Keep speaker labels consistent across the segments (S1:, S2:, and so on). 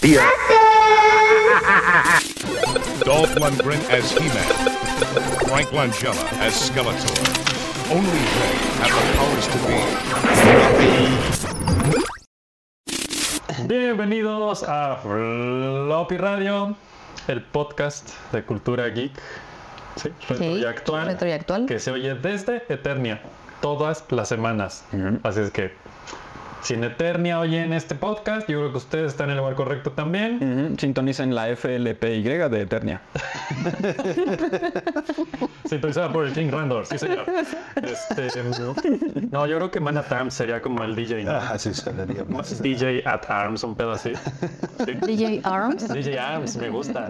S1: tío.
S2: Dolph Lundgren as He-Man. Frank Langella as Skeletor. Only they have the powers to be.
S3: Bienvenidos a Floppy Radio, el podcast de cultura geek. Sí, retro y
S4: Sí,
S3: actual.
S4: retro y actual.
S3: Que se oye desde Eternia, todas las semanas. Así es que, si en Eternia oyen este podcast, yo creo que ustedes están en el lugar correcto también.
S5: Ujú, Sintonicen la FLPY de Eternia.
S3: Sintonizada por el King Randor, sí señor. Este, no, yo creo que Man at Arms sería como el DJ, ¿no?
S1: Así saldría.
S3: Más DJ at Arms, un pedo así. Sí.
S4: DJ Arms.
S3: DJ Arms, me gusta.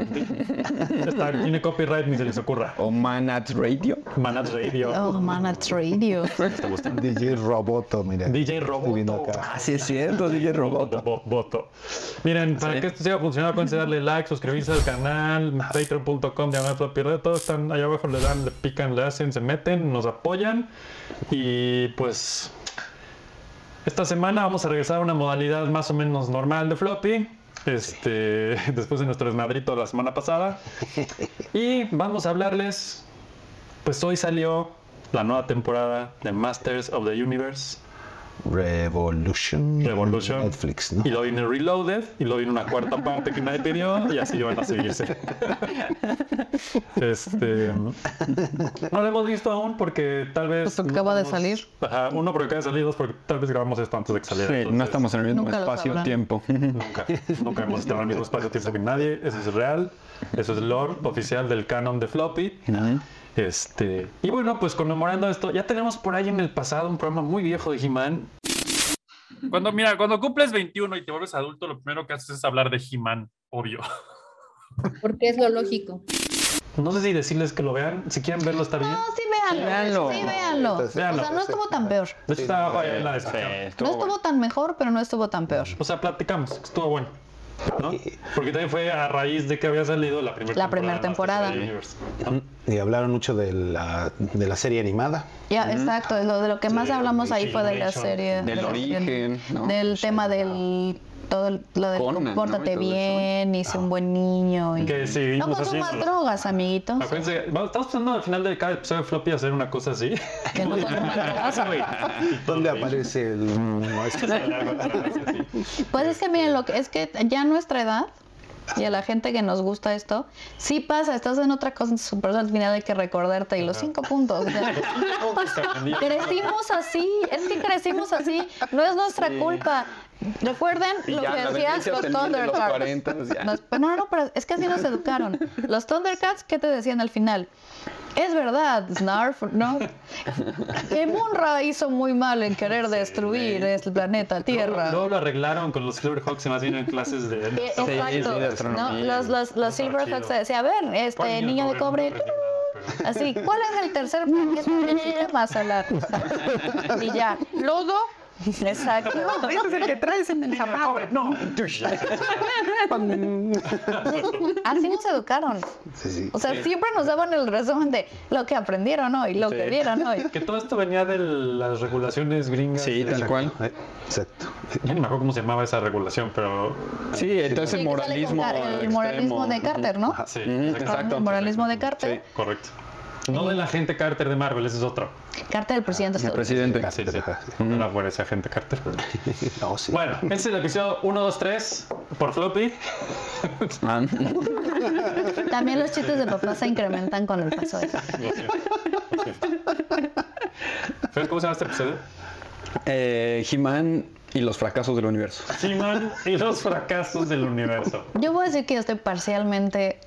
S3: Está- tiene copyright, ni se les ocurra.
S5: O Man at Radio.
S3: Man at Radio.
S4: Oh, man, it's radio.
S3: ¿Te gusta?
S1: DJ Roboto, mira.
S3: DJ
S1: Vino
S3: Roboto.
S1: acá.
S5: Así Ah, es cierto, DJ Roboto.
S3: Bo- Boto. Miren, para que esto siga funcionando, acuérdense de darle like, suscribirse al canal, patreon.com, diagonal Floppy Radio, todos están allá abajo, le dan, le pican, le hacen, se meten, nos apoyan. Y pues, esta semana vamos a regresar a una modalidad más o menos normal de floppy. Este, después de nuestro desmadrito la semana pasada. Y vamos a hablarles. Pues hoy salió la nueva temporada de Masters of the Universe.
S1: Revolution.
S3: Revolution.
S1: Netflix, ¿no?
S3: Y lo viene Reloaded, y lo viene una cuarta parte que nadie pidió, y así van a seguirse. Este. No lo hemos visto aún porque tal vez.
S4: Pues acaba de salir.
S3: Ajá, uno porque acaba de salir, dos porque tal vez grabamos esto antes de que saliera.
S5: Sí, no
S3: entonces,
S5: estamos en el mismo
S4: Nunca lo sabrán.
S5: espacio-tiempo.
S3: Nunca, nunca hemos estado en el mismo espacio-tiempo que nadie. Eso es real. Eso es lore oficial del canon de Floppy. Este. Y bueno, pues conmemorando esto, ya tenemos por ahí en el pasado un programa muy viejo de He-Man.
S6: Cuando, mira, cuando cumples 21 y te vuelves adulto, lo primero que haces es hablar de He-Man, obvio.
S7: Porque es lo lógico.
S3: No sé si decirles que lo vean. Si quieren verlo, está bien.
S4: No, sí, véanlo.
S5: Véanlo.
S4: Sí, véanlo. O sea,
S3: Véanlo.
S4: no estuvo tan peor.
S3: De hecho, está abajo allá en la descripción.
S4: No estuvo tan mejor, pero no estuvo tan peor.
S3: O sea, platicamos, que estuvo bueno. ¿no? Porque también fue a raíz de que había salido la primera
S4: La primera
S3: temporada. de
S4: temporada.
S3: Masters of the Universe.
S1: Y hablaron mucho de la, de la serie animada.
S4: Ya, exacto. Lo, de lo que más
S3: Sí,
S4: hablamos ahí
S3: sí,
S4: fue de la
S3: Nation.
S4: serie.
S5: Del
S4: de la-
S5: origen, ¿no?
S4: Del tema del. Todo el- lo de
S5: Conan, ¿no? Y
S4: pórtate
S5: todo eso. Ah.
S4: bien y sé un buen niño. Y...
S3: Que sí,
S4: No
S3: o sea, sí,
S4: consumas
S3: sí.
S4: drogas, amiguitos.
S3: Acuérdense, vamos- estamos pensando al final de cada episodio de Floppy hacer una cosa así.
S4: Que no consumas drogas.
S1: ¿Dónde aparece el.? no, es que-
S4: Pues es que miren, lo que, es que ya a nuestra edad y a la gente que nos gusta esto, sí pasa, estás en otra cosa super al final hay que recordarte y los cinco puntos. o sea, crecimos así, es que crecimos así, no es nuestra culpa. Recuerden lo que decías los Thundercats. Nos- pero no, no, pero es que así nos educaron. Los Thundercats, ¿qué te decían al final? Es verdad, Snarf, ¿no? Que Munra hizo muy mal en querer destruir el planeta Tierra.
S3: Luego lo arreglaron con los Silverhawks más bien en clases de...
S4: Eh, Exacto.
S5: sí, de astronomía.
S4: ¿no? Los, los, los Silverhawks decía, a ver, este niño de cobre. Así, ¿cuál es el tercer planeta más solar? Y ya, lodo. Exacto.
S3: No,
S4: Así nos educaron.
S1: Sí, sí.
S4: O sea, siempre nos daban el resumen de lo que aprendieron hoy, lo que vieron hoy.
S3: que todo esto venía de las regulaciones gringas.
S5: Sí,
S3: de-
S5: tal cual.
S1: Eh, Exacto.
S3: Ya no me acuerdo cómo se llamaba esa regulación, pero...
S4: Sí,
S5: Sí, entonces el
S4: que sale con
S5: moralismo.
S4: Car- el
S5: extremo.
S4: moralismo de Carter, ¿no?
S3: Sí,
S5: Ujú, exacto.
S4: El moralismo de Carter.
S3: Correcto. No de la gente Carter de Marvel, ese es otro. Ah,
S4: Carter, el presidente.
S5: El presidente.
S3: Sí, sí. No era fuera ese agente Carter.
S1: No, sí.
S3: Bueno, este es el episodio 1, 2, 3 por floppy.
S5: Ah,
S4: También los chistes de papá se incrementan con el paso de
S3: ¿Sabes cómo se llama este episodio?
S5: eh, He-Man y los fracasos del universo.
S3: He-Man y los fracasos del universo.
S4: Yo voy a decir que yo estoy parcialmente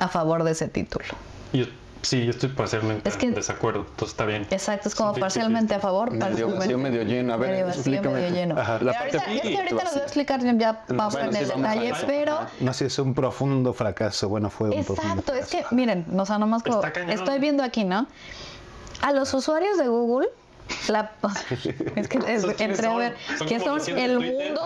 S4: a favor de ese título.
S3: Y yo- sí, yo estoy parcialmente
S4: Es que-
S3: en desacuerdo, entonces está bien.
S4: Exacto, es como
S3: Sí, sí,
S4: parcialmente a favor,
S5: Medio vacío,
S4: parcialmente
S5: medio lleno. A ver,
S4: medio vacío,
S5: explícame.
S4: medio lleno.
S5: Ajá, la
S4: Y
S5: parte
S4: ahorita- es que
S5: medio
S4: ahorita lo voy a
S5: vacía.
S4: explicar, ya- ya vamos
S5: Bueno,
S4: en
S5: sí,
S4: el
S5: vamos a
S4: detalle,
S5: eso.
S4: pero...
S1: No sé, es un profundo fracaso. Bueno, fue un profundo
S4: Exacto, es
S1: fracaso.
S4: que miren, o sea, nomás como
S3: Está cañón.
S4: estoy viendo aquí, ¿no? A los usuarios de Google, la, es que es, entre
S3: son?
S4: ver,
S3: Son
S4: que
S3: como
S4: son
S3: 200
S4: el
S3: en Twitter,
S4: mundo,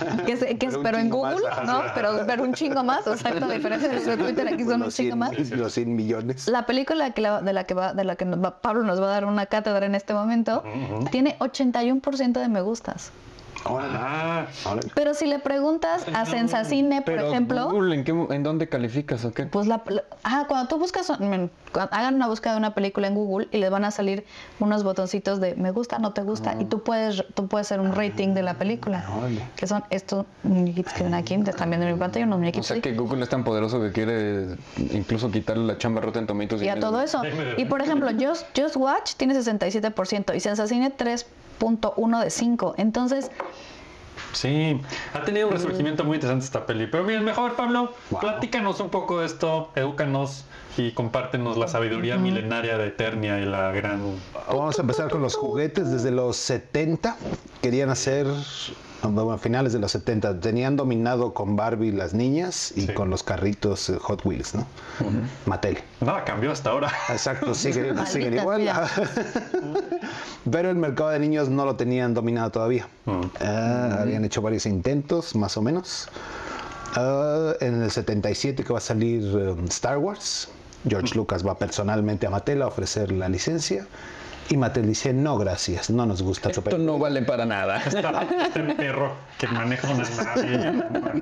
S3: pero-
S4: que, se- que es-
S1: pero
S4: pero,
S1: un
S4: en
S1: chingo más,
S4: Google,
S1: ajá.
S4: ¿no? Pero, pero un chingo más, exacto, a diferencia de los de Twitter, aquí son
S1: Los
S4: un chingo
S1: 100
S4: más.
S1: Los 100 millones.
S4: La película que la- de la que va, de la que nos va- Pablo nos va a dar una cátedra en este momento tiene 81% de me gustas.
S1: Órale,
S3: Ah,
S1: órale.
S4: Pero si le preguntas a Sensacine, por
S5: Pero,
S4: ejemplo,
S5: Google, ¿en, qué, ¿en dónde calificas o qué?
S4: pues la, la- ah, cuando tú buscas, mm, cu- hagan una búsqueda de una película en Google y les van a salir unos botoncitos de me gusta, no te gusta y tú puedes, tú puedes
S5: Ah,
S4: hacer un rating de la película,
S1: órale.
S4: que son estos muñequitos que ven aquí, de- también de mi pantalla, unos
S5: O
S4: muñequitos.
S5: sea que Google es tan poderoso que quiere incluso quitarle la chamba rota en Tomatoes.
S4: y a todo eso. Y por ejemplo, Just, Just Watch tiene 67% y Sensacine 3.1 de 5. Entonces,
S3: sí. Ha tenido un
S4: Mm.
S3: resurgimiento muy interesante esta peli. Pero miren, mejor, Pablo, platícanos un poco de esto, edúcanos y compártenos la sabiduría milenaria de Eternia y la gran.
S1: Vamos a empezar con los juguetes. Desde los 70 querían hacer, bueno, a finales de los 70, tenían dominado con Barbie las niñas y
S3: Sí.
S1: con los carritos eh, Hot Wheels, ¿no? Mattel.
S3: Nada cambió hasta ahora.
S1: Exacto, siguen,
S4: Maldita
S1: siguen igual.
S4: sea.
S1: Pero el mercado de niños no lo tenían dominado todavía. Ah, Habían hecho varios intentos, más o menos. Ah, en el 77 que va a salir um, Star Wars, George Lucas va personalmente a Mattel a ofrecer la licencia. Y Mattel dice, no, gracias, no nos gusta tu
S5: Esto
S1: película".
S5: no vale para nada.
S3: Este perro que maneja una nave.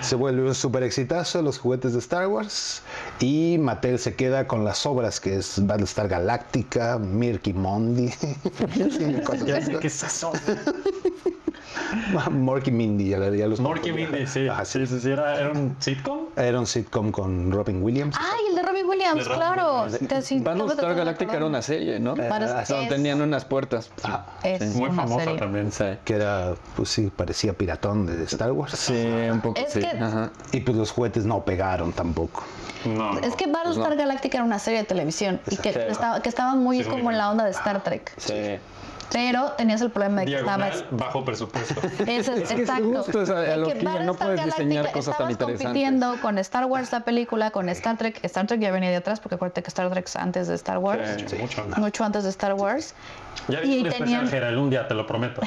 S1: Se vuelve un super exitazo los juguetes de Star Wars y Mattel se queda con las obras que es Battlestar Galactica, Mirky Mondi, cosas
S3: Ya
S1: así.
S3: sé qué es eso.
S1: Morky Mindy, ya, ya los
S3: Morky
S1: confundí.
S3: Mindy, sí.
S1: Ajá, sí.
S3: Ah, Sí, sí, sí, era, era un sitcom.
S1: Era un sitcom con Robin Williams.
S4: ¡ay, el de Robbie Williams!
S3: De Robin
S4: claro. Te- sí, acabo
S5: Battlestar
S4: de
S5: Galáctica era
S4: acordar.
S5: una serie, ¿no?
S1: Eh,
S4: Para-
S1: hasta
S4: es-
S5: Donde tenían unas puertas. Ah.
S4: Es
S3: Muy
S4: una
S3: famosa
S4: serie.
S3: también.
S5: Sí.
S1: Que era, pues sí, parecía piratón de Star Wars.
S5: Sí, Eh, un poco.
S4: Es
S5: sí.
S4: que-
S5: Ajá.
S1: Y pues los juguetes no pegaron tampoco.
S3: No.
S4: Es que
S5: Pues
S4: Battlestar Galactica era una serie de televisión y que estaba, que estaba muy
S3: Sí,
S4: como
S3: muy
S4: en la onda de Star Trek.
S5: Sí.
S4: Pero tenías el problema de que estaba.
S3: Diagonal, bajo presupuesto.
S4: Ese es
S5: que es
S4: exacto.
S5: justo, o sea, a
S4: De
S5: lo
S4: que
S5: que ya no
S4: Battlestar
S5: puedes diseñar
S4: Galactica
S5: cosas tan
S4: estabas
S5: interesantes.
S4: compitiendo con Star Wars la película, con Star Trek. Star Trek ya venía de atrás porque acuérdate que Star Trek es antes de Star Wars.
S3: Sí, mucho.
S4: Mucho antes de Star Wars.
S3: Ya vi
S4: Y
S3: un especial
S4: tenían-
S3: Gerald un día, te lo prometo.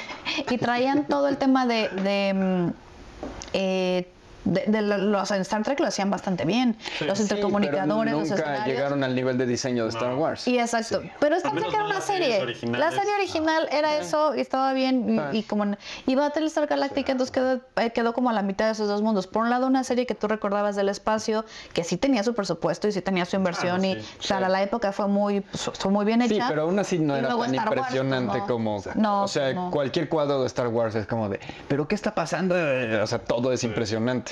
S4: y traían todo el tema de, de, mm, eh, de- de lo- los en Star Trek lo hacían bastante bien los
S5: Sí, pero
S4: intercomunicadores los
S5: nunca
S4: escenarios.
S5: llegaron al nivel de diseño de Star Wars.
S4: y exacto pero Star
S3: Al menos
S4: Trek era
S3: no
S4: una
S3: las series
S4: serie la
S3: originales.
S4: serie original era eso y estaba bien y-
S5: Ah.
S4: y, como n- y Battlestar Galactica entonces quedó, eh, quedó como a la mitad de esos dos mundos por un lado una serie que tú recordabas del espacio que sí tenía su presupuesto y sí tenía su inversión y
S3: Ah, sí,
S4: para la época fue muy fue muy bien
S5: Sí,
S4: hecha
S5: pero aún así no
S4: Y
S5: era
S4: luego
S5: tan
S4: Star Wars,
S5: impresionante
S4: pues, no.
S5: como...
S4: No,
S5: o sea,
S4: no.
S5: cualquier cuadro de Star Wars es como de... ¿Pero qué está pasando? Eh, O sea, todo es impresionante.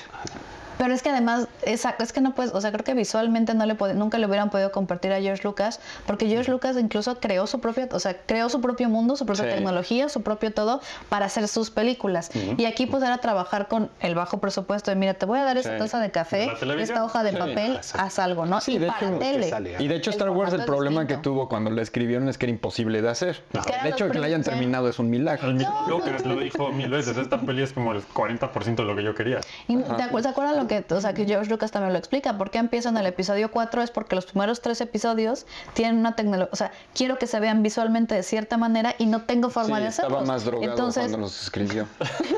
S4: Pero es que además, esa, es que no puedes, o sea, creo que visualmente no le pod- nunca le hubieran podido compartir a George Lucas, porque George Lucas incluso creó su propia, o sea, creó su propio mundo, su propia
S5: Sí.
S4: tecnología, su propio todo para hacer sus películas. Y aquí pues era trabajar con el bajo presupuesto de, mira, te voy a dar esta
S5: Sí.
S4: taza de
S3: ¿De
S4: café,
S3: la televisión?
S4: esta hoja de
S5: Sí. Ah,
S4: papel, haz algo, ¿no?
S5: Sí,
S4: y
S5: de
S4: para
S5: hecho, que
S4: tele.
S1: sale. ¿eh?
S5: Y de hecho
S4: El
S5: Star Wars el
S4: formato es
S5: problema que
S4: distinto.
S5: tuvo cuando la escribieron es que era imposible de hacer.
S4: que eran
S5: De hecho,
S4: los ¿eh?
S5: que la hayan
S4: primeros-
S5: terminado es un milagro.
S3: El mismo Lucas lo dijo mil veces. Esta peli es como el 40% de lo que yo quería.
S4: Y ¿te acuer- ¿Se acuerdan lo que, o sea, que George Lucas también lo explica? ¿Por qué empiezan el episodio 4? Es porque los primeros tres episodios tienen una tecnología, o sea, quiero que se vean visualmente de cierta manera y no tengo forma
S5: Sí,
S4: de hacerlo.
S5: estaba más drogado
S4: Entonces,
S5: cuando los escribió.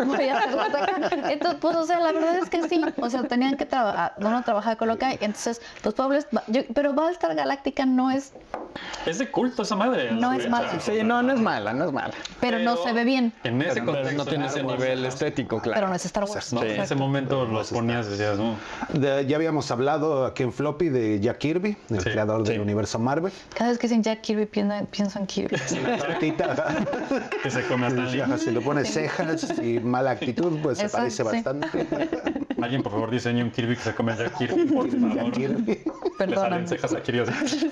S4: voy a hacerlo hasta acá. Entonces, pues, o sea, la verdad es que sí, o sea, tenían que ah, trabajar, uno trabaja con lo que hay. Entonces, los pueblos, yo- pero Battlestar Galáctica no es,
S3: Es de culto esa madre.
S4: No es mala.
S5: Sí, no, no es mala, no es mala.
S4: pero, no se ve bien,
S3: En ese
S5: No,
S3: contexto.
S5: no tiene ese
S3: Star Wars,
S5: nivel estético, claro.
S4: pero no es Star Wars.
S3: ¿no?
S5: Sí.
S3: En ese momento los ponías y decías, no.
S1: De- ya habíamos hablado aquí en Floppy de Jack Kirby, el
S3: Sí,
S1: creador
S5: sí.
S1: del universo Marvel.
S4: Cada vez que dicen Jack Kirby, pienso, pienso en Kirby.
S1: Tita,
S3: Que se come a Stanley.
S1: ajá, si le pones cejas y mala actitud, pues se
S4: Exacto,
S1: parece
S4: sí.
S1: bastante.
S3: Alguien, por favor, diseñe un Kirby que se come a Jack Kirby, por favor.
S1: Jack Kirby.
S3: Le
S4: Perdóname.
S3: salen cejas a Kirby así.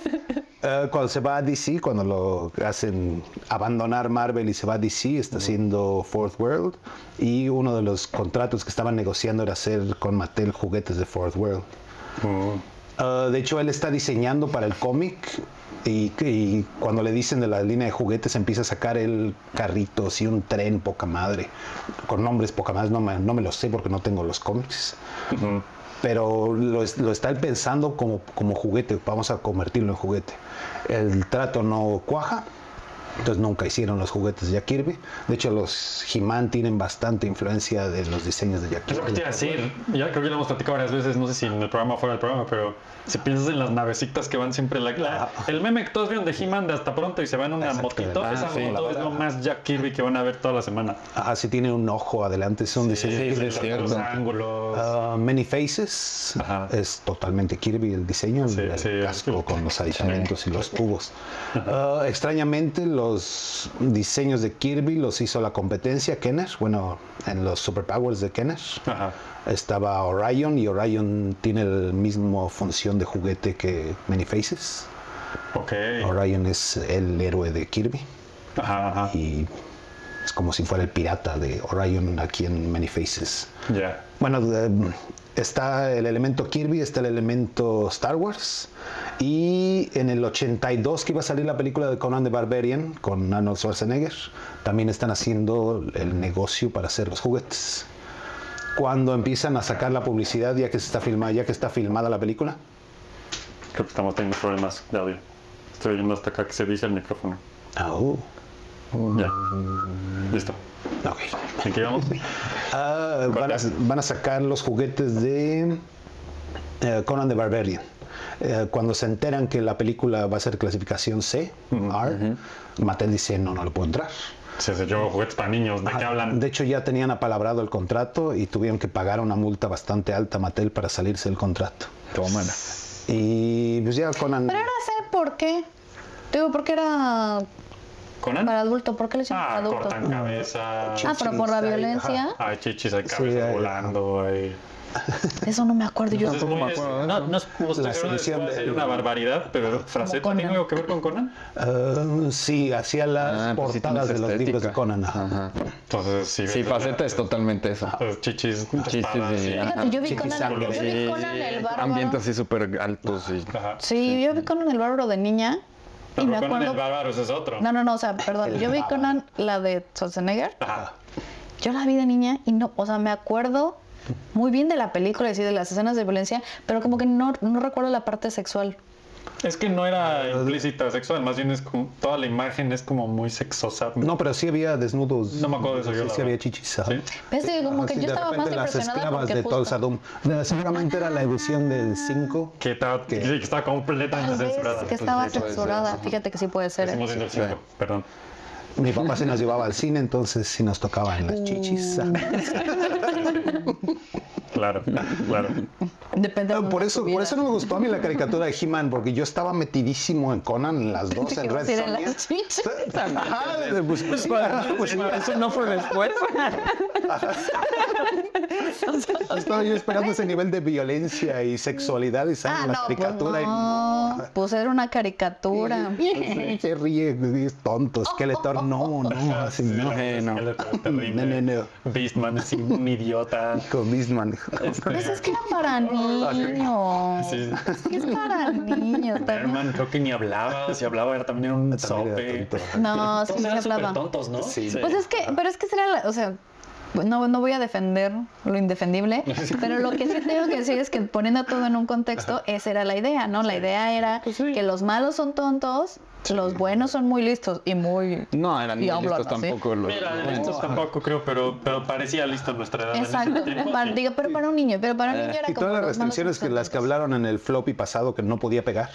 S1: Eh, cuando se va a DC, cuando lo hacen abandonar Marvel y se va a DC, está haciendo Fourth World. Y uno de los contratos que estaban negociando era hacer con Mattel juguetes de Fourth World. Eh, de hecho, él está diseñando para el cómic. Y, y cuando le dicen de la línea de juguetes, empieza a sacar el carrito, y un tren, poca madre. Con nombres, poca madre, no me, no me los sé porque no tengo los cómics. Pero lo, es- lo está él pensando como, como juguete, vamos a convertirlo en juguete. El trato no cuaja Entonces nunca hicieron los juguetes de Jack Kirby. De hecho, los He-Man tienen bastante influencia de los diseños de Jack
S3: Es lo que te
S1: Kirby.
S3: iba a decir. Ya creo que lo hemos platicado varias veces, no sé si en el programa o fuera del programa, pero si piensas en las navecitas que van siempre, la, la- el meme que todos vieron de He-Man de hasta pronto y se va en una
S1: Exacto,
S3: motito,
S1: ah,
S3: esa
S1: sí.
S3: moto es lo más Jack Kirby que van a ver toda la semana.
S1: Ajá, Ah, sí tiene un ojo adelante, es un diseño de Kirby.
S3: los, los ángulos.
S1: Ah, Many Faces
S3: Ajá.
S1: es totalmente Kirby el diseño,
S3: Sí,
S1: el
S3: sí,
S1: casco
S3: es-
S1: con los aditamentos y los tubos. Ah, extrañamente, los diseños de Kirby los hizo la competencia Kenner. Bueno, en los Superpowers de Kenner
S3: Ajá.
S1: estaba Orion y Orion tiene la misma función de juguete que Many Faces.
S3: Ok.
S1: Orion es el héroe de Kirby
S3: Ajá, ajá.
S1: y es como si fuera el pirata de Orion aquí en Many Faces.
S3: Ya.
S1: Bueno, de- está el elemento Kirby, está el elemento Star Wars. Y en el 82 que iba a salir la película de Conan the Barbarian con Arnold Schwarzenegger, también están haciendo el negocio para hacer los juguetes. Cuando empiezan a sacar la publicidad ya que se está filmada, ya que está filmada la película.
S3: Creo que estamos teniendo problemas de audio. Estoy oyendo hasta acá que se dice el micrófono.
S1: Ah, oh,
S3: Ya. Listo.
S1: ok.
S3: ¿En qué íbamos?
S1: Ah, van, a, van a sacar los juguetes de eh, Conan the Barbarian. Eh, cuando se enteran que la película va a ser clasificación C, R, Mattel dice, no, no le puedo entrar.
S3: Se hace yo juguetes para niños. ¿De qué hablan?
S1: De hecho, ya tenían apalabrado el contrato y tuvieron que pagar una multa bastante alta a Mattel para salirse del contrato.
S5: Tómala.
S1: Y pues ya Conan...
S4: Pero ahora sé por qué. Digo, porque era
S3: ¿Conan?
S4: para adulto. ¿Por qué le hicieron para
S3: Ah,
S4: adulto?
S3: cortan cabeza.
S4: Ah, pero por la violencia.
S3: Hay chichis, hay
S1: Sí,
S3: cabezas
S1: hay-
S3: volando, hay...
S4: Eso no me acuerdo yo.
S3: Entonces, muy- es-
S5: acuerdo de
S3: No, no, es- no estoy seguro de
S1: La
S3: si
S1: selección
S3: pueda
S1: de-
S3: ser una barbaridad, pero Fraceta tiene
S4: Conan.
S3: algo que ver con Conan.
S1: Ah, sí, hacía las
S5: Ah, pues sí
S1: portadas de
S5: tienes
S1: los libros de
S5: estética.
S1: Conan. ajá.
S5: Ajá.
S3: Entonces, sí.
S5: Sí, faceta es totalmente eso.
S3: Entonces, chichis,
S5: Chichis
S3: espadas,
S5: de-
S3: sí.
S5: ah.
S4: Fíjate, yo vi
S1: Chiqui
S4: Conan,
S1: sangre.
S4: yo vi Conan el bárbaro.
S5: Ambientes así súper altos y...
S3: Ajá.
S4: Sí, yo vi Conan el bárbaro de niña. Y
S3: Pero
S4: me
S3: Conan el
S4: acuerdo.
S3: bárbaro ese es otro.
S4: No, no, no, o sea, perdón. Yo vi Conan, la de Schwarzenegger.
S3: Ajá.
S4: Yo la vi de niña y no, o sea, me acuerdo muy bien de la película y sí, de las escenas de violencia, pero como que no, no recuerdo la parte sexual.
S3: Es que no era implícita sexual, más bien es como... Toda la imagen es como muy sexosa.
S1: No, pero sí había desnudos.
S3: No me acuerdo de eso, yo
S1: Sí,
S3: la
S1: sí había
S3: verdad.
S1: chichis. ajá.
S3: Sí.
S4: ¿Ves? Digo, como
S1: Ah,
S4: que
S1: sí,
S4: yo
S1: de
S4: estaba más
S1: repente las
S4: impresionada
S1: esclavas
S4: porque
S1: de
S4: justo...
S1: Tulsadum. Seguramente era la edición del 5.
S3: Que está,
S1: ¿Qué?
S3: sí, que está completamente
S4: Tal vez
S3: censurada.
S4: que estaba censurada, fíjate que sí puede ser.
S3: Estamos
S4: ¿eh?
S3: viendo el cinco, Perdón.
S1: Mi papá se nos llevaba al cine, entonces sí nos tocaban las chichis.
S4: Mm.
S3: Claro, claro.
S4: Depende de
S1: Ah, Por
S4: tu
S1: eso, por
S4: vida.
S1: eso no me gustó a mí la caricatura de He-Man, porque yo estaba metidísimo en Conan, en las dos, en
S4: Quiero
S1: Red
S4: decir, en
S1: Sonja.
S4: las chichis.
S1: Ajá, pues, pues, sí, ajá, pues, sí.
S5: Eso no fue después.
S1: estaba yo esperando ese nivel de violencia y sexualidad y sale
S4: Ah,
S1: la
S4: no, pues
S1: caricatura. y-
S4: no. Pues era una caricatura.
S1: Sí, se ríe, es tonto, Skeletor, no, no, así no.
S5: Eh, no.
S1: No, no, no.
S3: Beastman es un idiota.
S1: Con Bisman.
S4: Pues es que era para niños.
S3: Sí.
S4: Es que es para niños. también.
S3: Herman creo que ni hablaba, si hablaba era también un sope.
S1: Pues
S4: No, sí,
S3: Todos
S4: sí
S3: eran súper
S4: hablaba.
S3: tontos, ¿no? Sí.
S4: Pues es que, pero es que será, la- o sea, no, no voy a defender lo indefendible, pero lo que sí tengo que decir es que poniendo todo en un contexto, esa era la idea, ¿no? La idea era
S1: Pues
S4: que los malos son tontos, los buenos son muy listos y muy...
S5: No, eran
S4: Y
S5: muy
S4: hablan
S5: listos
S4: así.
S5: tampoco. Los...
S3: Mira, de estos tampoco creo, pero, pero parecía listo en nuestra edad. en ese
S4: Exacto,
S3: tiempo,
S4: para-
S3: sí.
S4: digo, pero para un niño, pero para un niño era
S1: Ah, Y
S4: como
S1: todas las
S4: los malos son
S1: restricciones que las que
S4: tontos.
S1: hablaron en el floppy pasado que no podía pegar.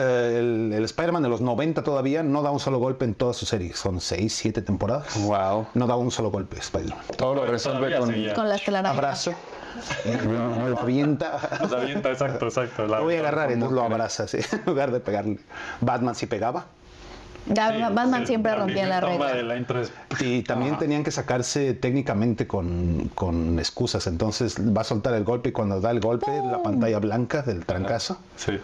S1: Eh, el el Spider-Man de los 90 todavía no da un solo golpe en todas sus series. Son 6, 7 temporadas.
S5: Wow.
S1: No da un solo golpe Spider-Man.
S5: Todo lo resuelve
S3: Todavía
S5: con...
S3: seguía.
S4: Con las telarañas.
S1: Abrazo. eh, lo avienta.
S3: Los Pues avienta, exacto, exacto. la-
S1: Lo voy a agarrar, entonces lo abraza sí, en lugar de pegarle. Batman sí pegaba.
S4: Ya,
S3: Sí,
S4: Batman
S3: el-
S4: siempre rompía la
S3: primera toma
S4: regla.
S3: de la intro es-
S1: Y también tenían que sacarse técnicamente con, con excusas. Entonces va a soltar el golpe y cuando da el golpe, la pantalla blanca del trancazo.
S3: Sí.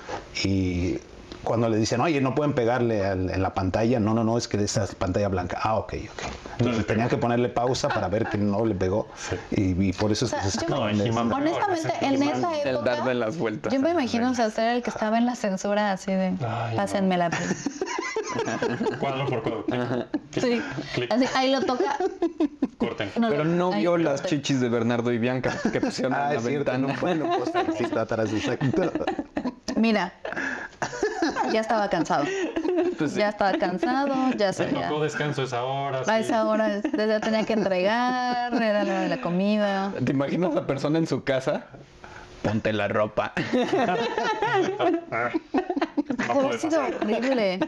S1: Y cuando le dicen, oye, no pueden pegarle al- en la pantalla, no, no, no, es que esa es pantalla blanca. Ah, ok, ok. Entonces tenían que ponerle pausa para ver que no le pegó. Y, y por eso es que
S4: O sea,
S1: se
S4: yo-
S1: sacaron
S3: No,
S1: de-
S3: He-Man.
S4: Honestamente, en esa
S5: El
S4: época...
S5: darle las vueltas.
S4: Yo me imagino, o sea, ser el que estaba en la censura así de,
S3: Ay,
S4: pásenme la peli".
S3: Cuadro por cuadro.
S4: Sí,
S3: Clic.
S4: así, ahí lo toca.
S3: Corten.
S4: no
S5: Pero
S4: lo-
S5: no
S4: ahí
S5: vio
S4: lo
S5: las
S4: toca.
S5: chichis de Bernardo y Bianca que pusieron en
S1: Ah,
S5: la
S1: es cierto, no
S5: ventana.
S1: bueno, pues sí está atrás de esa-
S4: Mira, ya estaba cansado.
S5: Pues sí.
S4: Ya estaba cansado, ya sabía.
S3: No descanso es ahora.
S4: A
S3: sí.
S4: esa hora es- ya tenía que entregar, era la hora de la comida.
S5: ¿Te imaginas la persona en su casa? Ponte la ropa.
S4: Ha de haber sido horrible.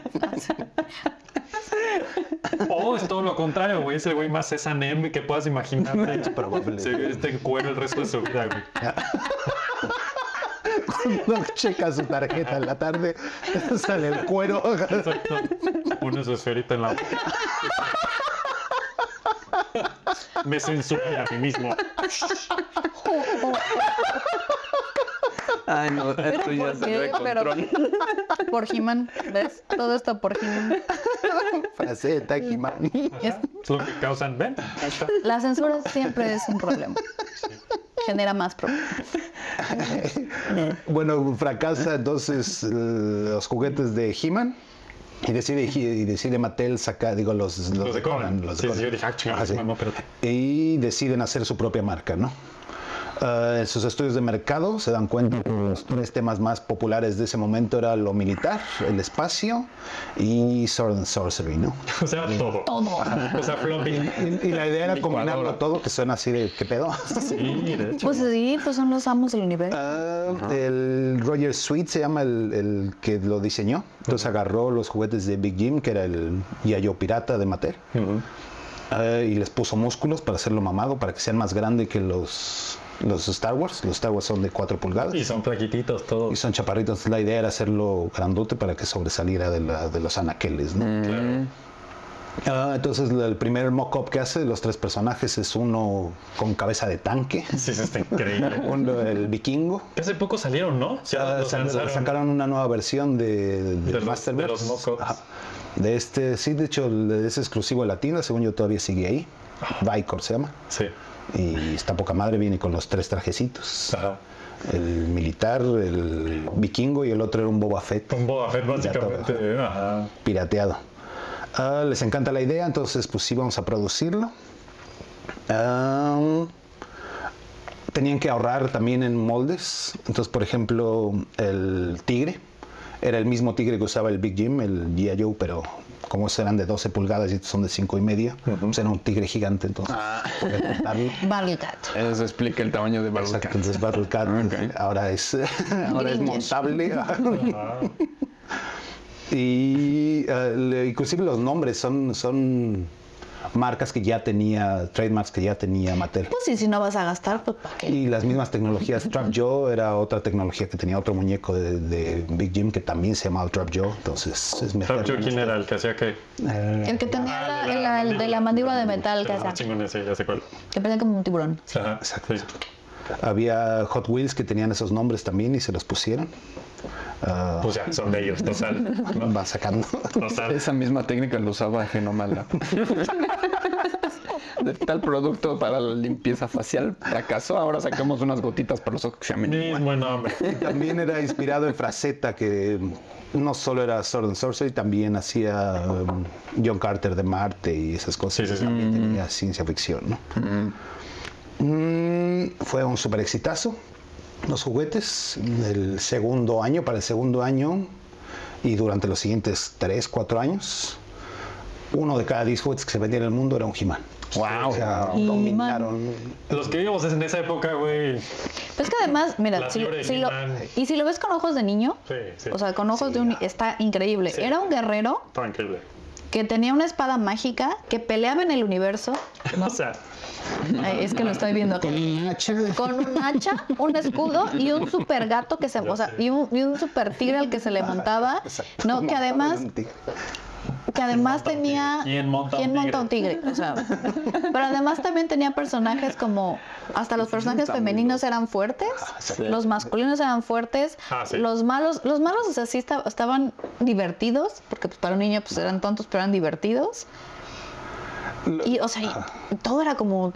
S3: O Oh, es todo lo contrario, güey. Es el güey más S&M que puedas imaginarte.
S1: probable.
S3: Se viste en cuero el resto de su vida, güey.
S1: Cuando checa su tarjeta en la tarde, sale el cuero.
S3: Exacto. Una su esferita en la boca. Me censura a mí mismo.
S5: Ay, no, esto ya
S4: ¿por
S5: se
S4: qué?
S5: de
S4: Pero-
S5: control.
S4: Por He-Man, ¿ves? Todo esto por He-Man.
S1: Faceta, He-Man.
S4: Es-
S3: Es lo que causan. Ven, ahí está.
S4: La censura siempre es un problema. Genera más problemas.
S1: Bueno, fracasa entonces eh, los juguetes de He-Man. Y decide, y decide Mattel sacar, digo, los, los
S3: Los de Conan.
S1: los de
S3: Sí,
S1: Conan.
S3: sí, yo dije, ah, chingada,
S1: Ah, sí.
S3: no, espérate.
S1: y deciden hacer su propia marca, ¿no? Ah, en sus estudios de mercado se dan cuenta que los tres temas más populares de ese momento eran lo militar, el espacio y Sword and Sorcery, ¿no?
S3: O sea, todo.
S4: Todo.
S3: O sea, floppy.
S1: Y, y la idea era combinarlo todo, que suena así de qué pedo.
S3: Sí, de hecho.
S4: Pues sí, pues son los amos del universo.
S1: Ah, el Roger Sweet se llama el, el que lo diseñó. Entonces agarró los juguetes de Big Jim, que era el Yayo Pirata de Mattel, ah, y les puso músculos para hacerlo mamado, para que sean más grandes que los, los Star Wars. Los Star Wars son de 4 pulgadas.
S3: Y son flaquititos
S1: Y
S3: todos.
S1: son chaparritos. La idea era hacerlo grandote para que sobresaliera de, la- de los anaqueles, ¿no? Ah, entonces la- el primer mock-up que hace de los tres personajes es uno con cabeza de tanque,
S3: Sí, eso está increíble.
S1: uno el vikingo.
S3: Que Hace poco salieron, ¿no? Sí,
S1: Ah,
S3: los
S1: sa-
S3: lanzaron.
S1: sacaron una nueva versión de, de,
S3: los-
S1: Masterverse.
S3: de los mock-ups.
S1: Ajá. De este, sí, de hecho el- es exclusivo de la tienda, según yo todavía sigue ahí.
S3: Ah.
S1: Vicor se llama.
S3: Sí.
S1: Y está poca madre, viene con los tres trajecitos.
S3: Ajá.
S1: El militar, el vikingo y el otro era un Boba Fett.
S3: Con Boba Fett, básicamente. Ajá.
S1: pirateado. Ah, les encanta la idea, entonces pues sí vamos a producirlo. Ah, tenían que ahorrar también en moldes, entonces por ejemplo el tigre era el mismo tigre que usaba el Big Jim, el G.I. Joe, pero como eran de 12 pulgadas y estos son de 5 y media, pues, era un tigre gigante entonces. podía cortarlo.
S4: Vale, gato.
S5: Eso explica el tamaño de Barca.
S1: Exacto, entonces Battle Cat ahora es ahora es
S4: Grinch.
S1: montable. y eh, le- inclusive los nombres son son marcas que ya tenía, trademarks que ya tenía Mattel.
S4: Pues sí, si no vas a gastar, pues ¿para qué?
S1: Y las mismas tecnologías. Trap Joe era otra tecnología que tenía otro muñeco de, de Big Jim que también se llamaba Trap Joe. Entonces es mejor.
S3: Yo, ¿Quién era el que hacía qué?
S4: El que tenía la, la- el de la mandíbula de metal que
S3: Los
S4: hacía.
S3: chingones, Ah, sí, ya sé cuál.
S4: Que parecía como un tiburón.
S3: Ajá. Sí.
S1: Había Hot Wheels que tenían esos nombres también y se los pusieron. Ah,
S3: Pues ya, son de ellos, total.
S1: va sacando.
S3: Total.
S5: Esa misma técnica lo usaba Genomala. De tal producto para la limpieza facial fracasó. Ahora sacamos unas gotitas para los exámenes.
S3: Mismo nombre.
S1: También era inspirado en Fraceta, que mm, no solo era Sword and Sorcery, también hacía um, John Carter de Marte y esas cosas.
S3: Sí, Mm. sí, sí.
S1: También tenía ciencia ficción, ¿no? Mm, fue un super exitazo. Los juguetes, el segundo año, para el segundo año y durante los siguientes 3, 4 años, uno de cada 10 juguetes que se vendía en el mundo era un He-Man.
S5: Wow.
S1: O sea,
S4: He-Man.
S1: dominaron.
S3: Los que vivimos en esa época, güey.
S4: Pues que además, mira,
S3: La
S4: si,
S3: fiebre de
S4: si lo,
S3: He-Man.
S4: y si lo ves con ojos de niño,
S3: Sí, sí.
S4: o sea, con ojos de un... Está increíble. Era un guerrero
S3: Tranquilo.
S4: que tenía una espada mágica que peleaba en el universo.
S3: O sea,
S4: Ay, es que lo estoy viendo aquí. Con un hacha, un escudo y un super gato que se... O sea, y un, y un super tigre al que se le montaba. No, que además... Que además tenía...
S3: ¿Quién monta un
S4: ¿Quién monta un tigre? O sea, pero además también tenía personajes como... Hasta los personajes femeninos eran fuertes. Los masculinos eran fuertes.
S3: Ah, sí.
S4: Los malos... Los malos, o sea, sí esta- estaban divertidos. Porque pues, para un niño pues eran tontos, pero eran divertidos. Y, o sea, y todo era como...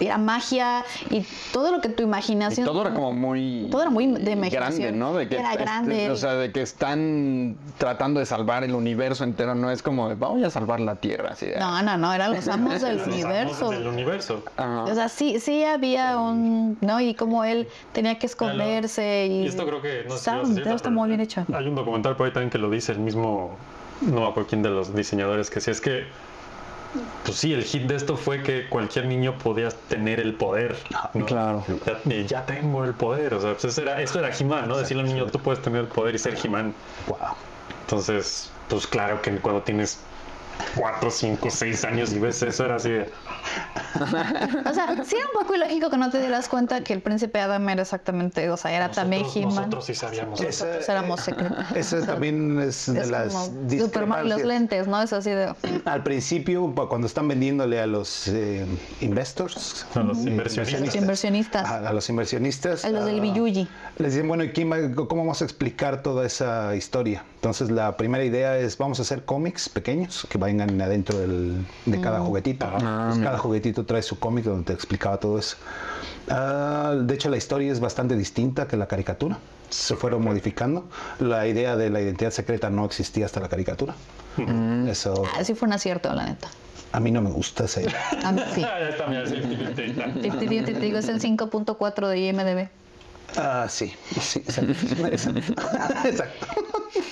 S4: Era magia y todo lo que tu
S5: Y
S4: imaginación...
S5: todo era como muy.
S4: Todo era muy de
S5: Grande,
S4: imaginación.
S5: ¿no? De que,
S4: Era
S5: este,
S4: grande.
S5: o sea, de que están tratando de salvar el universo entero. No es como, de, voy a salvar la Tierra. Así de,
S4: No, no, no, eran los amos del universo.
S3: Del universo.
S5: Ajá.
S4: O sea, sí, sí había un, ¿no? Y como él tenía que
S3: Claro.
S4: esconderse y...
S3: Y esto creo que no sé si
S4: Está,
S3: lo has visto,
S4: está
S3: pero
S4: muy bien hecho.
S3: Hay un documental por ahí también que lo dice el mismo no me acuerdo quién de los diseñadores que sí es que pues sí, el hit de esto fue que cualquier niño podía tener el poder. ¿no?
S5: Claro.
S3: Ya, y ya tengo el poder. O sea, pues eso era, esto era He-Man, ¿no? Decirle a un niño, tú puedes tener el poder y ser He-Man.
S1: Wow.
S3: Entonces, pues claro que cuando tienes 4, 5, 6 años y ves eso, era así de.
S4: O sea, sí era un poco ilógico que no te dieras cuenta que el príncipe Adam era exactamente, o sea, era también
S3: "Nosotros-
S4: He-Man.
S3: Nosotros sí sabíamos.
S1: Esa-
S4: Nosotros éramos secretos.
S1: Eso también es de
S4: Es
S1: las
S4: como Superman, los
S1: discrepancias.
S4: lentes, ¿no? Es así de.
S1: Al principio, pa- cuando están vendiéndole a los eh, investors,
S3: A los
S1: eh,
S3: inversionistas.
S4: Los inversionistas.
S1: a, a los inversionistas,
S4: A los del
S1: ah,
S4: Biyuji.
S1: les dicen, bueno, ¿y quién va- cómo vamos a explicar toda esa historia? Entonces, la primera idea es, vamos a hacer cómics pequeños que vayan adentro del- de cada juguetito. Entonces, cada juguetito trae su cómic donde te explicaba todo eso. Ah, de hecho, la historia es bastante distinta que la caricatura. Se fueron modificando. La idea de la identidad secreta no existía hasta la caricatura. Eso
S4: Ah, sí fue un acierto, la neta.
S1: a mí no me gusta esa idea.
S4: A mí sí.
S3: Ah, ya está, mira, sí, sí, sí, sí".
S4: Te, te digo- te digo, es el 5.4 de IMDB.
S1: Ah, sí, sí, exacto. exacto. Exacto.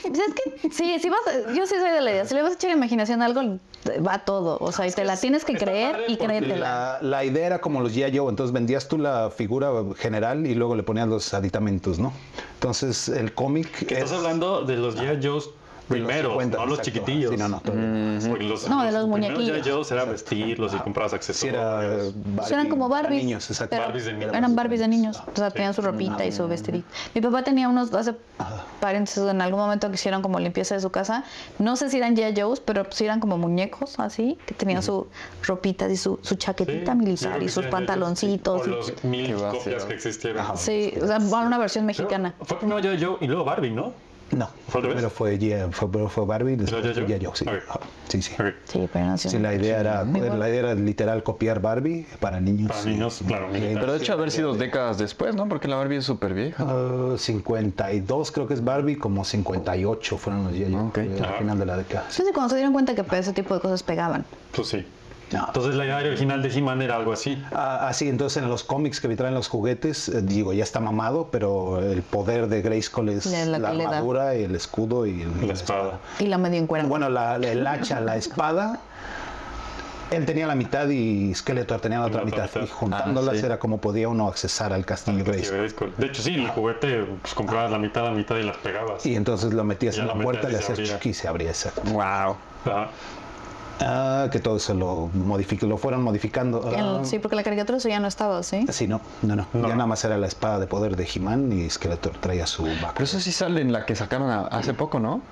S4: Pues es que sí, si vas, a- yo sí soy de la idea. Si le vas a echar imaginación a algo, te- va todo. O sea, y te la tienes que
S3: está
S4: creer
S3: padre
S4: y
S3: porque
S4: créetela.
S1: La, la idea era como los G.I. Joe, entonces vendías tú la figura general y luego le ponías los aditamentos, ¿no? Entonces el cómic es
S3: Estás hablando de los G.I. Joe's
S1: de los
S3: primeros,
S1: 50,
S3: no los
S1: exacto.
S3: chiquitillos.
S1: Sí, no, no. todavía.
S3: Porque los,
S4: No, de
S3: primeros
S4: los muñequillos.
S3: G.I. Joe's era vestirlos y comprabas
S1: Sí,
S3: accesorios.
S1: era
S4: Pues
S1: Barbie,
S4: eran como
S1: para
S4: Barbies.
S1: niños, exacto.
S4: pero
S3: Barbies de niños.
S4: Eran Barbies de niños. O sea, tenían su ropita y su vestidito. Mi papá tenía unos, hace paréntesis, en algún momento que hicieron como limpieza de su casa. No sé si eran G.I. Joe's, pero sí eran como muñecos así, que tenían su ropita y su, su chaquetita militar y sus pantaloncitos.
S3: O
S4: y-
S3: los mil
S5: Qué va a
S3: copias
S5: ser.
S3: que existieron.
S4: Sí, o sea, una versión mexicana.
S3: Fue primero G.I. Joe y luego Barbie, ¿no?
S1: No,
S3: ¿Fue al revés?
S1: primero fue, G.I. fue, primero fue Barbie, después
S3: G.I.
S1: fue
S3: Joe?
S1: G.I. Joe, sí.
S3: Ok.
S1: Ah, sí, sí.
S3: Ok.
S4: Sí, pero no sé.
S1: Sí, la idea era,
S4: Igual.
S1: la idea era literal copiar Barbie para niños.
S3: Para niños, claro, militar.
S5: Pero de hecho, haber sido décadas después, ¿no? Porque la Barbie es súper vieja.
S1: Ah, 52 creo que es Barbie, como 58 fueron los G.I. Joe
S5: Ok.
S1: eh, al final de la década.
S4: Sí, sí, cuando se dieron cuenta que pues, ese tipo de cosas pegaban.
S3: Pues sí.
S1: No.
S3: Entonces la idea original de He-Man era algo así.
S1: Ah, ah, sí, entonces en los cómics que me traen los juguetes, eh, digo, ya está mamado, pero el poder de Grayskull es
S4: Le-
S1: la,
S4: la que le da.
S1: armadura, el escudo y el-
S3: La espada.
S4: Y la medio encuerda.
S1: Bueno, la, la- el hacha, la espada. Él tenía la mitad y Skeletor tenía la otra
S3: La otra
S1: mitad.
S3: mitad.
S1: Y juntándolas
S5: Ah, sí.
S1: era como podía uno accesar al castillo
S3: Sí,
S1: Grayskull.
S3: ¿verdad? Disco. De hecho, sí, el juguete, pues comprabas la mitad, la mitad y las pegabas.
S1: Y entonces lo metías
S3: Ya
S1: en
S3: la
S1: la
S3: metías
S1: puerta,
S3: y
S1: le
S3: se
S1: hacías
S3: abría.
S1: chiqui y se abría esa.
S5: Wow.
S3: Ajá.
S1: Ah, que todo eso lo, modific- lo fueron modificando. Ah,
S4: El- sí, porque la caricatura eso ya no estaba, ¿sí?
S1: Sí, no, no, no, Ya nada más era la espada de poder de He-Man y Skeletor traía su
S5: Pero
S1: vaca.
S5: eso sí sale en la que sacaron a- hace poco, ¿no?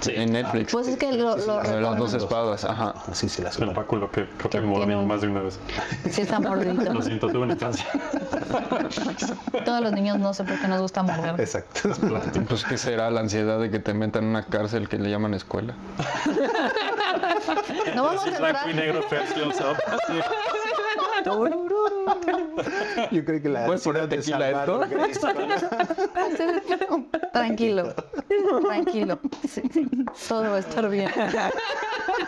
S5: Sí. En Netflix.
S4: Pues es que lo, lo
S5: La de las
S4: recuerdan.
S5: dos espadas, ajá.
S1: Así se las
S3: El Paco lo que creo que
S4: Que
S3: me mordí
S4: tiene un-
S3: más de una vez.
S4: Sí, está
S3: Lo
S4: mordido.
S3: siento, tuve una infancia.
S4: Todos los niños no sé por qué nos gusta morder.
S1: Exacto.
S5: Pues qué será la ansiedad de que te metan en una cárcel que le llaman escuela.
S4: No vamos a
S3: Blanco y
S4: entrar.
S3: negro, First Kills Up. Sí.
S1: Yo creo que la
S5: ¿Puedes poner
S1: ansiedad de
S5: tequila a
S1: salvar
S5: esto?
S1: a Grayskull-
S4: Tranquilo. Tranquilo. Sí. Todo va a estar bien.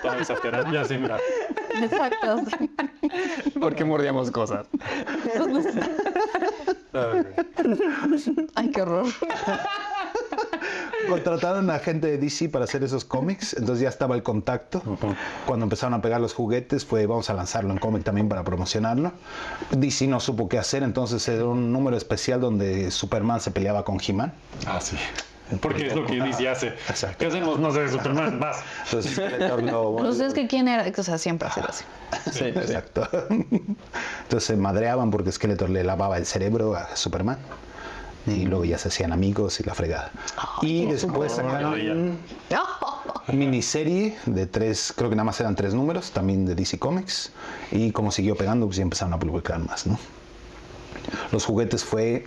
S3: Toda exagerada. Ya, sí, mira.
S4: Exacto. sí.
S5: Porque mordíamos cosas.
S4: Ay, qué horror.
S1: Contrataron a gente de DC para hacer esos cómics, entonces ya estaba el contacto. Cuando empezaron a pegar los juguetes fue vamos a lanzarlo en cómic también para promocionarlo. DC no supo qué hacer, entonces era un número especial donde Superman se peleaba con He-Man.
S3: Ah, sí. Porque es lo que DC hace.
S1: Exacto.
S3: ¿Qué hacemos? No sé, Superman, vas.
S1: Entonces Skeletor lo-
S4: No sé Pues es que quién era. O sea, siempre ha sido así.
S5: Sí, sí.
S1: Exacto. Entonces se madreaban porque Skeletor le lavaba el cerebro a Superman. Y luego ya se hacían amigos y la fregada. y después sacaron miniserie de tres, creo que nada más eran tres números, también de DC Comics. Y como siguió pegando, pues ya empezaron a publicar más, ¿no? Los juguetes fue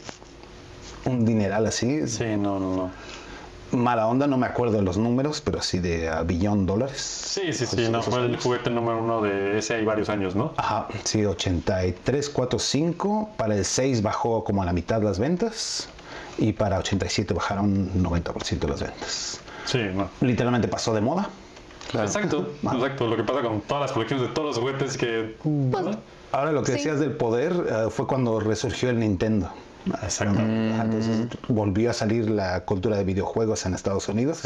S1: un dineral así.
S3: Sí, no, no, no.
S1: Mala onda, no me acuerdo de los números, pero así de a billón dólares.
S3: Sí, sí, sí. No,
S1: esos
S3: fue el
S1: años.
S3: juguete número uno de ese hay varios años, ¿no?
S1: Ajá, sí, 83, 4, 5. Para el 6 bajó como a la mitad las ventas y para 87 bajaron 90% las ventas.
S3: Sí, no.
S1: Literalmente pasó de moda.
S3: Exacto, exacto. Lo que pasa con todas las colecciones de todos los juguetes que.
S1: Ahora lo que
S4: Sí.
S1: decías del poder eh, fue cuando resurgió el Nintendo. Exactamente.
S3: Mm.
S1: Entonces volvió a salir la cultura de videojuegos en Estados Unidos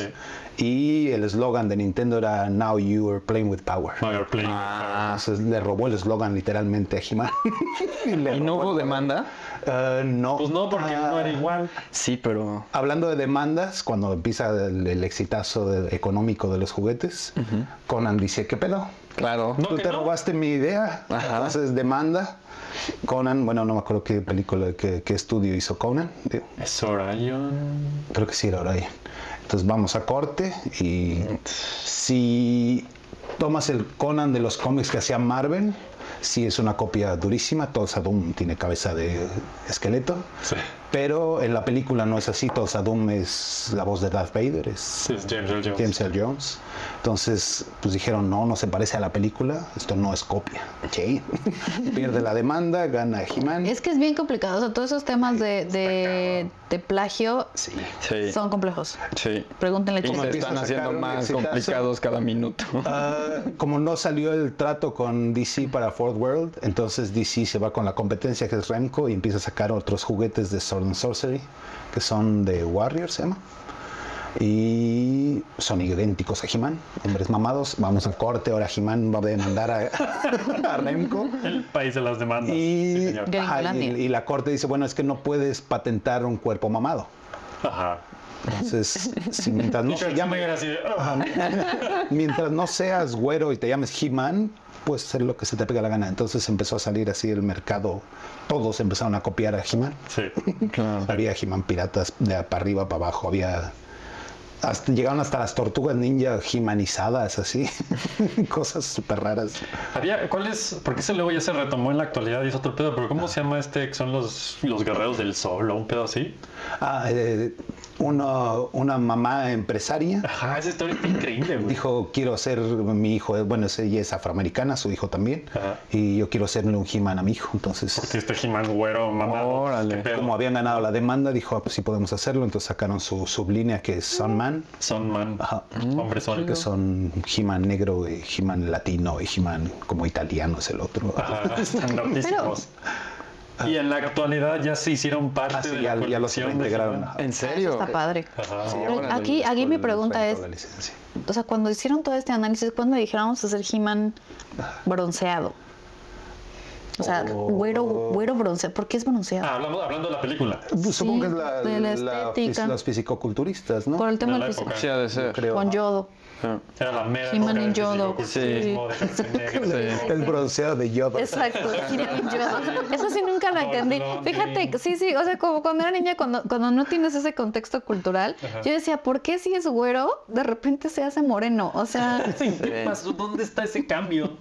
S1: y el eslogan de Nintendo era Now you are playing with power.
S3: No, you're playing. Ah.
S1: Entonces le robó el eslogan literalmente a He-Man. Y le
S5: ¿Y no
S1: robó
S5: hubo
S1: el-
S5: demanda?
S1: Eh, no.
S3: Pues no, porque no era igual.
S5: Sí, pero.
S1: Hablando de demandas, cuando empieza el, el exitazo de- económico de los juguetes, Conan dice, ¿qué pedo?
S5: Claro.
S1: Tú te robaste mi idea,
S5: Ajá.
S1: entonces demanda. Conan, bueno, no me acuerdo qué película, qué, qué estudio hizo Conan. Eh,
S3: Es Orion.
S1: Creo que sí era Orion. Entonces vamos a corte y si tomas el Conan de los cómics que hacía Marvel, sí es una copia durísima. Tulsa Doom tiene cabeza de esqueleto.
S3: Sí.
S1: Pero en la película no es así. Tulsa Doom es la voz de Darth Vader, es
S3: Sí, es James Earl Jones.
S1: James Earl Jones. Entonces, pues dijeron, no, no se parece a la película, esto no es copia. Ok. Pierde la demanda, gana He-Man.
S4: Es que es bien complicado. O sea, todos esos temas de, de, de plagio
S1: Sí.
S5: Sí.
S4: son complejos.
S5: Sí.
S4: Pregúntenle a
S5: Y
S4: Chester.
S5: se
S1: empiezan
S5: están
S1: a
S5: haciendo
S1: sacar un
S5: más
S1: exitazo.
S5: complicados cada minuto.
S1: Ah, como no salió el trato con DC para Fort World, entonces DC se va con la competencia que es Remco y empieza a sacar otros juguetes de Sword and Sorcery, que son de Warrior, se llama. Y son idénticos a He-Man, hombres mamados. Vamos al corte, ahora He-Man va a demandar a, a Remco.
S3: El país de las demandas. Sí,
S1: Y,
S3: señor.
S4: De
S1: ajá, y,
S4: Gringolandia.
S1: y la corte dice, bueno, es que no puedes patentar un cuerpo mamado.
S3: Ajá.
S1: Entonces, si mientras no,
S3: Dicho
S1: se
S3: ya
S1: llame-
S3: me así de, "Ah".
S1: mientras no seas güero y te llames He-Man, puedes hacer lo que se te pega la gana. Entonces empezó a salir así el mercado. Todos empezaron a copiar a He-Man.
S3: Sí.
S5: Claro.
S1: Había He-Man piratas de para arriba, para abajo. Había... hasta- llegaron hasta las tortugas ninja He-Manizadas, así. Cosas súper raras.
S3: Había, ¿cuál es? Porque ese luego ya se retomó en la actualidad y es otro pedo, pero ¿cómo se llama este? que Son los, los guerreros del sol o un pedo así.
S1: Ah, eh, uno- una mamá empresaria
S3: Ajá, esa historia está increíble, güey.
S1: Dijo, quiero ser mi hijo, bueno, es- ella es afroamericana, su hijo también,
S3: Ajá.
S1: y yo quiero hacerle un He-Man a mi hijo.
S3: Sí,
S1: Entonces,
S3: Ah, este He-Man güero, mamá.
S5: Órale.
S1: como habían ganado la demanda, dijo, ah, pues sí podemos hacerlo, entonces sacaron su sublínea que es Son Man,
S3: Son man. mm,
S1: Ajá.
S3: Hombre son.
S1: que son He-Man negro, y He-Man latino y He-Man como italiano es el otro.
S3: Ajá, están loquísimos. Y en la actualidad ya se hicieron parte
S1: Ah, sí,
S3: de
S1: ya,
S3: la
S1: ya los
S3: colección de
S1: integraron.
S3: He-Man.
S1: ajá.
S5: ¿En serio?
S4: Está padre.
S3: Ajá.
S5: Sí,
S4: Pero
S5: órale,
S4: aquí, aquí mi
S1: Con- con
S4: pregunta es,
S1: la licencia.
S4: o sea, cuando hicieron todo este análisis, ¿cuándo dijeron vamos a hacer He-Man bronceado? O sea, güero, güero bronceado. ¿Por qué es bronceado?
S3: Ah, hablamos, hablando de la película.
S1: Pues, Supongo que es la,
S4: de la
S1: la fis-
S4: estética.
S1: los fisicoculturistas, ¿no?
S4: Por el tema
S3: de la
S4: del físico.
S3: época.
S5: Sí, ha de ser.
S1: Creo.
S4: Con yodo.
S3: Era la mera.
S4: He-Man
S3: época
S4: y
S3: del
S4: Yodo.
S3: fisicoculturismo, de gente negra.
S1: El bronceado de yodo.
S4: Exacto, He-Man y yodo. Eso sí nunca lo entendí.
S3: Blondie.
S4: Fíjate, que- sí, sí, o sea, como cuando era niña, cuando, cuando no tienes ese contexto cultural, yo decía, ¿por qué si es güero, de repente se hace moreno? O sea,
S3: ¿Qué pasó? ¿Dónde está ese cambio?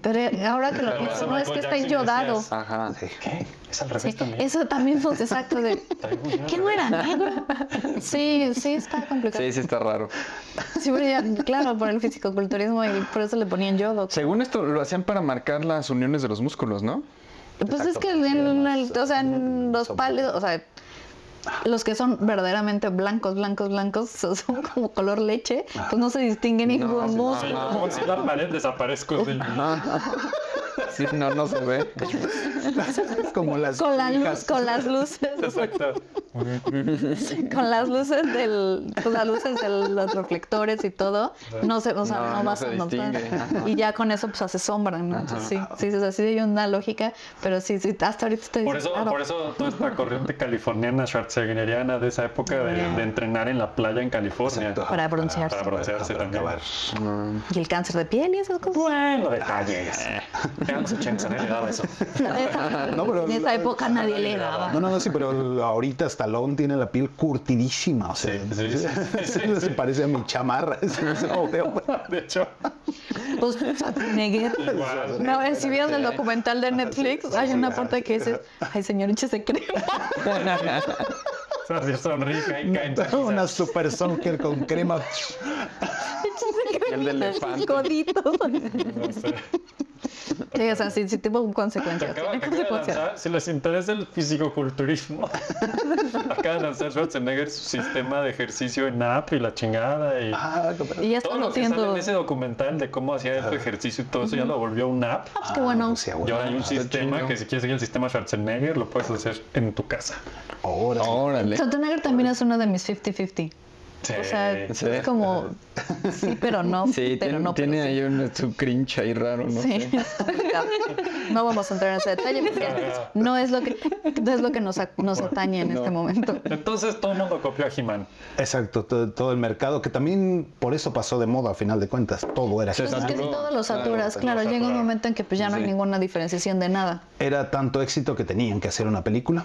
S4: pero ahora que lo
S3: Pero
S4: pienso,
S3: a
S4: no es que
S3: Michael
S4: está
S3: Jackson
S4: yodado.
S3: decías,
S5: Ajá.
S3: ¿Qué? Es al
S4: Sí,
S3: revés también.
S4: eso también fue exacto de ¿Qué no era negro? Sí, sí está complicado.
S5: Sí, sí está raro.
S4: Sí, porque ya- claro, por el fisicoculturismo y por eso le ponían yodo.
S5: Según esto, lo hacían para marcar las uniones de los músculos, ¿no?
S4: Pues es que en, el- o sea, en los pálidos, o sea, los que son verdaderamente blancos, blancos, blancos, so- son como color leche, pues no se distingue ningún músculo.
S3: Como si la pared desaparezco del.
S1: Ah.
S5: Sí, no, no se ve.
S1: Como las
S4: Con la luz,
S1: hijas.
S4: con las luces,
S3: Exacto.
S4: con las luces del, con las luces de los reflectores y todo, no se, o sea,
S5: No,
S4: no,
S5: no
S4: vas
S5: se
S4: a notar.
S5: distingue, ajá.
S4: Y ya con eso pues hace sombra, ¿no? Entonces, sí, sí, sí, o sea, sí hay una lógica, pero sí, sí, hasta ahorita estoy
S3: Por eso,
S4: claro.
S3: por eso toda esta corriente californiana, schwarzeneggeriana de esa época de, de entrenar en la playa en California.
S1: Exacto.
S4: Para broncearse.
S3: Para broncearse
S1: Para
S3: también.
S1: acabar.
S4: Y el cáncer de piel y esas cosas.
S3: Bueno, Eh, detalles. Eran los 80, nadie le daba eso.
S1: No, pero-
S4: en esa época nadie le daba.
S1: No, no, no, sí, pero ahorita Stallone tiene la piel curtidísima, o sea,
S3: Sí, sí, sí,
S1: se parece a mi chamarra, eso no se lo veo.
S3: De hecho,
S4: Pues Schwarzenegger.
S3: igual.
S4: No, eh, si vieron el documental de Netflix, hay una parte que dice, ay señor, échese crema.
S3: Así sonríe, cae, cae.
S1: Una super soccer con crema.
S4: Échese crema.
S5: El de elefante.
S4: Coditos.
S3: No sé.
S4: Sí, o sea, sí, sí tuvo
S3: Te
S4: consecuencias.
S3: acaba-
S4: tiene
S3: te acaba de
S4: consecuencias.
S3: lanzar, si les interesa el fisicoculturismo, acaba de lanzar Schwarzenegger su sistema de ejercicio en app y la chingada. Y
S1: Ah, qué pedo.
S4: Y ya
S3: todo
S4: están
S3: lo que sale
S4: haciendo.
S3: en ese documental de cómo hacía tu ejercicio y todo eso ya lo volvió una app.
S4: Ah, pues qué bueno.
S1: Pues sí, güey.
S3: Y ahora hay un sistema
S5: chingón.
S3: que si quieres seguir el sistema Schwarzenegger lo puedes hacer en tu casa.
S1: Ahora.
S5: Órale.
S4: Schwarzenegger también es uno de mis 50-50.
S3: Sí.
S4: O sea,
S5: Sí.
S4: es como sí, pero no.
S5: Sí,
S4: pero
S5: tiene,
S4: no, pero
S5: tiene
S4: sí.
S5: ahí un, su cringe ahí raro, ¿no?
S4: Sí, es complicado. No vamos a entrar en ese detalle porque no es lo que, no es lo que nos, a- nos atañe en este momento.
S3: Entonces todo el mundo copió a He-Man.
S1: Exacto, todo, todo el mercado, que también por eso pasó de moda a final de cuentas. Todo era
S4: Pues es que si todo lo saturas, claro,
S5: lo
S4: llega un
S5: saturaron.
S4: momento en que pues ya no hay ninguna diferenciación de nada.
S1: Era tanto éxito que tenían que hacer una película.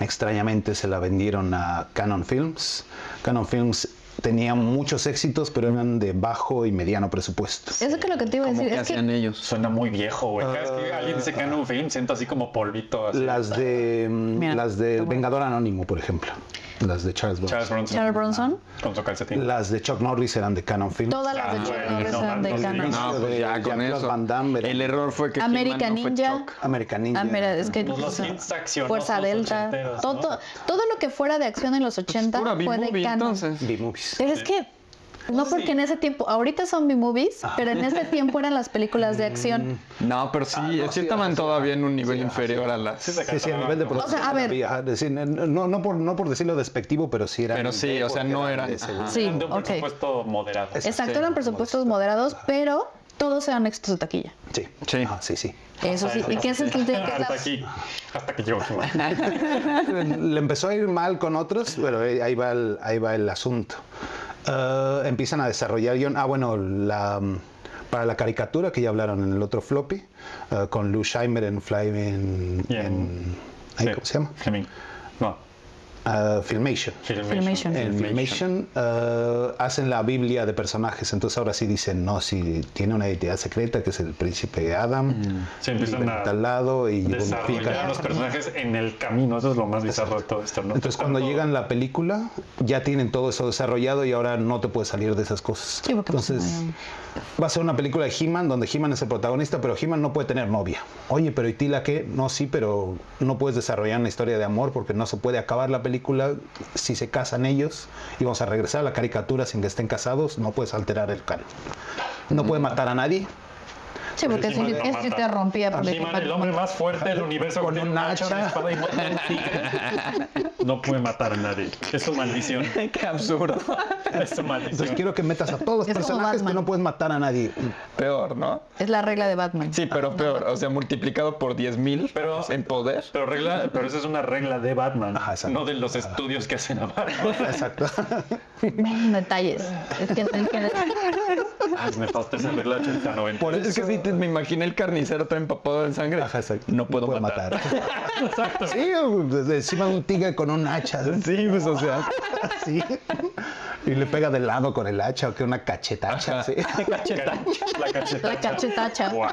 S1: Extrañamente se la vendieron a Canon Films. Canon Films tenía muchos éxitos, pero eran de bajo y mediano presupuesto.
S4: Eso que lo que te iba a
S5: Como
S4: decir
S5: que
S4: es que
S5: hacían ellos.
S3: Suena muy viejo, güey. Cada vez que
S1: Ah.
S3: alguien dice que un film, siento así como polvito. Así.
S1: Las de mm,
S4: Mira,
S1: las de Vengador Anónimo, por ejemplo. Las de Charles Bronson.
S3: Charles Bronson
S5: Ah.
S4: Charles Bronson,
S3: con su calcetín.
S1: Las de Chuck Norris eran de Canon Films.
S4: todas las de
S3: Ah,
S4: Chuck
S3: bueno,
S4: Norris
S3: no
S4: eran de
S3: mames,
S4: Canon.
S1: no.
S5: No,
S1: Eso de
S5: pues ya con
S1: Jean-Claude
S5: eso.
S1: Van Damme, era-
S5: el error fue que
S4: American
S5: He-Man no fue
S4: Ninja.
S5: Chuck.
S1: American Ninja.
S4: Ah, mira, es que
S3: Pues los
S4: o sea,
S3: hits accionosos
S4: Fuerza Delta,
S3: ochenteros, ¿no?
S4: todo, todo lo que fuera de acción en los 80
S5: Pues, Pura
S4: fue de
S5: B-movie,
S4: Canon.
S5: entonces.
S1: B-movies.
S4: Pero es que no porque en ese tiempo, ahorita son B-movies, pero en ese tiempo eran las películas de
S5: Mm,
S4: acción.
S5: No, pero sí,
S1: Ah,
S5: sí estaban todavía en un nivel inferior a las.
S1: Sí, sí, a nivel de producción.
S4: sea, a ver.
S1: había, ajá, decir, no, no, por, no por decirlo despectivo, pero sí era.
S5: Pero sí, o sea, no eran.
S4: Sí,
S3: De un
S4: ok.
S3: presupuesto moderado.
S4: Exacto,
S5: sí,
S4: eran presupuestos moderados, pero todos eran éxitos de taquilla.
S1: Sí.
S5: Sí.
S1: Ajá, sí, sí.
S4: Eso sí, y que ese es el de- que es
S3: Hasta
S4: la-
S3: aquí, hasta que yo.
S1: Le empezó a ir mal con otros, pero eh, ahí va el, ahí va el asunto. Eh, empiezan a desarrollar guión. Ah, bueno, la, mm, para la caricatura que ya hablaron en el otro floppy, eh, con Lou Scheimer en Fly en.
S3: Y en-
S1: en- ahí,
S3: Sí.
S1: ¿Cómo se llama?
S3: Fleming. No,
S1: Eh, Filmation.
S3: Filmation.
S4: Filmation.
S1: En Filmation eh, hacen la Biblia de personajes, entonces ahora sí dicen, no, si tiene una identidad secreta que es el príncipe Adam,
S3: Se empiezan a
S1: al lado y
S3: desarrollar
S1: unifican.
S3: los personajes en el camino. Eso es lo más bizarro de todo esto, ¿no?
S1: Entonces cuando llegan la película ya tienen todo eso desarrollado y ahora no te puedes salir de esas cosas.
S4: Sí, porque pues,
S1: Entonces va a ser una película de He-Man donde He-Man es el protagonista, pero He-Man no puede tener novia. Oye, pero ¿y Tila qué? No, sí, pero no puedes desarrollar una historia de amor porque no se puede acabar la película si se casan ellos y vamos a regresar a la caricatura sin que estén casados, no puedes alterar el canon. No puede matar a nadie.
S4: Sí, porque si,
S3: He-Man
S4: es
S3: lo
S4: si te
S3: mata.
S4: rompía. porque
S3: He-Man,
S4: te
S3: el
S4: mata.
S3: hombre más fuerte del universo
S1: Con
S3: tiene
S1: un
S3: hacha,
S1: hacha.
S3: una espada y mata a un tigre. No puede matar a nadie. Es su maldición.
S5: Qué absurdo.
S3: Es su maldición.
S1: Entonces quiero que metas a todos los
S4: Es como
S1: personajes, pero
S4: Batman.
S1: no puedes matar a nadie.
S5: Peor, ¿no?
S4: Es la regla de Batman.
S5: Sí, pero peor. O sea, multiplicado por 10.000
S3: Pero-
S5: en poder.
S3: Pero, regla, pero esa es una regla de Batman,
S1: Ajá, exacto.
S3: no de los estudios que hacen a Batman.
S1: Exacto.
S4: Detalles. Es que, es que-
S3: Ay, me falta esa regla 80-90.
S5: Por eso es que sí, te- me imaginé el carnicero todo empapado en sangre.
S1: Ajá, exacto.
S5: No puedo
S1: puede
S5: matar.
S1: Exacto. Sí, desde encima de un tigre con un hacha.
S5: Sí, pues o sea,
S1: Así. Y le pega de lado con el hacha o que una cachetacha. sí.
S3: La cachetacha.
S4: la cachetacha.
S3: Wow.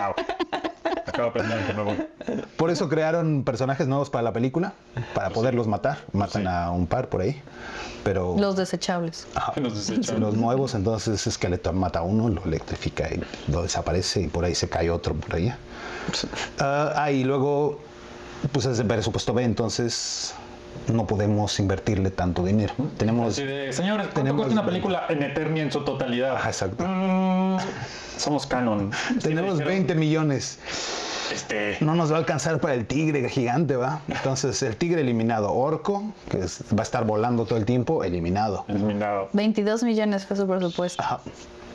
S3: Acabo de aprender que me voy.
S1: Por eso crearon personajes nuevos para la película, para poderlos matar. Matan a un par por ahí. Pero
S4: Los desechables.
S1: ajá,
S3: Los desecharon.
S1: los nuevos, entonces Skeletor mata a uno, lo electrifica y lo desaparece y por ahí se cae otro por allá. Ah, ah, y luego, pues es de presupuesto B, entonces no podemos invertirle tanto dinero. Tenemos...
S3: Así de, señores, ¿cuánto
S1: Tenemos-
S3: cuesta una película en Eternia en su totalidad?
S1: Ajá, exacto.
S3: Mm, somos canon.
S1: Tenemos 20 millones.
S3: Este,
S1: No nos va a alcanzar para el tigre gigante, ¿va? Entonces, el tigre eliminado. Orco, que es- va a estar volando todo el tiempo, eliminado.
S3: eliminado.
S4: 22 millones fue su presupuesto.
S1: Ajá.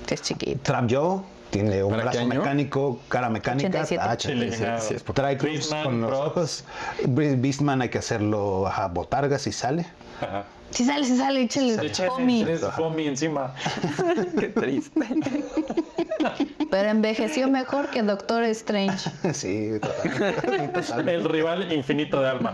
S4: que Es chiquito.
S1: Trap Joe, tiene un
S5: ¿Para qué
S1: brazo
S5: año?
S1: mecánico, cara mecánica.
S4: 87.
S1: ah, 87,
S3: Eliminado.
S1: sí, es por- Triclops
S3: Beastman,
S1: con los
S3: Prop.
S1: ojos. Be- Beastman hay que hacerlo a botargas si sale.
S3: Ajá.
S4: Si sale, si sale,
S3: Le
S4: échale.
S3: echan
S4: Fomi.
S3: tres foamy encima.
S5: qué triste.
S4: Pero envejeció mejor que Doctor Strange.
S1: sí, totalmente, totalmente.
S3: El rival infinito de alma.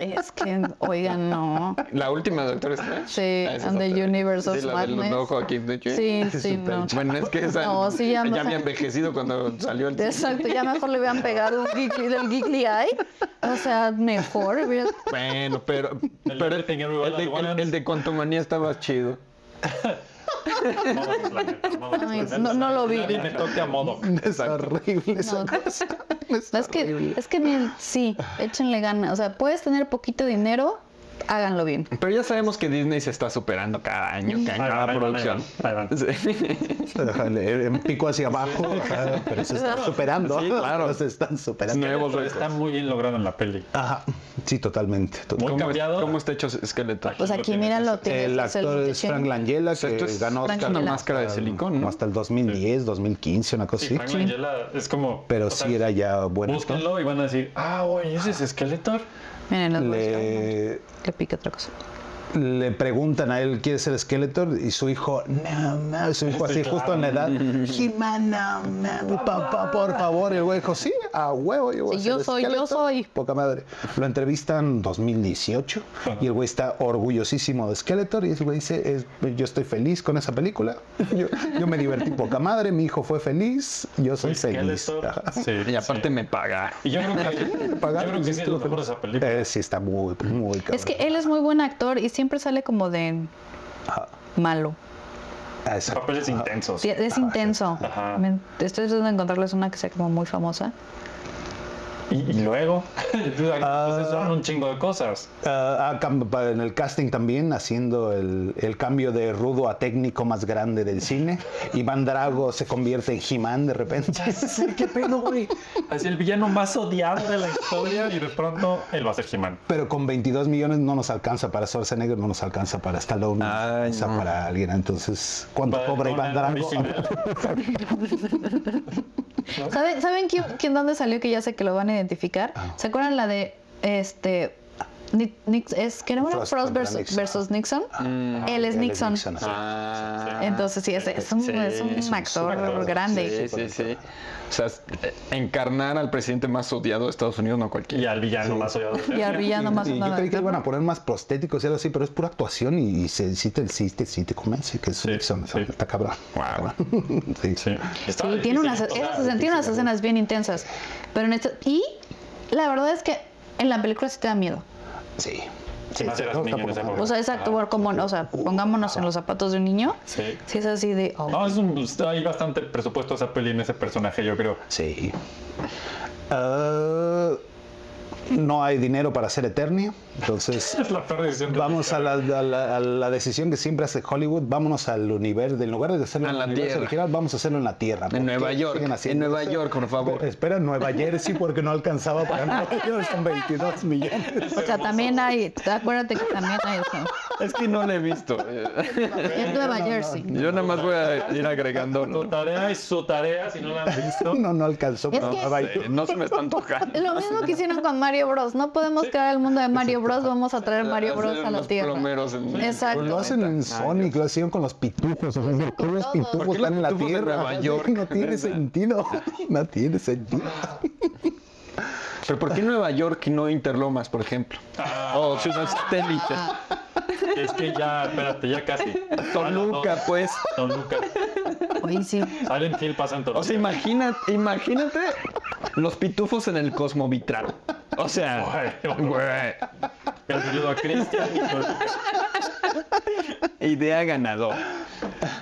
S4: Es que, oigan, no.
S5: La última, doctor Strange.
S4: Sí,
S5: Ah, esa es
S4: and the
S5: otra.
S4: Universe of
S5: Sí, la del
S4: Madness.
S5: ojo aquí. de hecho. ¿eh?
S4: Sí, sí,
S1: súper
S4: no.
S5: Bueno, es que esa
S4: No, sí, ya
S5: ya,
S4: me-
S5: había envejecido cuando salió el
S4: Exacto, ya mejor le hubieran pegado un geekly, del geekly eye. O sea, mejor. hubiera-
S5: Bueno, pero,
S3: El
S5: pero el,
S3: Everything Everywhere
S5: el de,
S3: All at
S5: el- el de Contomanía estaba chido.
S3: Modoc Planeta, Modoc
S4: Ay,
S3: Planeta.
S4: no, no lo vi.
S3: Nadie me toque a Modoc.
S1: Es horrible esa
S4: No.
S1: cosa. Es
S4: Es que,
S1: horrible.
S4: es que miren, sí, échenle ganas. O sea, puedes tener poquito dinero, háganlo bien.
S5: Pero ya sabemos que Disney se está superando cada año, cada,
S3: Ahí
S5: cada
S3: van, ahí van, ahí
S5: producción.
S3: van, ahí van.
S5: Sí.
S1: Ajá, le- eh, En pico hacia abajo, ajá, pero se están superando.
S5: Sí, claro.
S1: Se están superando.
S5: Nuevos
S3: Pero Está
S5: récords.
S3: muy bien logrado en la peli.
S1: Ajá. Sí, totalmente. total-
S3: Muy
S5: ¿Cómo,
S3: cambiado.
S5: ¿Cómo está hecho esqueleto? Eh,
S4: Pues aquí, mira, lo tienes.
S1: El
S4: es el
S1: actor es
S4: Detection.
S1: Frank Langella, que
S5: Esto es
S1: ganó
S4: Frank
S1: Oscar
S5: una
S4: Langella.
S5: máscara de silicón, ¿no?
S1: hasta el 2010, 2015, una cosa
S3: Sí,
S1: así.
S3: Frank Langella es como.
S1: Pero
S3: o sea,
S1: sí era ya bueno.
S3: Búsquenlo y van a decir, ah, oye, ese es Skeletor.
S4: Miren, los le...
S1: Le,
S4: le pica otra cosa.
S1: le preguntan a él, ¿quiere ser Skeletor? Y su hijo, no, no, su hijo así, justo en la edad, Jimena, papá, por favor. Y el güey dijo, sí, a huevo, yo voy a
S4: Sí, yo
S1: ser
S4: soy, yo
S1: Skeletor".
S4: soy.
S1: Poca madre. Lo entrevistan en 2018 y el güey está orgullosísimo de Skeletor y el güey dice, "Es- yo estoy feliz con esa película. Yo, yo me divertí poca madre, mi hijo fue feliz, yo soy feliz. Ajá.
S3: Skeletor. Sí,
S5: Y aparte me paga.
S3: sí. Y yo creo que, yo
S1: pagaron,
S3: creo que sí es lo mejor de esa película.
S1: Eh, sí, está muy, muy cabrón.
S4: Es que él es muy buen actor y siempre sale como de malo.
S1: Ah, esa-
S3: Papeles intensos.
S4: Sí, Es intenso.
S3: Ajá.
S4: Me- Estoy tratando de encontrarles una que sea como muy famosa.
S3: Y, y pues, luego, entonces,
S1: Ah.
S3: son un chingo de cosas.
S1: Ah, ah, cam- pa- en el casting también, haciendo el, el cambio de rudo a técnico más grande del cine. Iván Drago se convierte en He-Man de repente.
S3: ¿Qué pedo, güey? Es el villano más odiado de la historia y de pronto él va a ser He-Man.
S1: Pero con 22 millones no nos alcanza para Schwarzenegger, no nos alcanza para Stallone, no nos
S5: Ay,
S1: alcanza
S5: no.
S1: para alguien. Entonces, ¿cuánto
S3: Para
S1: cobra Iván
S3: Conan
S1: Drago?
S3: original.
S4: ¿Saben, ¿saben quién, quién dónde salió que ya sé que lo van a identificar? ¿Se acuerdan la de este Ni- Nix- es que no era
S1: Frost
S4: Frost
S1: contra
S4: versus Nixon? Versus
S1: Nixon.
S4: Nixon? él
S5: Mm.
S4: es
S1: Él es
S4: Nixon.
S1: Nixon, así.
S5: Ah.
S4: Entonces sí, es, es un, es un
S5: es un
S4: actor
S3: superactor.
S4: grande.
S5: Sí, sí, sí. Pues, O sea, es- eh, encarnar al presidente más odiado de Estados Unidos no
S3: Y
S5: cualquiera.
S3: al villano más odiado. de la
S4: Y al
S3: historia.
S4: villano más
S1: Y yo
S4: nada.
S1: creí que iban a poner más prostéticos y algo así, pero es pura actuación y, y se, sí, te, sí, te, sí te convence que es
S3: Sí,
S1: Nixon.
S3: sí.
S1: Está cabrón.
S5: Wow.
S1: Sí.
S3: Sí. Está
S4: Sí,
S3: difícil,
S4: tiene unas,
S3: o sea,
S4: esas- tiene unas escenas bien intensas. Pero en esto, y la verdad es que en la película sí te da miedo.
S1: Sí.
S3: Se me hace las
S1: no,
S3: niñas en
S1: tampoco.
S3: esa época.
S4: O sea, es actuar como, o sea, pongámonos en los zapatos de un niño.
S3: Sí.
S4: Si es así de, oh,
S3: No, es un, hay bastante presupuesto esa peli en ese personaje, yo creo.
S1: Sí. Ah, no hay dinero para ser Eternia, entonces
S3: Es la peor decisión. que-
S1: vamos a la, a la- a la decisión que siempre hace Hollywood, vámonos al universo, en lugar de hacerlo
S5: A
S1: en
S5: la
S1: el universo
S5: Tierra.
S1: original, vamos a hacerlo en la Tierra. ¿Por
S5: En Nueva
S1: qué
S5: York.
S1: siguen
S5: En
S1: haciendo
S5: Nueva
S1: eso?
S5: York, por
S1: Pero
S5: favor.
S1: Espera, Nueva Jersey porque no alcanzaba para Nueva York, son 22 millones.
S4: o sea, también hay, acuérdate que también hay eso.
S5: Es que no lo he visto.
S4: Es Nueva Jersey.
S5: Yo nada más voy a ir agregando.
S3: Tu
S5: No,
S3: tarea es su tarea, si no la han visto.
S1: No, no alcanzó para
S4: que-
S1: Nueva York.
S5: sé, no se me están tocando.
S4: Lo mismo que hicieron con Mario Bros. No podemos crear el mundo de Mario Bros. Vamos a traer Mario Bros. a la
S5: los
S4: Tierra.
S5: plomeros en-
S4: Exacto.
S1: Lo hacen en Sonic, lo hacían con los pitufos. o sea, los pobres
S4: todo.
S1: pitufos
S5: ¿Por qué los
S1: están en la
S5: pitufos de
S1: tierra.
S5: Nueva York?
S1: No tiene sentido. No tiene sentido.
S5: Pero ¿por qué Nueva York y no Interlomas, por ejemplo?
S1: Ah.
S5: O Ciudad
S4: Ah.
S5: Satélite.
S3: Es que ya, espérate, ya casi.
S1: Ah,
S5: Toluca, pues.
S3: Toluca.
S4: Oye, sí.
S3: Silent Hill pasa en Toluca.
S5: O sea, imagínate, imagínate los pitufos en el cosmovitral. O sea, güey,
S3: El saludo a Cristian y Toluca.
S5: e idea ganador.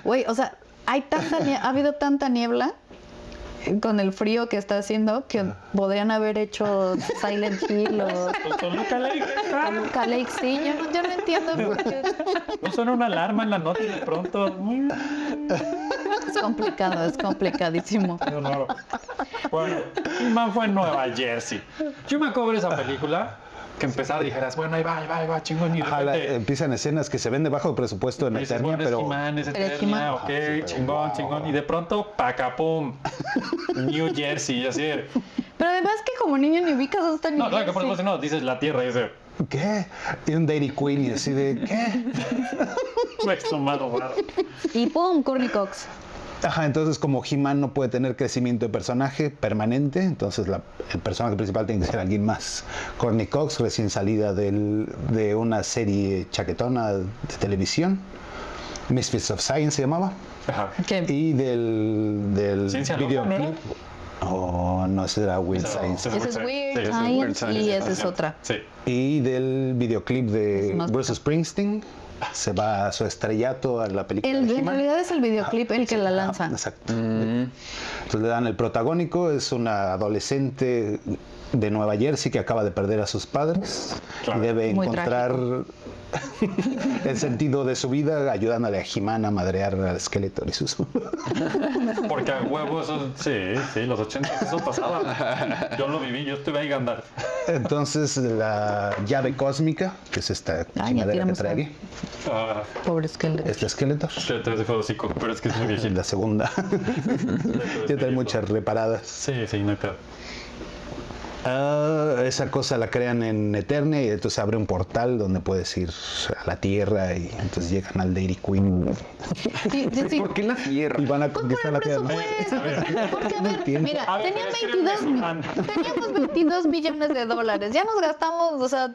S4: Güey, o sea, hay tanta nie- ha habido tanta niebla eh, con el frío que está haciendo que podrían haber hecho Silent Hill o
S3: Pues Toluca Lake.
S4: Toluca Lake. Sí, yo no, yo no entiendo. por qué
S3: No suena una alarma en la noche de pronto. Muy
S4: Es complicado, es complicadísimo.
S3: raro. Bueno, Man fue en Nueva Jersey. Yo me cobro esa película que empezaba y dijeras, bueno, ahí va, ahí va, ahí va, chingón. Y de
S1: Ojalá,
S3: repente
S1: empiezan escenas que se ven de bajo presupuesto en
S3: dices,
S1: Eternia,
S3: bueno, es
S1: pero Ah,
S3: He-Man, es
S4: Pero es
S3: Eternia,
S4: He-Man.
S3: ok, chingón, chingón. Y de pronto, pacapum, New Jersey, y así. de-
S4: Pero además que como niño ni ubicas dónde está
S3: No,
S4: New
S3: no, que por
S4: Jersey.
S3: supuesto no, dices la tierra, y dices,
S1: ¿qué? Y un Dairy Queen y así de, ¿qué?
S3: güey, esto más raro.
S4: Y pum, Courtney Cox.
S1: Ajá, entonces como He-Man no puede tener crecimiento de personaje permanente, entonces la- el personaje principal tiene que ser alguien más. Courtney Cox, recién salida del- de una serie chaquetona de televisión, Misfits of Science se llamaba,
S3: Ajá.
S4: Que
S1: y del, del
S3: Ciencia loca, ¿no era?
S1: videoclip. Oh, no, ese era Will Science.
S4: ese es Weird
S3: Sí, ese es
S4: Science
S5: Science.
S4: y esa es otra.
S3: Sí.
S1: Y del videoclip de
S4: Más-
S1: Bruce Springsteen, se va a su estrellato a la película.
S4: El-
S1: de
S4: en
S1: He-Man.
S4: realidad es el videoclip el que la
S1: Ah,
S4: lanza.
S1: exacto. Entonces le dan el protagónico, es una adolescente de Nueva Jersey que acaba de perder a sus padres y debe
S4: Muy
S1: encontrar el sentido de su vida ayudándole a Jimán a madrear al esqueleto y sus...
S6: Porque a huevos, sí, sí, los 80 eso pasaba. Yo lo viví, yo estuve ahí Gandalf.
S1: Entonces la llave cósmica, que es esta
S4: ya
S1: chingadera que
S4: tiramos
S1: trae
S4: algo.
S1: aquí,
S6: Ah,
S4: Pobre esqueleto.
S1: este esqueleto,
S6: te de hocico, pero es que es muy viejito.
S1: la segunda, ya trae muchas reparadas.
S6: Sí, sí, no hay pedo.
S1: Ah, esa cosa la crean en Eternia y entonces abre un portal donde puedes ir a la Tierra y entonces llegan al Dairy Queen
S4: Sí, sí, sí.
S5: ¿Por qué la
S1: y
S5: tierra?
S1: van a
S4: Pues
S1: conquistar
S4: por
S1: la
S4: el
S1: Tierra.
S4: presupuesto. Porque, a ver,
S1: entiendo.
S4: mira,
S6: A ver,
S4: tenían
S6: pero Ah, es que
S4: 22,
S6: eres
S4: mi- teníamos 22 millones de dólares. Ya nos gastamos, o sea,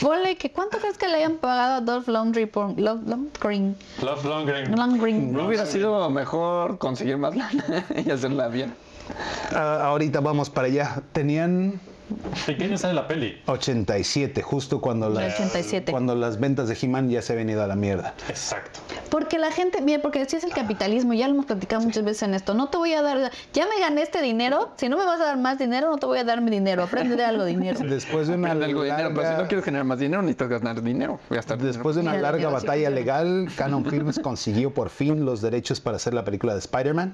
S4: ponle que ¿cuánto crees que le hayan pagado a Dolph Lundgren por, Lund- Lundgren,
S6: Love Longren.
S4: Lundgren?
S5: ¿No hubiera sido mejor conseguir más lana y hacerla bien?
S1: Ah, ahorita vamos para allá. Tenían
S6: ¿De quién sale la peli?
S1: 87, justo cuando las,
S4: 87.
S1: cuando las ventas de He-Man ya se habían ido a la mierda.
S6: Exacto.
S4: Porque la gente, mira, porque así es el capitalismo, ya lo hemos platicado muchas veces en esto. No te voy a dar, ya me gané este dinero, si no me vas a dar más dinero, no te voy a dar mi dinero. Aprende de algo dinero.
S1: Después de una
S5: Algo de dinero, pero si no
S1: larga,
S5: quieres generar más dinero, necesitas ganar dinero. Gastar dinero.
S1: después de una
S4: Mira,
S1: larga
S4: digo, sí
S1: batalla
S4: funciona.
S1: legal, Canon Films consiguió por fin los derechos para hacer la película de Spider-Man.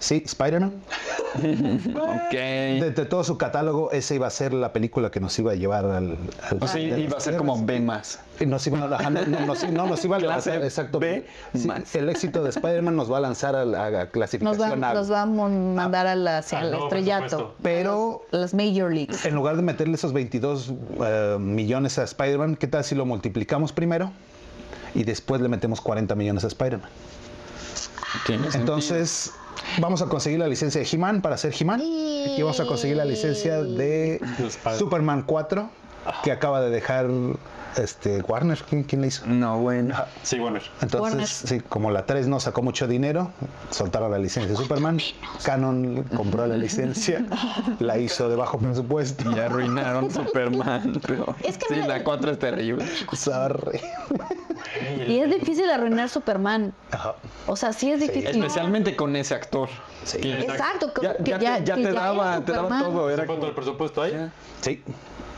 S1: Sí, Spider-Man.
S4: Ah,
S5: Ok.
S1: De, de todo su catálogo, esa iba a ser la película que nos iba a llevar al... al-
S5: O sea,
S1: de
S5: Ah, iba a
S1: las
S5: ser
S1: tierras.
S5: como B más.
S1: Y nos iban a bajar- no, no, sí, no, nos iba a
S5: Clase
S1: lanzar, exacto.
S5: B
S1: Sí,
S5: más.
S1: el éxito de Spider-Man nos va a lanzar a la a la
S4: Nos va,
S1: clasificación A.
S4: nos va a mon- mandar a la, hacia
S6: Ah,
S4: el
S6: no, por
S4: estrellato,
S6: supuesto.
S1: Pero
S4: a las Major Leagues.
S1: en lugar de meterle esos 22 eh, millones a Spider-Man, ¿qué tal si lo multiplicamos primero? Y después le metemos 40 millones a Spider-Man. Entonces, vamos a conseguir la licencia de He-Man para hacer He-Man. Y vamos a conseguir la licencia de Superman 4, que acaba de dejar este, Warner. ¿Quién, quién la hizo?
S5: No, bueno.
S1: Ah,
S6: Sí, Warner.
S1: Entonces,
S4: Warner.
S1: sí, como la 3 no sacó mucho dinero, soltaron la licencia de Superman. Canon compró la licencia, la hizo de bajo presupuesto.
S5: Y arruinaron Superman. Pero...
S4: Es que
S5: sí,
S4: mira- eh,
S5: la 4 es terrible.
S1: Sorry.
S4: Y es difícil arruinar Superman.
S1: Ajá.
S4: O sea, sí es difícil.
S5: Especialmente con ese actor.
S1: Sí.
S5: Que-
S4: Exacto,
S5: Ya,
S4: que
S5: ya te, ya
S4: que
S5: te
S4: era
S5: daba, te daba
S4: Superman.
S5: todo. Era
S6: ¿Cuánto el presupuesto
S3: Eh,
S6: hay?
S1: Sí.